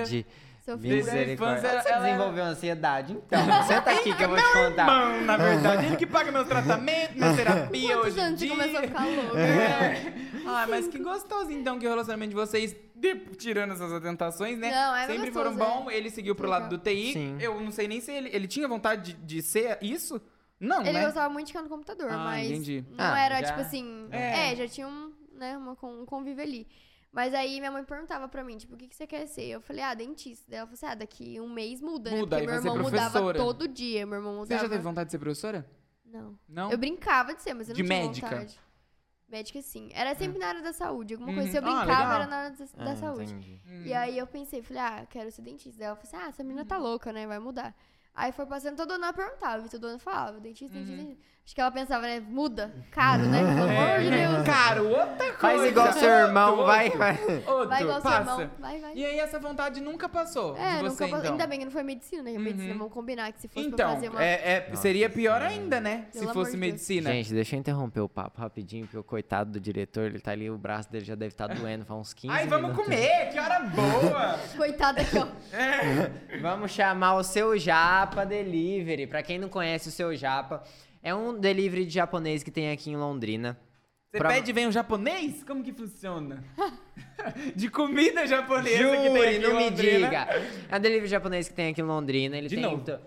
Speaker 1: ansiedade.
Speaker 4: Sofri.
Speaker 2: Desde a infância,
Speaker 1: Misericórdia. Você
Speaker 2: ela-
Speaker 1: desenvolveu ansiedade? Então, senta aqui que eu vou te contar.
Speaker 3: Bom, na verdade, ele que paga
Speaker 1: <laughs>
Speaker 3: meus tratamentos, minha terapia
Speaker 4: Quantos
Speaker 3: hoje em
Speaker 4: anos você
Speaker 3: dia.
Speaker 4: começou a
Speaker 2: <laughs>
Speaker 4: ficar louca?
Speaker 2: É. Ah, mas que gostoso então que o relacionamento de vocês, de- tirando essas atentações, né?
Speaker 4: Não, era
Speaker 2: Sempre
Speaker 4: gostoso, é.
Speaker 2: foram bons. Ele seguiu pro
Speaker 4: Legal.
Speaker 2: lado do TI.
Speaker 1: Sim.
Speaker 2: Eu não sei nem se ele, ele tinha vontade de, de ser isso. Não,
Speaker 4: Ele
Speaker 2: né?
Speaker 4: gostava muito de ficar no computador,
Speaker 2: Ah,
Speaker 4: mas
Speaker 2: entendi.
Speaker 4: não
Speaker 1: Ah,
Speaker 4: era
Speaker 2: já-
Speaker 4: tipo assim.
Speaker 2: É.
Speaker 4: É, já tinha um, né, uma con- um convívio ali. Mas aí minha mãe perguntava pra mim, tipo, o que, que você quer ser? Eu falei, ah, dentista. Daí ela falou assim, ah, daqui um mês muda, né?
Speaker 2: Muda,
Speaker 4: Porque
Speaker 2: aí
Speaker 4: meu
Speaker 2: vai ser
Speaker 4: irmão mudava
Speaker 2: professora.
Speaker 4: todo dia, meu irmão
Speaker 2: Você
Speaker 4: mudava.
Speaker 2: já teve vontade de ser professora?
Speaker 4: Não.
Speaker 2: Não?
Speaker 4: né? Eu brincava de ser, mas eu não
Speaker 2: De
Speaker 4: tinha
Speaker 2: médica? Ah.
Speaker 4: vontade. Médica, sim. Era sempre na área da saúde. Alguma
Speaker 2: Uhum.
Speaker 4: coisa, se eu
Speaker 2: Ah,
Speaker 4: brincava,
Speaker 2: legal.
Speaker 4: era na área da, da
Speaker 1: Ah,
Speaker 4: saúde.
Speaker 1: entendi.
Speaker 4: E aí eu pensei, falei, ah, quero ser dentista. Daí ela falou assim, ah, essa menina tá louca, né? Vai mudar. Aí foi passando, toda ano ela perguntava, e toda ano falava, dentista, dentista, dentista. Acho que ela pensava, né? Muda, caro, né?
Speaker 3: <laughs>
Speaker 4: Pelo
Speaker 3: É.
Speaker 4: amor de
Speaker 2: <laughs>
Speaker 4: Deus.
Speaker 2: Caro, outra
Speaker 1: É.
Speaker 2: coisa.
Speaker 1: Faz igual seu irmão,
Speaker 2: Outro,
Speaker 1: vai,
Speaker 2: outro,
Speaker 1: vai.
Speaker 2: Outro,
Speaker 4: Vai igual
Speaker 2: passa.
Speaker 4: seu irmão, vai, vai.
Speaker 2: E aí essa vontade nunca passou
Speaker 4: É,
Speaker 2: de
Speaker 4: nunca
Speaker 2: você,
Speaker 4: passou.
Speaker 2: então.
Speaker 4: Ainda bem que não foi medicina, né? Medicina, vamos combinar que se fosse pra
Speaker 2: Então,
Speaker 4: fazer uma...
Speaker 2: é- é-
Speaker 1: Nossa
Speaker 2: seria pior
Speaker 1: Senhora.
Speaker 2: ainda, né?
Speaker 4: Pelo
Speaker 2: se
Speaker 4: amor
Speaker 2: fosse
Speaker 4: de Deus.
Speaker 2: medicina.
Speaker 1: Gente, deixa eu interromper o papo rapidinho, porque o coitado do diretor, ele tá ali, o braço dele já deve estar doendo, faz uns 15
Speaker 3: Ai, vamos
Speaker 1: minutos.
Speaker 3: comer, que hora boa.
Speaker 4: Coitada aqui, ó.
Speaker 1: Vamos chamar o Seu Japa Delivery. Pra quem não conhece o Seu Japa, é um delivery de japonês que tem aqui em Londrina.
Speaker 3: Você
Speaker 1: Pra-
Speaker 3: pede e vem um japonês? Como que funciona? <laughs> de comida japonesa que tem
Speaker 1: Jure,
Speaker 3: aqui em
Speaker 1: não me
Speaker 3: Londrina.
Speaker 1: diga. A delivery japonês que tem aqui em Londrina, ele
Speaker 3: De
Speaker 1: tem.
Speaker 3: novo.
Speaker 1: to-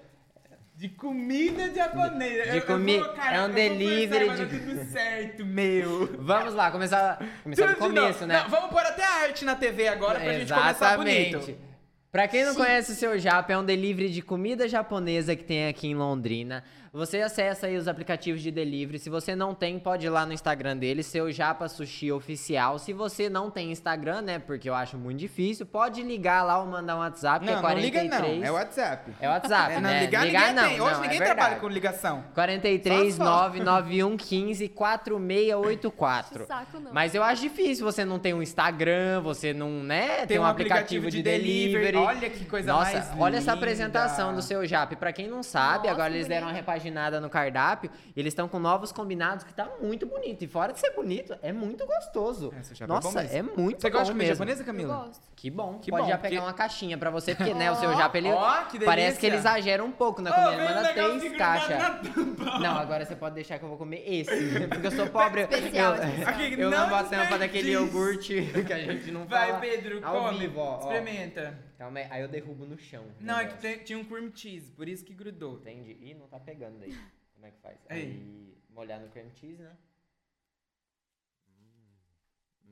Speaker 3: De comida japonesa.
Speaker 1: De
Speaker 3: Eu- eu
Speaker 1: comi-
Speaker 3: vou, cara,
Speaker 1: é um
Speaker 3: eu vou
Speaker 1: delivery
Speaker 3: pensar, mas
Speaker 1: de-
Speaker 3: tá Tudo certo, meu.
Speaker 1: Vamos lá, começar, começar do
Speaker 3: Tudo de novo.
Speaker 1: começo, né?
Speaker 3: Não, vamos pôr até a arte na TV agora pra gente começar bonito.
Speaker 1: Pra quem não
Speaker 4: Sim.
Speaker 1: conhece o Seu Japa, é um delivery de comida japonesa que tem aqui em Londrina. Você acessa aí os aplicativos de delivery. Se você não tem, pode ir lá no Instagram dele, Seu Japa Sushi Oficial. Se você não tem Instagram, né, porque eu acho muito difícil, pode ligar lá ou mandar um WhatsApp, que é
Speaker 3: Não, não
Speaker 1: 43...
Speaker 3: liga não, é WhatsApp.
Speaker 1: É WhatsApp,
Speaker 3: É, não,
Speaker 1: né?
Speaker 3: ligar, ninguém tem. Hoje
Speaker 1: não, é
Speaker 3: ninguém
Speaker 1: verdade.
Speaker 3: trabalha com ligação.
Speaker 1: 43
Speaker 3: Só só.
Speaker 1: 99115 4684.
Speaker 4: Não enche o saco, não.
Speaker 1: Mas eu acho difícil, você não tem um Instagram, você não, né, tem, um, aplicativo, de, delivery.
Speaker 3: Olha que coisa
Speaker 1: Nossa,
Speaker 3: mais
Speaker 1: olha essa
Speaker 3: linda.
Speaker 1: apresentação do seu Jap. Pra quem não sabe,
Speaker 4: Nossa,
Speaker 1: agora eles
Speaker 4: bonito.
Speaker 1: deram uma repaginada no cardápio. Eles estão com novos combinados que tá muito bonito. E fora de ser bonito, é muito gostoso.
Speaker 3: É, seu Jap é bom
Speaker 1: Nossa,
Speaker 3: mesmo.
Speaker 1: é muito
Speaker 3: Você gosta de
Speaker 1: bom
Speaker 3: comida
Speaker 1: mesmo.
Speaker 3: japonesa,
Speaker 4: Eu
Speaker 3: Camila?
Speaker 4: gosto.
Speaker 1: Que bom.
Speaker 3: Que
Speaker 1: Pode
Speaker 3: bom,
Speaker 1: já pegar
Speaker 3: porque-
Speaker 1: uma caixinha pra você, porque, né, o seu Jap, ele...
Speaker 3: Ó, que
Speaker 1: parece
Speaker 3: delícia.
Speaker 1: que ele exagera um pouco na comida. Ele manda três caixas.
Speaker 3: caixas.
Speaker 1: Não, agora você pode deixar que eu vou comer esse. Porque eu sou pobre.
Speaker 4: <laughs> Especial,
Speaker 1: eu,
Speaker 4: especial.
Speaker 3: Aqui,
Speaker 1: eu não
Speaker 3: não
Speaker 1: gosto tempo
Speaker 3: desperdice.
Speaker 1: daquele iogurte <laughs> que a gente não fala
Speaker 3: Vai, Pedro,
Speaker 1: ao
Speaker 3: come.
Speaker 1: vivo, ó, ó.
Speaker 3: Experimenta.
Speaker 1: Calma aí, aí eu derrubo no chão. o
Speaker 3: Não, é que
Speaker 1: negócio.
Speaker 3: tem- tinha um cream cheese, por isso que grudou.
Speaker 1: Entendi. Ih, não tá pegando daí. Como é que faz?
Speaker 3: Aí.
Speaker 1: Aí, molhar no cream cheese, né?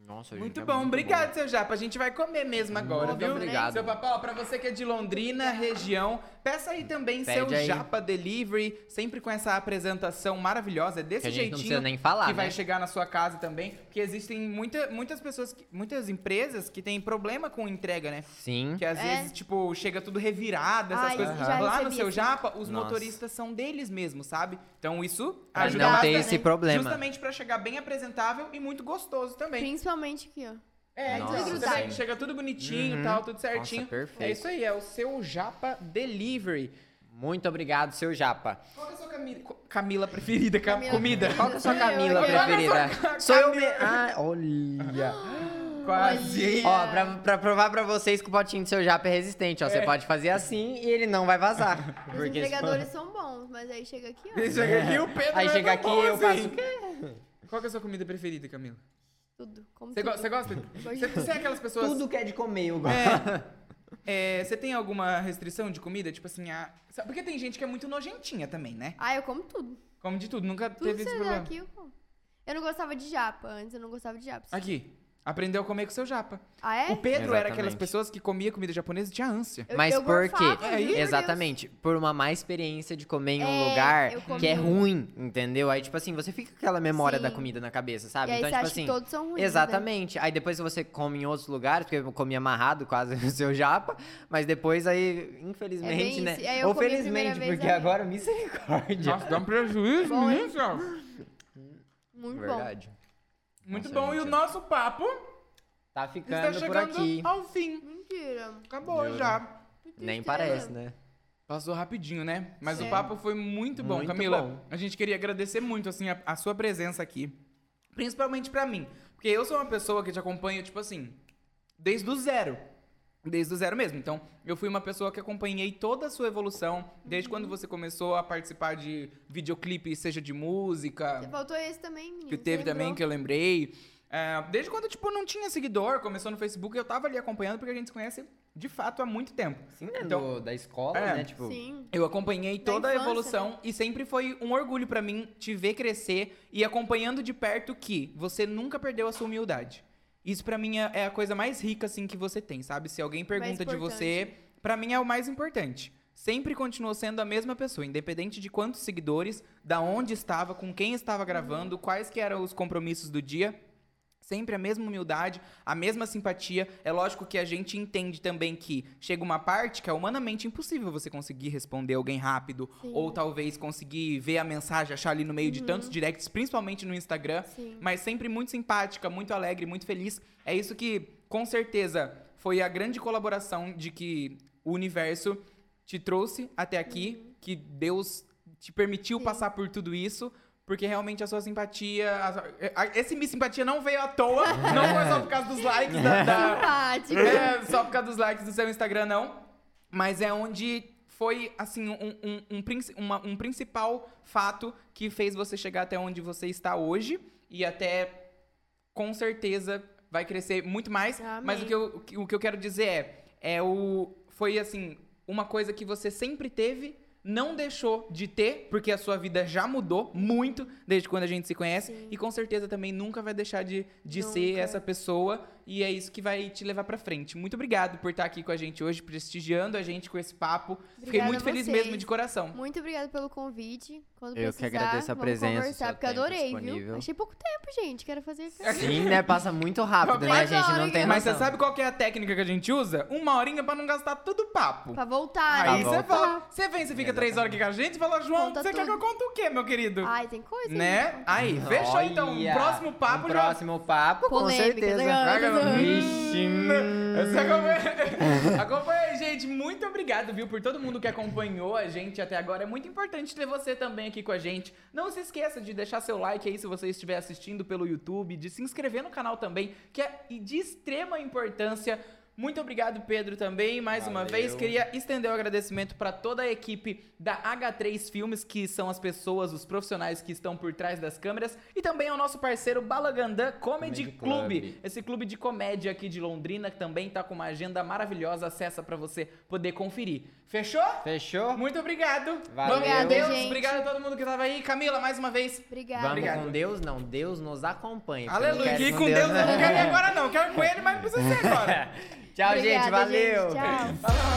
Speaker 1: Nossa,
Speaker 3: é Muito bom, obrigado, seu Japa. A gente vai comer mesmo agora,
Speaker 1: tá Muito
Speaker 3: viu?
Speaker 1: obrigado.
Speaker 3: Seu Papá, ó, pra você que é de Londrina, região, peça aí também
Speaker 1: Pede
Speaker 3: seu
Speaker 1: aí.
Speaker 3: Japa Delivery, sempre com essa apresentação maravilhosa, é desse
Speaker 1: Que a gente não
Speaker 3: jeitinho.
Speaker 1: precisa nem falar,
Speaker 3: que vai
Speaker 1: né?
Speaker 3: chegar na sua casa também, porque existem muita, muitas pessoas, que- muitas empresas que têm problema com entrega, né?
Speaker 1: Sim.
Speaker 3: Que às
Speaker 4: É.
Speaker 3: vezes, tipo, chega tudo revirado, essas
Speaker 4: Ai,
Speaker 3: coisas. Lá
Speaker 4: já
Speaker 3: no
Speaker 4: recebi
Speaker 3: seu
Speaker 4: esse.
Speaker 3: japa, os
Speaker 1: Nossa.
Speaker 3: motoristas são deles mesmos, sabe? Então isso
Speaker 1: Pra
Speaker 3: ajuda
Speaker 1: não ter
Speaker 3: bastante.
Speaker 1: esse problema.
Speaker 3: Justamente pra chegar bem apresentável e muito gostoso também.
Speaker 4: Principalmente aqui, ó.
Speaker 3: É,
Speaker 1: Nossa,
Speaker 3: tudo
Speaker 1: sim.
Speaker 3: grudado. Chega tudo bonitinho e
Speaker 1: Uhum.
Speaker 3: tal, tudo certinho.
Speaker 1: Nossa, perfeito.
Speaker 3: É isso aí, é o seu japa delivery.
Speaker 1: Muito obrigado, seu Japa.
Speaker 3: Qual que é a sua Camila, Camila preferida? Ca-
Speaker 4: Camila.
Speaker 3: Comida?
Speaker 1: Qual que é a sua
Speaker 4: Eu
Speaker 1: Camila
Speaker 4: odeio.
Speaker 1: preferida?
Speaker 3: Camila.
Speaker 1: Sou eu mesmo. Ah, olha.
Speaker 3: Quase.
Speaker 1: Ó, pra, pra provar pra vocês que o potinho do seu japa é resistente, ó. Você pode fazer assim e ele não vai vazar.
Speaker 4: Os
Speaker 1: se for-
Speaker 4: entregadores são bons, mas aí chega aqui, ó.
Speaker 3: Aí Chega aqui o Pedro.
Speaker 1: Aí
Speaker 3: é tão
Speaker 1: chega aqui
Speaker 3: bom
Speaker 1: eu
Speaker 3: assim.
Speaker 1: faço o quê?
Speaker 3: Qual que é a sua comida preferida, Camila?
Speaker 4: Tudo. Como
Speaker 3: Você
Speaker 4: tudo.
Speaker 3: go- você gosta?
Speaker 4: Gosto
Speaker 3: Você
Speaker 4: de
Speaker 3: você é aquelas pessoas.
Speaker 1: Tudo que é de comer eu gosto.
Speaker 3: É, você tem alguma restrição de comida? Tipo assim, a... sabe- porque tem gente que é muito nojentinha também, né?
Speaker 4: Ah, eu como tudo.
Speaker 3: Come de tudo, nunca
Speaker 4: Tudo
Speaker 3: teve
Speaker 4: que
Speaker 3: esse
Speaker 4: você dá
Speaker 3: problema.
Speaker 4: aqui, eu como. Eu não gostava de japa. Antes eu não gostava de japa.
Speaker 3: Aqui, aprendeu a comer com seu japa.
Speaker 4: Ah, é?
Speaker 3: O Pedro era
Speaker 1: Exatamente.
Speaker 3: aquelas pessoas que comia comida japonesa e tinha ânsia.
Speaker 4: Eu-
Speaker 1: Mas
Speaker 4: eu
Speaker 1: por
Speaker 4: gorfava,
Speaker 1: quê?
Speaker 4: juro por Deus.
Speaker 1: Exatamente. Por uma má experiência de comer em um
Speaker 4: É,
Speaker 1: lugar
Speaker 4: eu comi
Speaker 1: que é
Speaker 4: um.
Speaker 1: ruim, entendeu? Aí, tipo assim, você fica com aquela memória da
Speaker 4: Sim.
Speaker 1: comida na cabeça,
Speaker 4: E
Speaker 1: sabe?
Speaker 4: aí
Speaker 1: então,
Speaker 4: você
Speaker 1: tipo
Speaker 4: acha
Speaker 1: assim.
Speaker 4: que todos são ruins, né?
Speaker 1: Exatamente. Aí depois você come em outros lugares, porque eu comi amarrado quase <laughs> no seu japa, mas depois aí, infelizmente,
Speaker 4: É isso.
Speaker 1: né?
Speaker 4: Aí eu
Speaker 1: Ou
Speaker 4: comi a primeira
Speaker 1: felizmente,
Speaker 4: vez,
Speaker 1: porque
Speaker 4: aí-
Speaker 1: agora misericórdia.
Speaker 3: Nossa, dá um prejuízo,
Speaker 4: Bom, hein?
Speaker 3: né, senhor?
Speaker 4: Muito bom.
Speaker 1: Verdade.
Speaker 3: Muito
Speaker 1: Nossa,
Speaker 3: bom, e o
Speaker 1: gente.
Speaker 3: nosso papo
Speaker 1: Tá ficando
Speaker 3: está
Speaker 1: por
Speaker 3: chegando
Speaker 1: aqui.
Speaker 3: ao fim.
Speaker 4: Mentira.
Speaker 3: Acabou
Speaker 1: Juro.
Speaker 3: já.
Speaker 1: Nem
Speaker 4: Tristeza.
Speaker 1: parece, né?
Speaker 3: Passou rapidinho, né? Mas o
Speaker 4: É.
Speaker 3: papo foi muito bom,
Speaker 1: Muito
Speaker 3: Camila.
Speaker 1: bom.
Speaker 3: A gente queria agradecer muito, assim, a, a sua presença aqui. Principalmente pra mim. Porque eu sou uma pessoa que te acompanha, tipo assim, desde o zero. Desde o zero mesmo. Então, eu fui uma pessoa que acompanhei toda a sua evolução, desde quando você começou a participar de videoclipe, seja de música.
Speaker 4: Você faltou esse também, menino.
Speaker 3: que teve também, que eu lembrei. É, desde quando, tipo, não tinha seguidor, começou no Facebook, eu tava ali acompanhando, porque a gente se conhece, de fato, há muito tempo.
Speaker 1: Sim, né?
Speaker 3: Então-
Speaker 1: do- da escola,
Speaker 3: É.
Speaker 1: né? Tipo,
Speaker 4: Sim.
Speaker 3: Eu acompanhei
Speaker 4: Da
Speaker 3: toda a
Speaker 4: infância, né?
Speaker 3: evolução e sempre foi um orgulho pra mim te ver crescer e acompanhando de perto que você nunca perdeu a sua humildade. Isso pra mim é é a coisa mais rica assim que você tem, sabe? Se alguém pergunta de você, pra mim é o mais importante. Sempre continuou sendo a mesma pessoa, independente de quantos seguidores, da onde estava, com quem estava gravando, quais que eram os compromissos do dia. Sempre a mesma humildade, a mesma simpatia. É lógico que a gente entende também que chega uma parte que é humanamente impossível você conseguir responder alguém rápido.
Speaker 4: Sim.
Speaker 3: Ou talvez conseguir ver a mensagem, achar ali no meio de
Speaker 4: Uhum.
Speaker 3: tantos directs, principalmente no Instagram.
Speaker 1: <laughs>
Speaker 4: Sim.
Speaker 3: Mas sempre muito simpática, muito alegre, muito feliz. É isso que, com certeza, foi a grande colaboração de que o universo te trouxe até aqui, que Deus te permitiu
Speaker 4: Uhum. Sim.
Speaker 3: passar por tudo isso. Porque realmente a sua simpatia. a sua- é, a- Esse Miss Simpatia não veio à toa. Não foi só por causa dos likes da- da,
Speaker 4: Simpático.
Speaker 3: <laughs>
Speaker 1: <laughs>
Speaker 3: é, só por causa dos likes do seu Instagram, não. Mas é onde foi, assim, um, um, um, princi- uma- um principal fato que fez você chegar até onde você está hoje. E até, com certeza, vai crescer muito mais.
Speaker 4: Amém.
Speaker 3: Mas o que, eu, o que- o que eu quero dizer é, é o, foi assim, uma coisa que você sempre teve, não deixou de ter, porque a sua vida já mudou muito desde quando a gente se conhece. E com certeza também nunca vai deixar de, de ser
Speaker 4: Nunca.
Speaker 3: essa pessoa. E é isso que vai te levar pra frente. Muito obrigado por estar aqui com a gente hoje, prestigiando a gente com esse papo. Fiquei
Speaker 4: Obrigada
Speaker 3: muito
Speaker 4: a
Speaker 3: feliz
Speaker 4: vocês.
Speaker 3: mesmo, de coração.
Speaker 4: Muito obrigada pelo convite. Quando
Speaker 1: Eu que
Speaker 4: precisar,
Speaker 1: agradeço a
Speaker 4: vamos
Speaker 1: presença,
Speaker 4: conversar,
Speaker 1: seu
Speaker 4: porque eu
Speaker 1: tempo
Speaker 4: adorei,
Speaker 1: disponível.
Speaker 4: viu? Achei pouco tempo, gente.
Speaker 1: <laughs>
Speaker 4: Quero fazer.
Speaker 1: Sim, né? Passa muito rápido, né,
Speaker 4: Mas
Speaker 1: gente?
Speaker 4: olha,
Speaker 1: Não tem
Speaker 3: Mas você
Speaker 1: noção.
Speaker 3: sabe qual que é a técnica que a gente usa? Uma horinha pra não gastar tudo o papo.
Speaker 4: pra voltar. né?
Speaker 3: Aí
Speaker 1: Tá
Speaker 3: você
Speaker 1: bom.
Speaker 3: fala, você vem, você fica três horas aqui com a gente e fala, João,
Speaker 4: Conta
Speaker 3: você quer que eu
Speaker 4: tudo. Ah,
Speaker 3: conte o quê, meu querido?
Speaker 4: Ai, tem coisa.
Speaker 3: né?
Speaker 4: gente.
Speaker 3: Aí, fechou então. Um
Speaker 1: Olha,
Speaker 3: próximo papo
Speaker 1: um
Speaker 3: já.
Speaker 1: próximo papo, com
Speaker 4: Polêmica,
Speaker 1: certeza.
Speaker 4: legal.
Speaker 3: Hum.
Speaker 1: Vixe, hum.
Speaker 3: Você acompanha... acompanha a gente. Muito obrigado, viu, por todo mundo que acompanhou a gente até agora. É muito importante ter você também aqui com a gente. Não se esqueça de deixar seu like aí se você estiver assistindo pelo YouTube, de se inscrever no canal também, que é de extrema importância. Muito obrigado, Pedro, também, mais uma
Speaker 1: Valeu.
Speaker 3: vez. Queria estender o agradecimento para toda a equipe da H3 Filmes, que são as pessoas, os profissionais que estão por trás das câmeras, e também ao nosso parceiro Balagandã Comedy,
Speaker 1: Comedy
Speaker 3: Clube.
Speaker 1: Club.
Speaker 3: Esse clube de comédia aqui de Londrina que também tá com uma agenda maravilhosa, acessa pra você poder conferir. Fechou?
Speaker 1: Fechou?
Speaker 3: Muito obrigado.
Speaker 1: Valeu.
Speaker 3: Vamos com Deus.
Speaker 4: Obrigada, gente.
Speaker 3: Obrigado a todo mundo que tava aí. Camila, mais uma vez.
Speaker 4: Obrigada.
Speaker 1: Vamos
Speaker 3: Obrigado.
Speaker 1: com Deus? Não, Deus nos acompanha. porque
Speaker 3: Aleluia.
Speaker 1: não quero
Speaker 3: E
Speaker 1: com
Speaker 3: com Deus, eu não
Speaker 1: né? <laughs>
Speaker 3: quero ir agora não. Quero ir com ele, mas não precisa ser agora.
Speaker 1: Tchau,
Speaker 4: Obrigada,
Speaker 1: gente. Valeu.
Speaker 3: <laughs>
Speaker 4: Gente. Tchau.
Speaker 3: Falou.